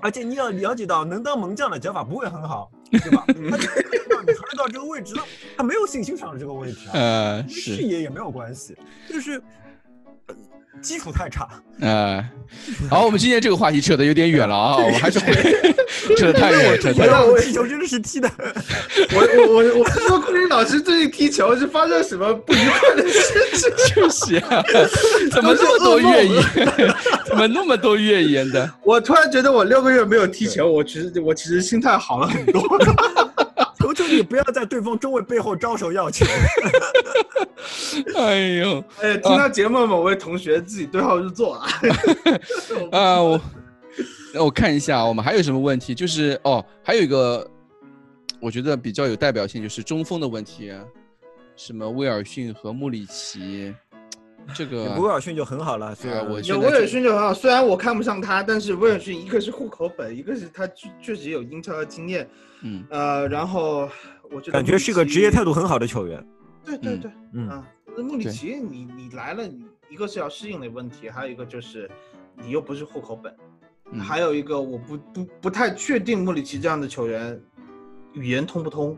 [SPEAKER 3] 而且你要了解到，能当门将的脚法不会很好，对 吧？
[SPEAKER 6] 嗯
[SPEAKER 3] 他就看不到你传到这个位置，他他没有信心上这个位置啊。
[SPEAKER 6] 呃，
[SPEAKER 3] 跟视
[SPEAKER 6] 是，
[SPEAKER 3] 野也没有关系，就是。呃
[SPEAKER 7] 基础太差。
[SPEAKER 6] 呃，好，我们今天这个话题扯得有点远了啊，我们还 是回扯得太远，扯得
[SPEAKER 8] 回
[SPEAKER 6] 太远
[SPEAKER 8] 到。
[SPEAKER 7] 我踢球真的是踢的，
[SPEAKER 8] 我我我我是说，库里老师最近踢球是发生什么不愉快的事情？
[SPEAKER 6] 就是啊， 怎么这么多越野？ 怎么那么多越野的？
[SPEAKER 8] 我突然觉得我六个月没有踢球，我其实我其实心态好了 很多。
[SPEAKER 7] 求求你不要在对方中卫背后招手要球。
[SPEAKER 6] 哎呦，
[SPEAKER 8] 哎，听到节目某位同学自己对号入座啊。
[SPEAKER 6] 啊，我让我看一下，啊我们还有什么问题？就是哦，还有一个，我觉得比较有代表性就是中锋的问题，啊什么威尔逊和穆里奇，这个
[SPEAKER 7] 不过尔逊就很好了，虽然
[SPEAKER 6] 啊 我觉
[SPEAKER 8] 有
[SPEAKER 6] 得
[SPEAKER 8] 威尔逊就很好，虽然我看不上他，但是威尔逊一个是户口本，一个是他确确实有英超的经验，
[SPEAKER 6] 嗯
[SPEAKER 8] 呃，然后我觉得
[SPEAKER 7] 感觉是个职业态
[SPEAKER 8] 特
[SPEAKER 7] 度很好的球员。
[SPEAKER 8] 对对对，
[SPEAKER 7] 嗯
[SPEAKER 8] 啊，穆里奇你你来了，你一个是要适应的问题，还有一个就是你又不是户口本，
[SPEAKER 6] 嗯
[SPEAKER 8] 还有一个我不不不太确定穆里奇这样的球员语言通不通，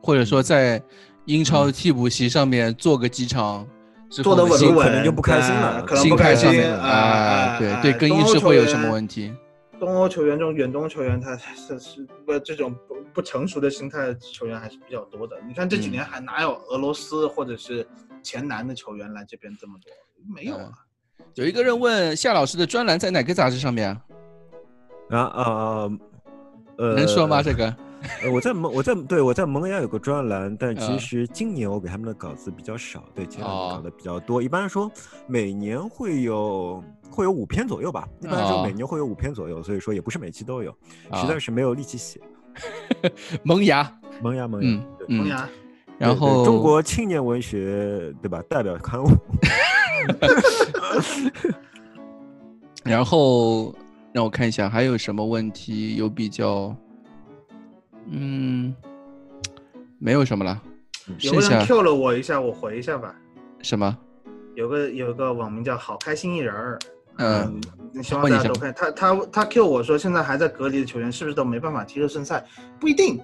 [SPEAKER 6] 或者说在英超替补席上面坐个几场之
[SPEAKER 8] 坐
[SPEAKER 6] 后
[SPEAKER 8] 得稳
[SPEAKER 6] 心哎
[SPEAKER 8] 不稳，
[SPEAKER 7] 可能就不开心了
[SPEAKER 8] 呃可能
[SPEAKER 6] 心
[SPEAKER 8] 不开
[SPEAKER 6] 态上
[SPEAKER 8] 心哎
[SPEAKER 6] 面啊，对对，更衣室会有什么问
[SPEAKER 8] 题？
[SPEAKER 6] 题？
[SPEAKER 8] 东欧球员中，远东球员他是是不这种不不成熟的心态球员还是比较多的。你看这几
[SPEAKER 6] 嗯
[SPEAKER 8] 年还哪有俄罗斯或者是前南的球员来这边这么多？没有啊。
[SPEAKER 6] 有一个人问夏老师的专栏在哪个杂志上面啊？
[SPEAKER 7] 然后呃呃，
[SPEAKER 6] 能说吗？这个？
[SPEAKER 7] 呃，我在萌，我在对我在萌芽有个专栏，但
[SPEAKER 6] 啊
[SPEAKER 7] 其实今年我给他们的稿子比较少，对，前两
[SPEAKER 6] 哦
[SPEAKER 7] 年稿子比较多。一般来说，每年会有会有五篇左右吧，一般来说
[SPEAKER 6] 哦
[SPEAKER 7] 每年会有五篇左右，所以说也不是每期都有，
[SPEAKER 6] 啊
[SPEAKER 7] 实在是没有力气写。
[SPEAKER 6] 萌芽，
[SPEAKER 7] 萌芽萌芽，
[SPEAKER 6] 嗯
[SPEAKER 7] 对
[SPEAKER 8] 萌
[SPEAKER 6] 嗯，
[SPEAKER 8] 芽，
[SPEAKER 6] 然
[SPEAKER 7] 对对
[SPEAKER 6] 后
[SPEAKER 7] 中国青年文学对吧？代表刊物，
[SPEAKER 6] 然后让我看一下还有什么问题有比较，嗯，没有什么了，
[SPEAKER 8] 有个
[SPEAKER 6] 嗯 剩
[SPEAKER 8] 人
[SPEAKER 6] 下
[SPEAKER 8] Q 了我一下，我回一下吧。
[SPEAKER 6] 什么？
[SPEAKER 8] 有个有个网名叫“好开心一人儿”，
[SPEAKER 6] 嗯，
[SPEAKER 8] 希望大家都看他他他 Q 我说，现在还在隔离的球员是不是都没办法踢热身赛？不一定，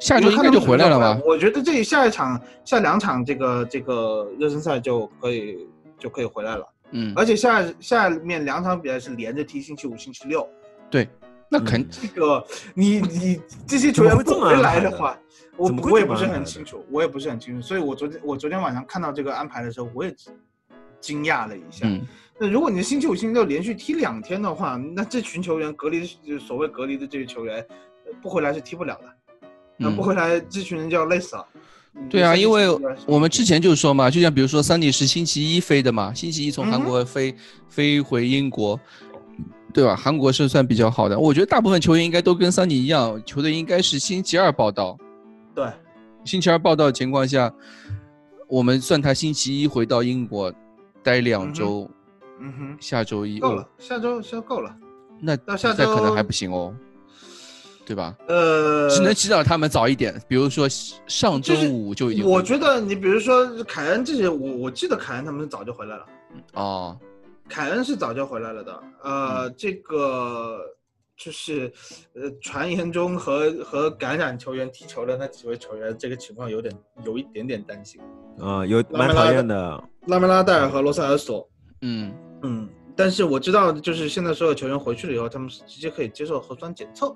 [SPEAKER 6] 下周应该就回来了吧？
[SPEAKER 8] 我觉得这下一场、下两场这个这个热身赛就可以就可以回来了，
[SPEAKER 6] 嗯，
[SPEAKER 8] 而且下下面两场比赛是连着踢，星期五、星期六。
[SPEAKER 6] 对，那肯
[SPEAKER 7] 嗯
[SPEAKER 8] 这个你你这些球员不回来的话，我
[SPEAKER 7] 怎么会这么安排的
[SPEAKER 8] 我也不是很清楚，我也不是很清楚。所以我昨天我昨天晚上看到这个安排的时候，我也惊讶了一下。
[SPEAKER 6] 嗯
[SPEAKER 8] 那如果你星期五、星期六连续踢两天的话，那这群球员隔离就是所谓隔离的这些球员，呃不回来是踢不了的。那不
[SPEAKER 6] 嗯，
[SPEAKER 8] 回来，这群人就要累死了。嗯
[SPEAKER 6] 对啊，
[SPEAKER 8] 这些
[SPEAKER 6] 因为
[SPEAKER 8] 球员
[SPEAKER 6] 我们之前就说嘛，就像比如说桑尼是星期一飞的嘛，星期
[SPEAKER 8] 嗯
[SPEAKER 6] 一从韩国飞飞回英国。对吧？韩国是算比较好的，我觉得大部分球员应该都跟桑尼一样，球队应该是星期二报道，
[SPEAKER 8] 对
[SPEAKER 6] 星期二报道的情况下，我们算他星期一回到英国待两周，
[SPEAKER 8] 嗯哼，
[SPEAKER 6] 下周一
[SPEAKER 8] 够
[SPEAKER 6] 哦
[SPEAKER 8] 了，，下周下周够了。
[SPEAKER 6] 那
[SPEAKER 8] 到下
[SPEAKER 6] 那可能
[SPEAKER 8] 周
[SPEAKER 6] 还不行哦，对吧？
[SPEAKER 8] 呃，
[SPEAKER 6] 只能祈祷他们早一点，比如说上周
[SPEAKER 8] 就是
[SPEAKER 6] 五就已经回来了。
[SPEAKER 8] 我觉得你比如说凯恩这些，我我记得凯恩他们是早就回来了，
[SPEAKER 6] 哦，
[SPEAKER 8] 凯恩是早就回来了的。
[SPEAKER 6] 嗯
[SPEAKER 8] 呃，这个就是呃，传言中和和感染球员踢球的那几位球员，这个情况有点有一点点担心。
[SPEAKER 7] 啊，有
[SPEAKER 8] 拉梅
[SPEAKER 7] 蛮
[SPEAKER 8] 拉
[SPEAKER 7] 讨
[SPEAKER 8] 的
[SPEAKER 7] 厌的。
[SPEAKER 8] 拉梅拉戴尔和罗塞尔索
[SPEAKER 6] 嗯，
[SPEAKER 8] 嗯，但是我知道，就是现在所有球员回去了以后，他们是直接可以接受核酸检测。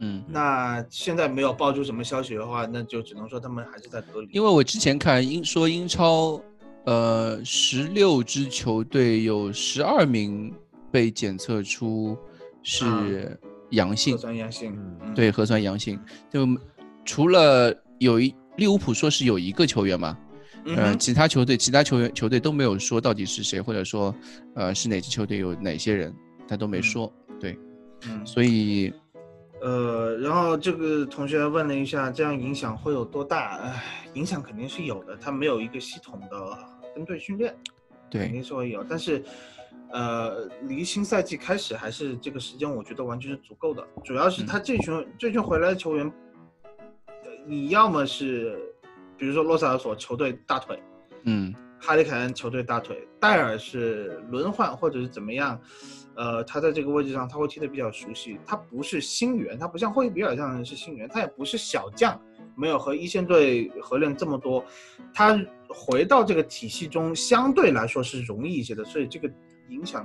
[SPEAKER 6] 嗯，
[SPEAKER 8] 那现在没有爆出什么消息的话，那就只能说他们还是在隔离。
[SPEAKER 6] 因为我之前看英说英超，呃，十六支球队有十二名被检测出
[SPEAKER 8] 啊
[SPEAKER 6] 是阳性
[SPEAKER 8] 核，酸阳性，嗯，
[SPEAKER 6] 对，核酸阳性。就除了有一利物浦说是有一个球员嘛，
[SPEAKER 8] 嗯
[SPEAKER 6] 呃，
[SPEAKER 8] 哼，
[SPEAKER 6] 其他球队其他球员球队都没有说到底是谁，或者说呃是哪支球队有哪些人，他都没
[SPEAKER 8] 嗯
[SPEAKER 6] 说。对，
[SPEAKER 8] 嗯，
[SPEAKER 6] 所以
[SPEAKER 8] 呃，然后这个同学问了一下，这样影响会有多大？唉，影响肯定是有的，他没有一个系统的跟队训练，肯
[SPEAKER 6] 对
[SPEAKER 8] 定是会有。但是，呃，离新赛季开始还是这个时间，我觉得完全是足够的。主要
[SPEAKER 6] 嗯
[SPEAKER 8] 是他这群、这群回来的球员，呃你要么是，比如说洛萨尔索球队大腿，
[SPEAKER 6] 嗯
[SPEAKER 8] 哈里凯恩球队大腿，戴尔是轮换或者是怎么样，呃，他在这个位置上他会踢得比较熟悉。他不是新援，他不像霍伊比尔这样的是新援，他也不是小将，没有和一线队合练这么多，他回到这个体系中相对来说是容易一些的，所以这个影响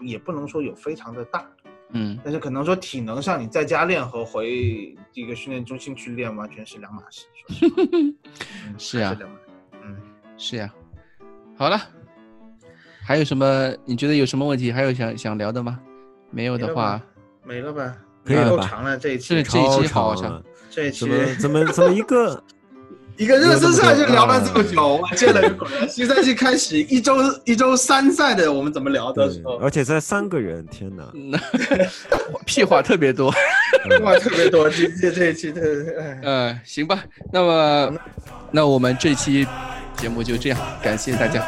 [SPEAKER 8] 你，也不能说有非常的大，
[SPEAKER 6] 嗯
[SPEAKER 8] 但是可能说体能上你在家练和回这个训练中心去练完全是两码事，说实 话嗯还
[SPEAKER 6] 是啊
[SPEAKER 8] 两码事嗯。
[SPEAKER 6] 是呀。好了，还有什么？你觉得有什么问题？还有想想聊的吗？没有
[SPEAKER 8] 没
[SPEAKER 6] 的
[SPEAKER 8] 了
[SPEAKER 6] 话
[SPEAKER 8] 吧，没了吧？
[SPEAKER 3] 可以了
[SPEAKER 8] 够
[SPEAKER 3] 吧
[SPEAKER 8] 长了这一期，
[SPEAKER 6] 是这一
[SPEAKER 3] 超
[SPEAKER 6] 期好
[SPEAKER 3] 长
[SPEAKER 6] 像
[SPEAKER 3] 了，
[SPEAKER 8] 这一
[SPEAKER 3] 怎
[SPEAKER 8] 期
[SPEAKER 3] 么怎么怎么一个
[SPEAKER 8] 一个热身赛就聊了这么
[SPEAKER 3] 没有那么
[SPEAKER 8] 久，我见了个鬼！新赛季开始一周一周三赛的，我们怎么聊的时
[SPEAKER 3] 对，
[SPEAKER 8] 候，
[SPEAKER 3] 而且才三个人，天哪！
[SPEAKER 6] 嗯屁话特别多。
[SPEAKER 8] 话特别多。这这这一期特别，哎。
[SPEAKER 6] 呃，行吧，那么那我们这期节目就这样，感谢大家。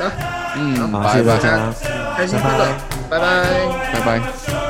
[SPEAKER 6] 嗯，
[SPEAKER 3] 啊好，谢谢大
[SPEAKER 6] 拜拜，
[SPEAKER 3] 家。
[SPEAKER 8] 开心快乐，拜拜。
[SPEAKER 6] 拜拜。